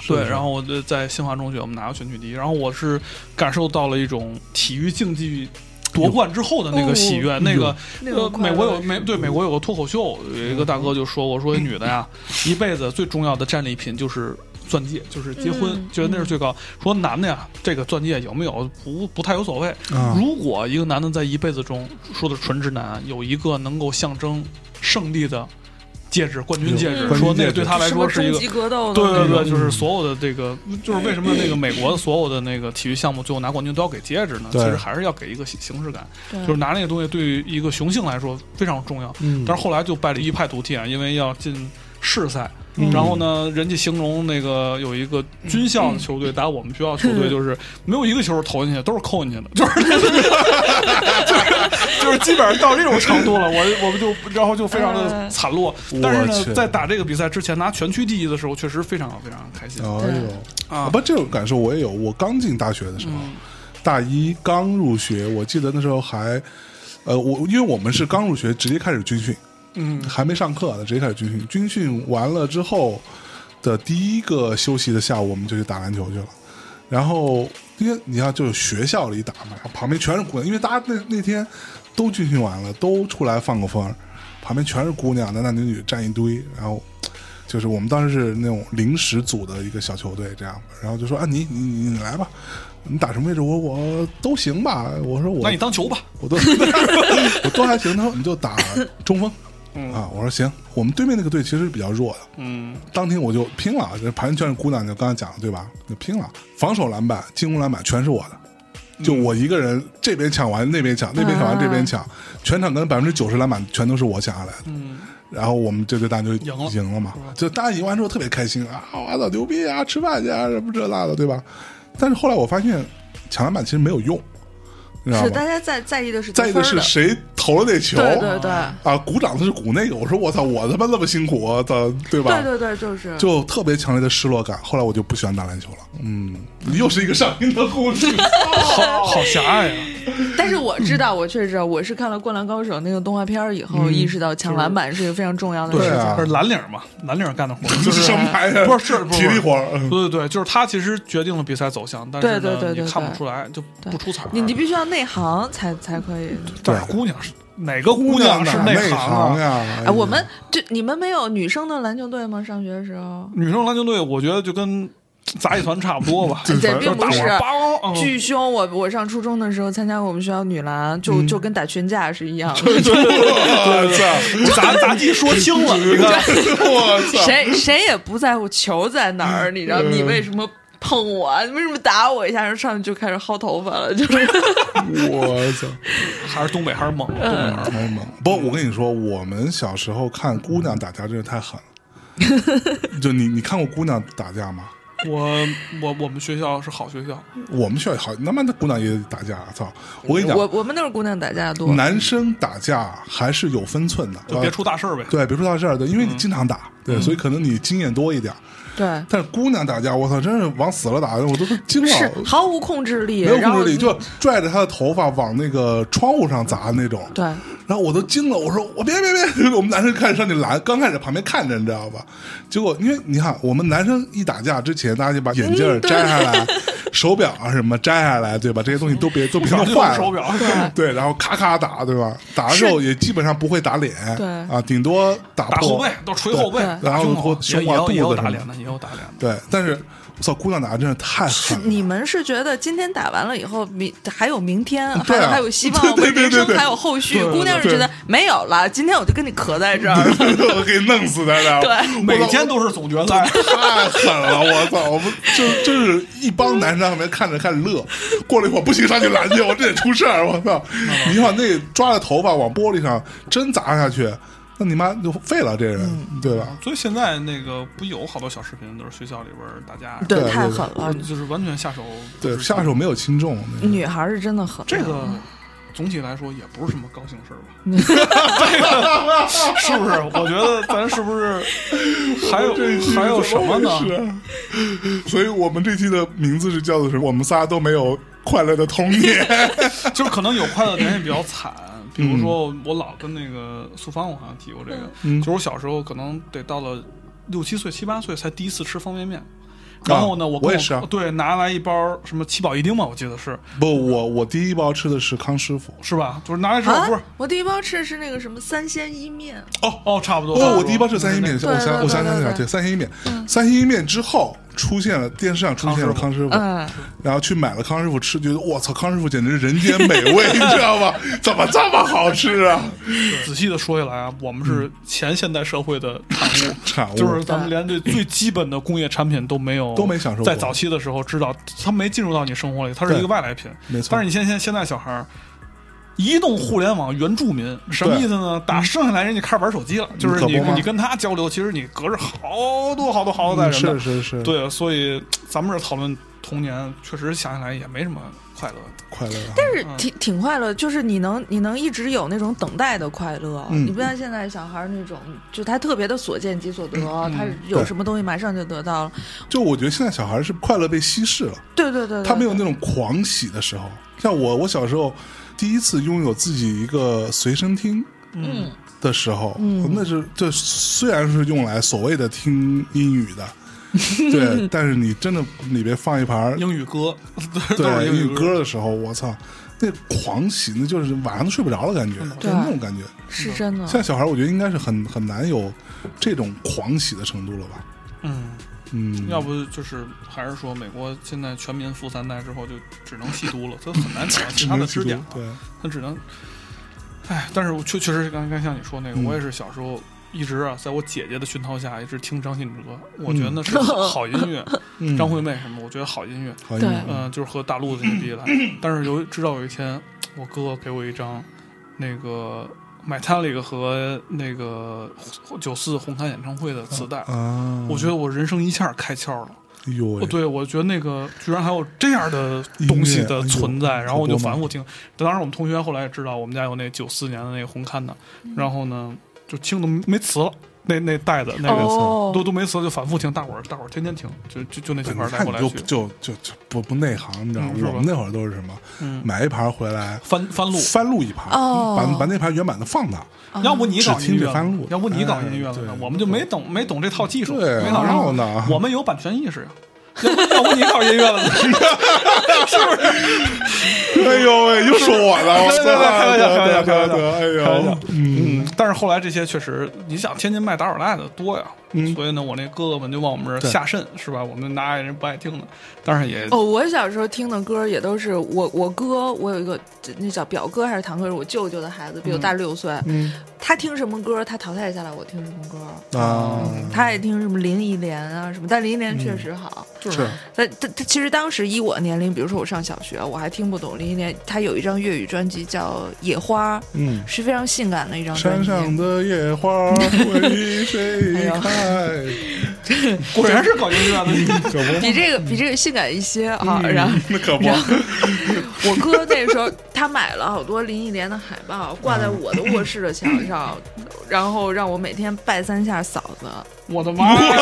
是不
对，
是
然后我就在新华中学，我们拿过全区第一。然后我是感受到了一种体育竞技夺冠之后的那个喜悦。
嗯
那个
嗯那
呃
种，快
美
乐嗯
国有美对美国有个脱口秀，有一个大哥就说：“我说女的呀，
嗯
一辈子最重要的战利品就是。”钻戒就是结婚，
嗯
觉得那是最高。说男的呀，这个钻戒有没有不不太有所谓。
啊
如果一个男的在一辈子中说的纯直男，有一个能够象征胜利的戒指、冠军戒指，
嗯
说那
冠军戒
个
指
对他来
什么
说是一
终
个
极格斗的
对对
那种
对，就是所有的这个，就是为什么那个美国的所有的那个体育项目最后拿冠军都要给戒指呢？其
对
实还是要给一个形形式感，
对
就是拿那个东西对于一个雄性来说非常重要。
嗯
但是后来就败得一派涂地啊，因为要进市赛。
嗯
然后呢，人家形容那个有一个军校的球队打我们学校球队，就是没有一个球是投进去，都是扣进去的，就是 *laughs* 就是就是基本上到这种程度了。我我们就然后就非常的惨落。但是
我去
呢，在打这个比赛之前拿全区第一的时候，确实非常非常开心
哎呦，
啊
啊，。不，这种感受我也有。我刚进大学的时候，大一刚入学，我记得那时候还，呃，我因为我们是刚入学，直接开始军训，
嗯，
还没上课呢，直接开始军训。军训完了之后的第一个休息的下午，我们就去打篮球去了。然后，因为你看，就是学校里打嘛，然后旁边全是姑娘，因为大家那那天都军训完了，都出来放个风儿，旁边全是姑娘，男男女女站一堆，然后。就是我们当时是那种临时组的一个小球队，这样，然后就说啊，你你你你来吧，你打什么位置？我我都行吧。我说我
那你当球吧。
我都 *laughs* 我都还行。他说你就打中锋，啊，我说行。我们对面那个队其实是比较弱的，
嗯，
当天我就拼了，啊这盘全是姑娘，就刚才讲了对吧？就拼了，防守篮板、进攻篮板全是我
嗯
的，就我一个人这边抢完那边抢，那边抢完这
啊
边抢，全场可能百分之九十篮板全都是我抢下来的。
嗯，
然后我们这队大家就
赢了
赢了嘛
是吧，
就大家赢完之后特别开心啊，我操牛逼啊，吃饭去啊，什么这那的，对吧？但是后来我发现抢篮板其实没有用，你知道
是
吗
大？家在在意的是
在意
得
的
分
是谁投了那球
对对对
啊，鼓掌的是鼓那个，我说我操，我他妈那么辛苦，我操，对吧？
对对对，就是
就特别强烈的失落感。后来我就不喜欢打篮球了。嗯，又是一个上瘾的故
*laughs*
事。
好好狭隘啊！
但是我知道，我确实知道，我是看了《灌篮高手》那个动画片儿以后，意识到抢篮板是一个非常重要
嗯
的
对
事情。
啊
是蓝领嘛，蓝领干的
*laughs*
活儿就
什么玩意儿？
不是是不是
体力活儿。嗯
对对对，就是他其实决定了比赛走向，但是呢，
对对对对
你看不
对
出来，就
对
不出彩儿。
你你必须要内行才才可以。
但是
对
姑娘是哪个
姑
姑娘是
哪
内
内
行
行
啊？
呀？哎呀
哎，
*laughs*
我们就你们没有女生的篮球队吗？上学的时候，
女生篮球队，我觉得就跟杂技团差不多吧，
*laughs* 对
对，并
打
不是
我。
哦
帮，嗯
巨凶！我我上初中的时候参加过我们学校女篮，就
嗯
就跟打群架是一样
*laughs*
的。
我操！
*laughs*
杂杂技说轻了，你看，
我操！
谁谁也不在乎球在哪儿，你
嗯
知道？你为什么碰我？你为什么打我一下？然后上去就开始薅头发
*laughs*
了，就是
哎我操！哎
还是东北还是猛，东
嗯
北还是猛。
没蒙。不，我跟你说，我们小时候看姑娘打架真是太狠了。
*laughs*
就你，你看过姑娘打架吗？
我我我们学校是好学校，
我们学校好，他妈的姑娘也打架，操！我跟你
我
讲，
我们那儿姑娘打架多。
男生打架还是有分寸的，呃
就别出大事儿呗。
对，别出大事儿，对，因
嗯
为你经常打，对，所以可能你经验多一点儿。
对，
但是姑娘打架，我操，真是往死了打，我都惊了，
是毫无控制力，
没有
然
控
后
制力，就拽着她的头发往那个窗户上砸那种。
对，
然后我都惊了，我说我别别别， *laughs* 我们男生开始上去拦，刚开始旁边看着，你知
嗯
道吧？结果因为你看，我们男生一打架之前，大家就把眼镜儿摘下来，手表啊什么摘下来，对吧？这些东西都别都别
手
弄坏
表
了，
手表，
*laughs* 对，然后咔咔打，对吧？打的时候也基本上不会打脸，
对
啊，顶多打
打
破
后背，都捶后背，
然后
胸口
或胸
也也
啊
有也
肚
有
子
打
什么
脸的，也有打脸的。
对。但是我操，姑娘打的真是太狠了，
你们是觉得今天打完了以后，明还有明天，还
对啊
有还有希望，
对
我们
对对
人生
对
还有后续。
对对对
姑娘是觉得没有了，今天我就跟你咳在这儿了。
*laughs* 我给弄死他了，
对
每天都是总决赛，
太狠了，我操！我们就就是一帮男生在旁边看着看着乐，过了一会儿不行，上去拦去，我这得出事儿，我操！
嗯
你想那抓着头发往玻璃上真砸下去，那你妈就废了这人，
嗯
对吧？
啊所以现在那个不有好多小视频都是学校里边儿打架，啊
对对
太
对
狠了，
就是完全下手不知
对，
情
下手没有轻重，那个
女孩儿是真的狠。
这个总体来说也不是什么高兴事儿吧？这个是不是？我觉得咱是不是还有
*laughs* 这一期
嗯还有什么
*laughs*
呢？
是啊？所以我们这期的名字是叫做什么？我们仨都没有快乐的童年。
*laughs* 就是可能有快乐的人也比较
*laughs*
惨，比
嗯
如说我老跟那个苏芳，我好像提过这个，
嗯
就是我小时候可能得到了六七岁、七八岁才第一次吃方便面。然后呢，我跟
我也是啊
对拿来一包什么七宝一丁吧，我记得是
不，我我第一包吃的是康师傅。
是吧？就是拿来之后不是
啊我第一包吃的是那个什么三鲜伊面，
哦哦，差不多。差
哦，
多
我第一包是三鲜面，
对
我想
对
我想想
对
想，
对
对三鲜面，三鲜面之后出现了电视上出现了康
康
师傅，
嗯，
然后去买了康师傅吃，觉得我操，康师傅简直是人间美味，你知道吗？怎么这么好吃啊？
仔细的说起来啊，我们
嗯
是前现代社会的产物，
产物
就是咱们连这最基本的工业产品都没有，
都没享受过
在早期的时候，知道它没进入到你生活里，它是
对
一个外来品。
没错
但是你现在现在小孩儿。移动互联网原住民什么意
对嗯
思呢？打生下来人家开始玩手机了，就是
可不
你
嘛
你跟他交流，其实你隔着好多好多好多代人的
嗯是，是是，
对，所以咱们这讨论童年，确实想起来也没什么快乐的。
快乐啊。
但是挺挺快乐，就是你能你能一直有那种等待的快乐，
嗯
你不像现在小孩儿那种，就他特别的所见即所得，他
嗯
有
对
什么东西马上就得到了。
就我觉得现在小孩是快乐被稀释了，
对对对对，
他没有
对
那种狂喜的时候。像我，我小时候第一次拥有自己一个随身听，
嗯，
的时候，那是这虽然是用来所谓的听英语
*laughs*
的，对，但是你真的里边放一盘
英语歌， *laughs* 都
对
是
英
英
语
歌。
歌的时候，我操，那狂喜，那就是晚上都睡不着了，感觉就
嗯对嗯
那种感觉。
是真的
现。在小孩，我觉得应该是很很难有这种狂喜的程度了吧？
嗯，
嗯，
要不就是还是说，美国现在全民富三代之后，就只能吸
*laughs*
毒了，他很难找到其
只
他的
能
支
吸
点
毒
了，，
对，
他只能，哎，但是我确确实是刚才像你说那个，
嗯
我也是小时候一直啊，在我姐姐的熏陶下，一直听张信哲，我觉得那是
*laughs*
好音乐，
嗯
张惠妹什么，我觉得好音乐，
好音
对
乐
嗯、就是和大陆的那逼
*clears throat*
来，但是有直到有一天，我哥给我一张那个。Metallica 和那个呃九四红毯演唱会的磁带，
啊，
我觉得我人生一下开窍了。哦
哎呦喂，
对，我觉得那个居然还有这样的东西的存在，
音乐
然后我就反复听。当时我们同学后来也知道，我们家有那九四年的那个红勘的，然后呢就听的没词了，那那带的那个、
哦
都都没词，就反复听，大伙儿大伙儿天天听，就就就那几
对
块
你
儿来
看
回
你
来
就
去，
就就就不不内行，你知道吗
嗯是？吧
我们那会儿都是什么？
嗯，
买一盘回来
翻翻录。
翻录一盘，
哦
把把那盘原版的放那儿。
要不你搞
只
音
听
乐
这
了
番路，
要不你搞音乐
哎
了呢
对？
我们就没懂没懂这套技术，
对
没搞
然
上
后呢
我们有版权意识呀。要不要不你搞音乐了呢？
*laughs* 哎呦喂，又说我
*laughs*
了，我操！
对对对开玩笑
得得得
开玩
哎
笑
呦，嗯，
但是后来这些确实，你想天津卖打火带的多呀，
嗯
所以呢，我那哥哥们就往我们这儿
对
下渗，是吧？我们哪爱人不爱听的，但是也、
哦，我小时候听的歌也都是我我哥，我有一个那叫表哥还是堂哥，是我舅舅的孩子，比我大六岁。
嗯
他听什么歌，他淘汰下来我听什么歌。
啊，
嗯，他也听什么林忆莲啊什么，但林忆莲
嗯
确实好。
就是
是
但他他其实当时以我的年龄，比如说我上小学，我还听不懂林忆莲。他有一张粤语专辑叫《野花》，
嗯。
是非常性感的一张
山
专辑。
上的野花为谁开？
*laughs* 果然是搞啊音乐
*laughs*
的。
可
比
不，
这个比这个性感一些啊，
嗯
然后
那可不，
我哥那时候他买了好多林忆莲的海
嗯
报，挂在我的卧室的墙上，然后让我每天拜三下嫂子。
我的妈呀，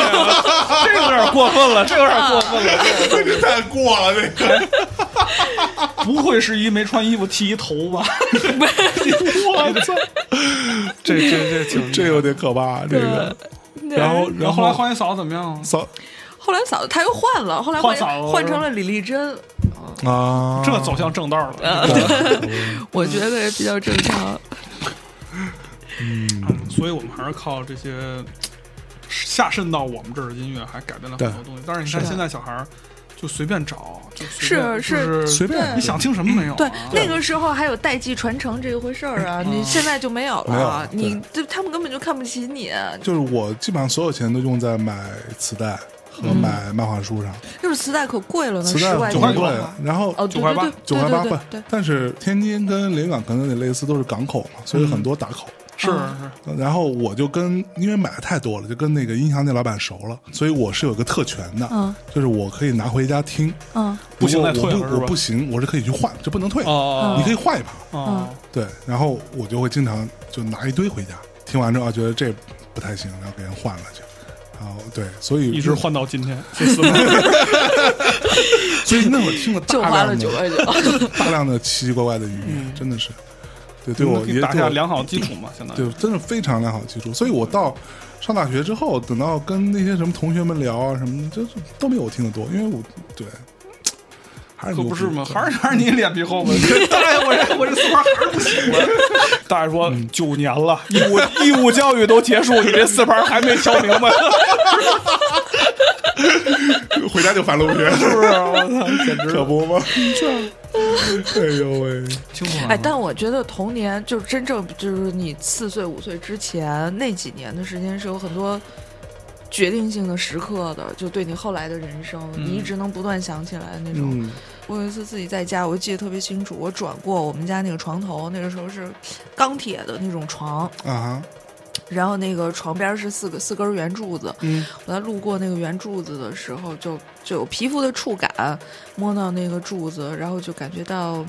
这有点过分了，这有点过分了，这
这个太过了，这个
不会是一没穿衣服剃一头吧？我操， *laughs* 这这这挺
这有点可怕，这个。然后，
然
然
后后
后
来花姐嫂子怎么样？
嫂，
后来嫂子她又换了，后来换
换嫂子嗯
换成了李丽珍，
啊，
这走向正道了。
我觉得也比较正
哦
常。
嗯所以我们还是靠这些下渗到我们这儿的音乐，还改变了很多东西。但是你看
是
现在小孩儿就随便找，就随便就
是
是
随便
你想听什么没有啊？
对，那个时候还有代际传承这一回事儿啊，
嗯
你现在就没有
没有
了
了，
你就他们根本就看不起你。
就是我基本上所有钱都用在买磁带和
嗯
买漫画书上，
就是磁带可贵了呢，
磁
十
带
块
九
块
块
九
贵
啊，
然后
哦，
9
对
块
对
八
对，
九块八
对
块
对对，
但是天津跟连云港可能也类似，都是港口嘛，
嗯
所以很多打口。
是是，
然后我就跟，因为买的太多了，就跟那个音响店老板熟了，所以我是有个特权的，
嗯
就是我可以拿回家听。
嗯
不行
如果
再退了是
我不
吧
我不行，我是可以去换，这不能退，
哦
你可以换一盘。
嗯
哦，
对，然后我就会经常就拿一堆回家，听完之后啊觉得这不太行，然后给人换了去。然后对，所以
一直换到今
*laughs*
天，这四个
所以那会儿听了
就
大
花
量
了
的 *laughs*
嗯九块九。
大量的奇奇怪怪的音乐，真的是，对对我也
打
对
下
我
良好基础嘛，相当于
对，真是非常良好基础。所以我到上大学之后，等到跟那些什么同学们聊啊什么的，就是都没有我听得多，因为我对还是
可
牛
不
逼
是嘛，还是还是你脸皮厚嘛。 *laughs* 当然，我这我这四块还是不喜欢。大爷说
嗯
九年了，义务义务教育都结束，你这四盘还没挑明白，
*laughs* 回家就翻楼
*laughs*
学，
*laughs* 是不是？我操，简直
*laughs* 可不吗？ *laughs* 哎呦喂，
清楚
哎，但我觉得童年就是真正就是你四岁五岁之前那几年的时间是有很多决定性的时刻的，就对你后来的人生，
嗯
你一直能不断想起来的那种。
嗯，
我有一次自己在家，我记得特别清楚，我转过我们家那个床头，那个时候是钢铁的那种床，
啊哈，
然后那个床边是四个四根圆柱子，
嗯，
我在路过那个圆柱子的时候就，就有皮肤的触感，摸到那个柱子，然后就感觉到，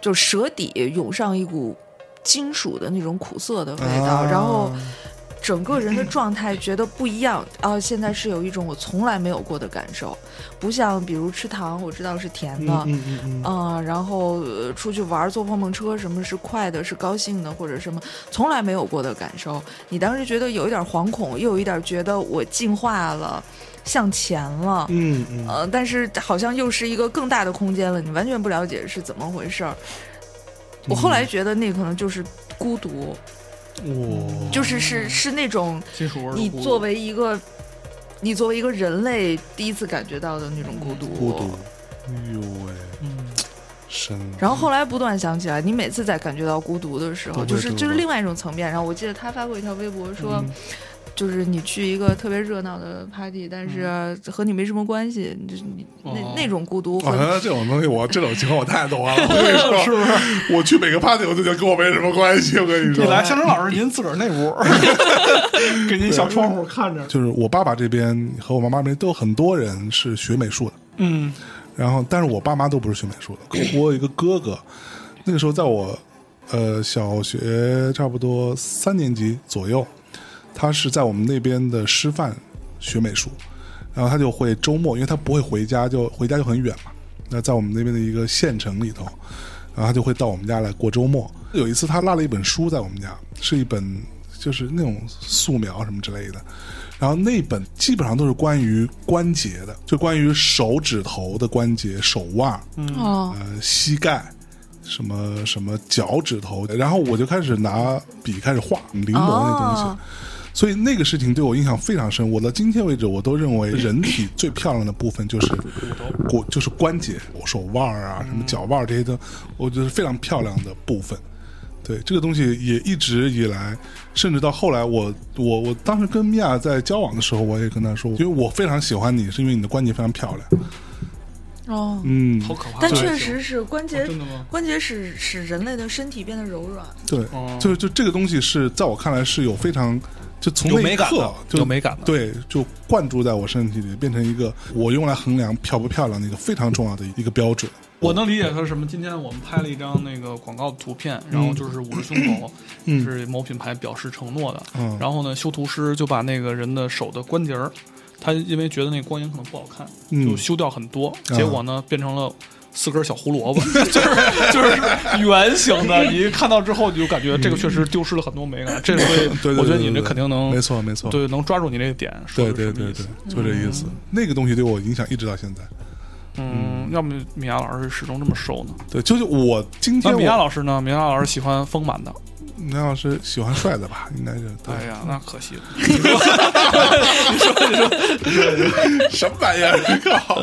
就舌底涌上一股金属的那种苦涩的味道，
啊
然后整个人的状态觉得不一样啊！现在是有一种我从来没有过的感受，不像比如吃糖，我知道是甜的，
嗯嗯嗯
啊、然后呃出去玩儿坐碰碰车，什么是快的，是高兴的，或者什么从来没有过的感受。你当时觉得有一点惶恐，又有一点觉得我进化了，向前了，
嗯嗯
呃，但是好像又是一个更大的空间了，你完全不了解是怎么回事儿。我后来觉得那可能就是孤独，
嗯，哇，
就是是是那种
金属味儿的
你
锅
作为一个你作为一个人类第一次感觉到的那种孤独，
孤独，哎呦喂，
嗯
深啊了。
然后后来不断想起来，你每次在感觉到孤独的时
都
候，
会
就是
孤独
就是另外一种层面。然后我记得他发过一条微博说，
嗯
就是你去一个特别热闹的 party，但是和你没什么关系，你就是你
嗯哦
那那种孤独
好
和
啊像这种东西我，这种情况我太懂了。我跟你说，是不是？ *laughs* 我去每个 party，我就觉得跟我没什么关系。我跟你
你
说，
来，向征老师，您自个儿那 *laughs* 屋，给您小窗户看着。
就是我爸爸这边和我妈妈那边都有很多人是学美术的，
嗯，
然后但是我爸妈都不是学美术的。可我有一个哥哥，那个时候在我呃小学差不多三年级左右，他是在我们那边的师范学美术，然后他就会周末，因为他不会回家，就回家就很远嘛。那在我们那边的一个县城里头，然后他就会到我们家来过周末。有一次他落了一本书在我们家，是一本就是那种素描什么之类的，然后那本基本上都是关于关节的，就关于手指头的关节、手腕，
嗯
哦，
呃膝盖，什么什么脚趾头，然后我就开始拿笔开始画临摹那东西。
哦
所以那个事情对我印象非常深。我到今天为止，我都认为人体最漂亮的部分就是骨，就是关节、手腕儿啊、什么脚腕儿这些的，我觉得是非常漂亮的部分。对这个东西也一直以来，甚至到后来我，我我当时跟米娅在交往的时候，我也跟她说，因为我非常喜欢你，是因为你的关节非常漂亮。
哦，
嗯，
好可怕。
但确实是关节
哦真的吗？
关节使使人类的身体变得柔软。
对，
哦
就是就这个东西是在我看来是有非常就从
有
那
美
一
感的
刻就
有美感的
对，就灌注在我身体里，变成一个我用来衡量漂不漂亮的一个非常重要的一个标准。
我能理解他是什么。今天我们拍了一张那个广告图片，然后就是捂着胸口，
嗯
是某品牌表示承诺的。
嗯
然后呢，修图师就把那个人的手的关节儿，他因为觉得那光影可能不好看，
嗯
啊就修掉很多。结果呢，变成了四根小胡萝卜， *laughs* 就是就是圆形的，你一看到之后你就感觉这个确实丢失了很多美感。这所以
对对对
我觉得你
对
这
对
肯定能
没错没错，
对能抓住你那个点。说
嗯对
的
对
是什么意思
对对，就这意思。那个东西对我影响一直到现在。
嗯，要么米娅老师始终这么瘦呢？
对，就是我今天
那
我
米娅老师呢？米娅老师喜欢丰满的。
米娅老师喜欢帅的吧？应该是
哎呀，那可惜了。
对，什么玩意儿？靠！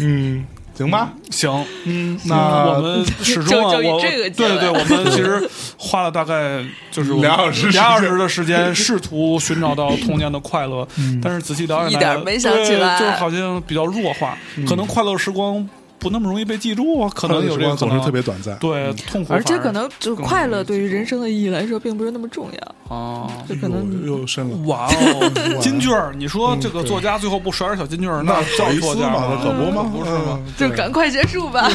嗯，行吧，
行，
嗯，
我
那
们始终啊，
就就以
我
这个
对
结论
对，我们其实花了大概就是我们
俩小时
俩小时的时间，试图寻找到童年的快乐，
嗯
但是仔细了解
一
下
点
来，
儿没想起
对
来
就是好像比较弱化，
嗯
可能快乐时光不那么容易被记住啊，可能有
时
这个
光
可
总
能
是特别短暂。
对痛苦，
而且可能就快乐对于人生的意义来说，并不是那么重要，
啊。
就可能
又又深了，
哇哦，金句儿！你说这个
对
作家最后不甩点小金句儿，
*laughs* 那
叫
小意
作
思
家
嘛，
吗
那可不吗？
不是吗？
嗯？
就赶快结束
*laughs*
吧。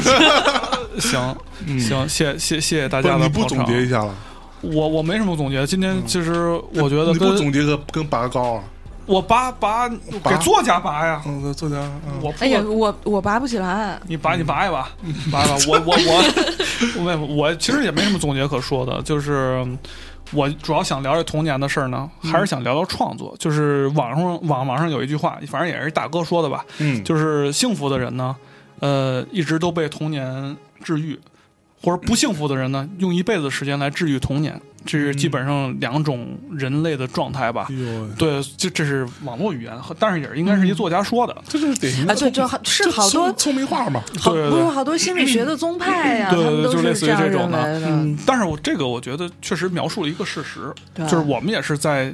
行
嗯
行，谢谢谢谢大
不是
家
你
的
不
捧
总
场。
结一下了？
我我没什么总结，今天其实我觉得
你不
跟
总结个跟拔高啊？
我拔拔
拔
给作家拔呀，
嗯，作家，嗯
我
哎呀，
破
我我拔不起来，
你拔你拔一拔，拔一拔，我我我我我其实也没什么总结可说的，就是。我主要想聊这童年的事儿呢，还是想聊聊创作。就是网上网网上有一句话，反正也是大哥说的吧，
嗯，
就是幸福的人呢，呃，一直都被童年治愈，或者不幸福的人呢，用一辈子时间来治愈童年，这是基本上两种人类的状态吧
哎。呦，
对，这这是网络语言，但是也是应该是一作家说的。
这就是典型
哎
啊，
的聪，
就就好是好
聪
多
聪明话嘛。
好
对对
不是好多心理学的宗派呀，
对
啊他们
就
都
类
是
似于
样
这种
认为
的嗯
的，
但是我这个我觉得确实描述了一个事实，
对啊
就是我们也是在。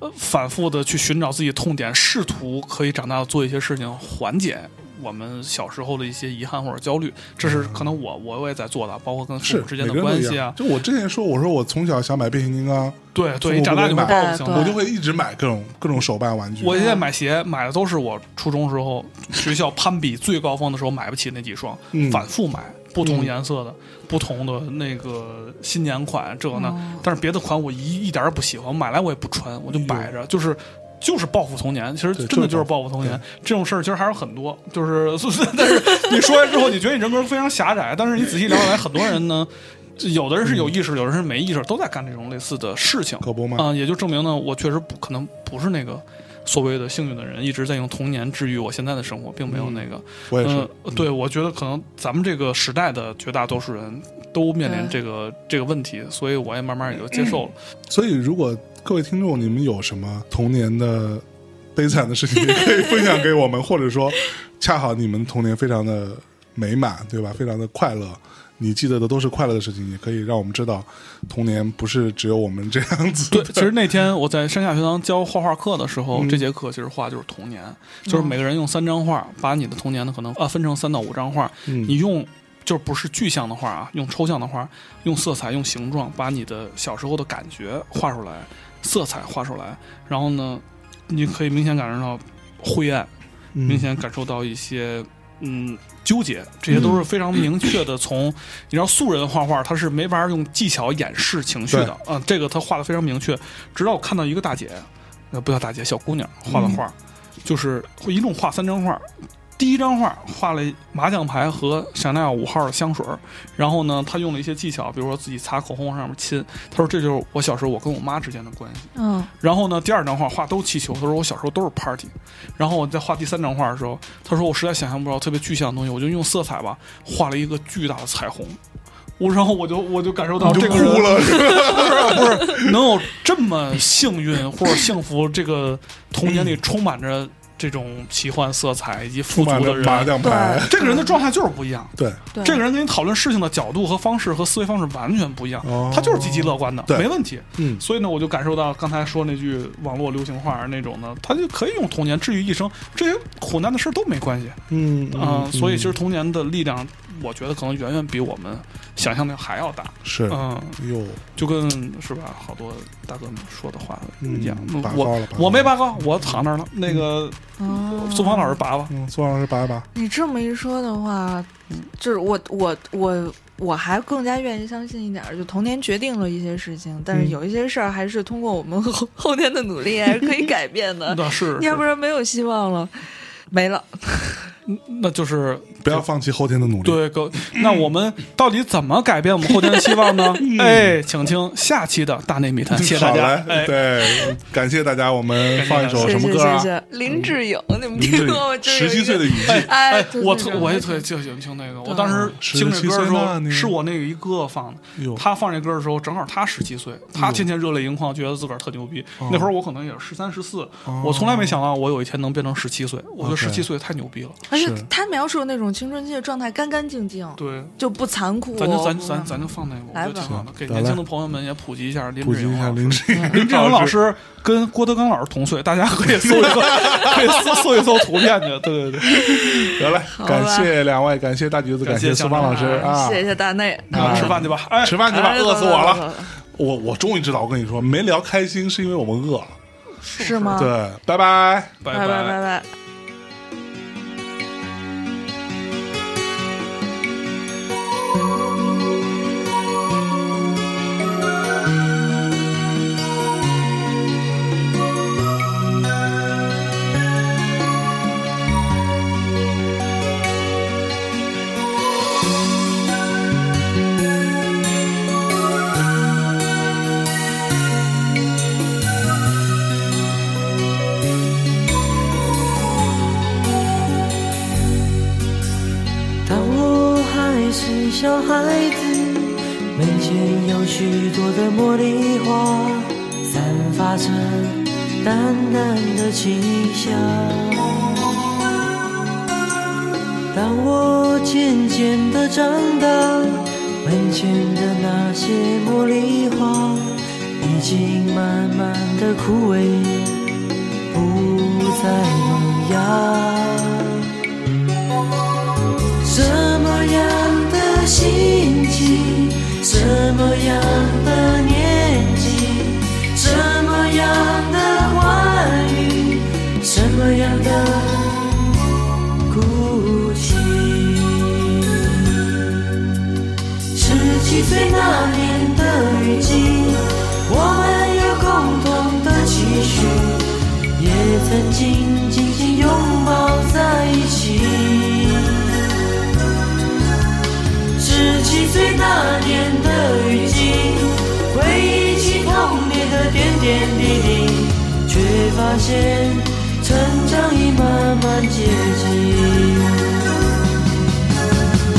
呃，反复的去寻找自己的痛点，试图可以长大做一些事情缓解我们小时候的一些遗憾或者焦虑，这是可能我我也在做的，包括跟父
嗯是
母之间
每
的
个人
关
都一
系
样
啊，
就我之前说，我说我从小想买变形金刚，
对
父
对，
母
你长大就会
不给
报复
买
性
对
的
我。就会一直买各种各种手办玩具。
我现在买鞋买的都是我初中时候学校攀比最高峰的时候买不起那几双，
嗯
反复买不同颜色的、不同的那个新年款这个那，但是别的款我一一点儿也不喜欢，我买来我也不穿，我就摆着，就是。就是报复童年，其实
嗯对
真的
就
就是是报
报
复童年这种事儿，其实还有很多。就是， *laughs* 但是你说完之后，你觉得你人格非常狭窄，但是你仔细聊下来，很多人呢，有的人是有意识，有的人是没意识，都在干这种类似的事情。
可不嘛
啊、也就证明呢，我确实不可能不是那个所谓的幸运的人，一直在用童年治愈我现在的生活，并没有那个。
我也是
嗯，，对，我觉得可能咱们这个时代的绝大多数人都面临这个这个问题，所以我也慢慢也就接受了。
所以，如果各位听众你们有什么童年的悲惨的事情，也可以分享给我们，或者说，恰好你们童年非常的美满，对吧？非常的快乐，你记得的都是快乐的事情，也可以让我们知道，童年不是只有我们这样子
对
的。，
其实那天我在山下学堂教画画课的时候，
嗯
这节课其实画就是童年，就是每个人用三张画，把你的童年呢可能啊分成三到五张画，
嗯
你用就不是具象的画啊，用抽象的画，用色彩、用形状，把你的小时候的感觉画出来，色彩画出来，然后呢，你可以明显感受到灰暗，
嗯
明 *laughs* 显感受到一些嗯纠结，这些都是非常明确的。从你知道素人画画，他是没法用技巧掩饰情绪的，嗯，这个他画的非常明确。直到我看到一个大姐，呃，不叫大姐，小姑娘画的画，就是会一共画三张画。第一张画画了麻将牌和香奈儿五号的香水儿，然后呢，她用了一些技巧，比如说自己擦口红往上面亲。她说这就是我小时候我跟我妈之间的关系。
嗯，
然后呢，第二张画画都是气球，他说我小时候都是 party。然后我在画第三张画的时候，他说我实在想象不到特别具象的东西，我就用色彩吧画了一个巨大的彩虹。我然后我就我就感受到
你
这
就
个人
哭了，是吧
不是不是能有这么幸运或者幸福，这个童年里充满着这种奇幻色彩以及富
充满
足的
着麻
人。
将牌。
这个人的状态就是不一样，
对，
对，
这个人跟你讨论事情的角度和方式和思维方式完全不一样，
哦
他就是积极乐观的，
对
没问题。
嗯，
所以呢，我就感受到刚才说那句网络流行话儿那种呢，他就可以用童年治愈一生，这些苦难的事儿都没关系
嗯
啊、所以其实童年的力量，我觉得可能远远比我们想象的还要大。
是，哎
嗯，
呦，
就跟是吧，好多大哥们说的话
嗯
一样。
拔高
我
了，拔高
我没
了。
拔高，我躺那儿了。那个
哦
宋芳老师拔吧，
嗯，宋老师拔一拔，
你这么一说的话，就是我我我我还更加愿意相信一点儿，就童年决定了一些事情，但是
嗯
有一些事儿还是通过我们后后天
*laughs*
嗯的努力还是可以改变的，
那是
要不然没有希望了，没了。
那就是
不要放弃后天的努力。
对各。那我们到底怎么改变我们后天的希望呢？哎，请听下期的大内密探， *laughs* 谢谢大
好
家
嘞。
哎，
对，感谢大家，我们放一
哦
首
谢
什
谢
么歌
谢
啊？
谢，
林志颖，你们
林志
听
颖
*laughs*
过吗？就是有
十七
一
岁
个
的雨 *laughs* 季，
哎
哎，
我
对
特
对
我也
对
特喜欢听那个，我当时
17
听这歌的时
岁那
候，
年
是我那个一哥放的
哎呦，
他放这歌的时候正好他十七岁，他天天热泪盈眶，觉得自个儿特牛逼。
哦
那会儿我可能也是十三十四，我从来没想到我有一天能变成十七岁，我觉得
OK
十七岁太牛逼了。
而且
是
他描述的那种青春期的状态干干净净，
对，
就不残酷。哦
咱就咱咱咱就放那个，我觉得
来吧
挺好的，给
得
年轻
嘞
的朋友们也普及一下林
普
志
及
颖
一下
老师。
林志颖，
*laughs* 林志颖老师跟郭德纲老师同岁，大家可以搜一
*laughs*
搜，可以搜搜一搜图片去。对对对，
得嘞，感谢两位，感谢大橘子，
感
感
谢
谢苏芳老师啊，
谢谢大内，啊
那我们吃饭去吧。哎，
吃饭去吧，
哎
饿死
走
我
走
了
走走。
我我终于知道，我跟你说，没聊开心是因为我们饿了。
*laughs* 是吗？
对，拜拜。
拜
拜拜拜拜。
当我还是小孩子，门前有许多的茉莉花，散发着淡淡的清香。当我渐渐的长大，门前的那些茉莉花已经慢慢的枯萎，不再萌芽。什么样的心情，什么样的年纪，什么样的话语，什么样的哭泣。十七岁那年的雨季，我们有共同的期许，也曾经紧紧拥抱在一起。十七岁那年的雨季，回忆起童年的点点滴滴，却发现成长已慢慢接近。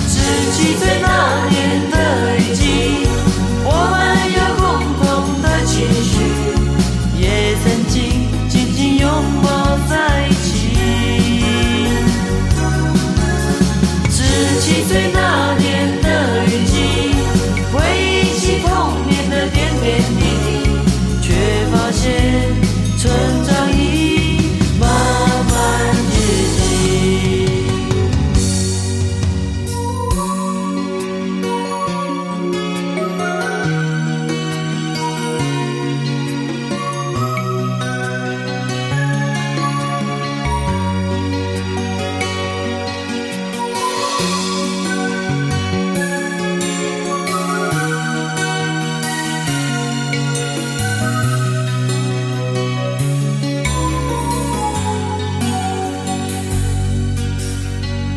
十七岁那年的雨季，我们有共同的期许，也曾经紧紧拥抱在一起。十七岁那年的雨季，回忆起童年的点点滴滴，却发现成长已慢慢接近。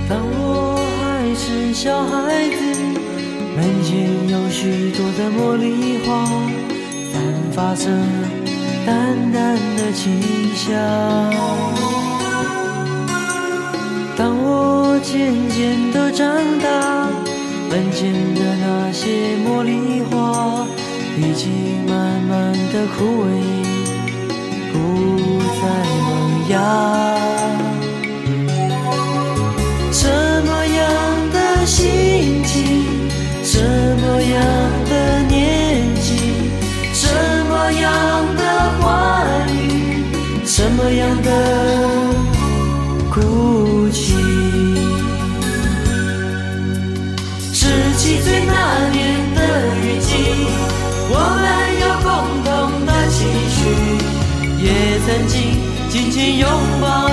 当我还是小孩子，门前有许多的茉莉花，散发着淡淡的清香。当我渐渐的长大，门前的那些茉莉花已经慢慢的枯萎，不再萌芽。什么样的心情，什么样的年纪，什么样的话语，什么样的哭泣。十七岁那年的雨季，我们有共同的期许，也曾经紧紧拥抱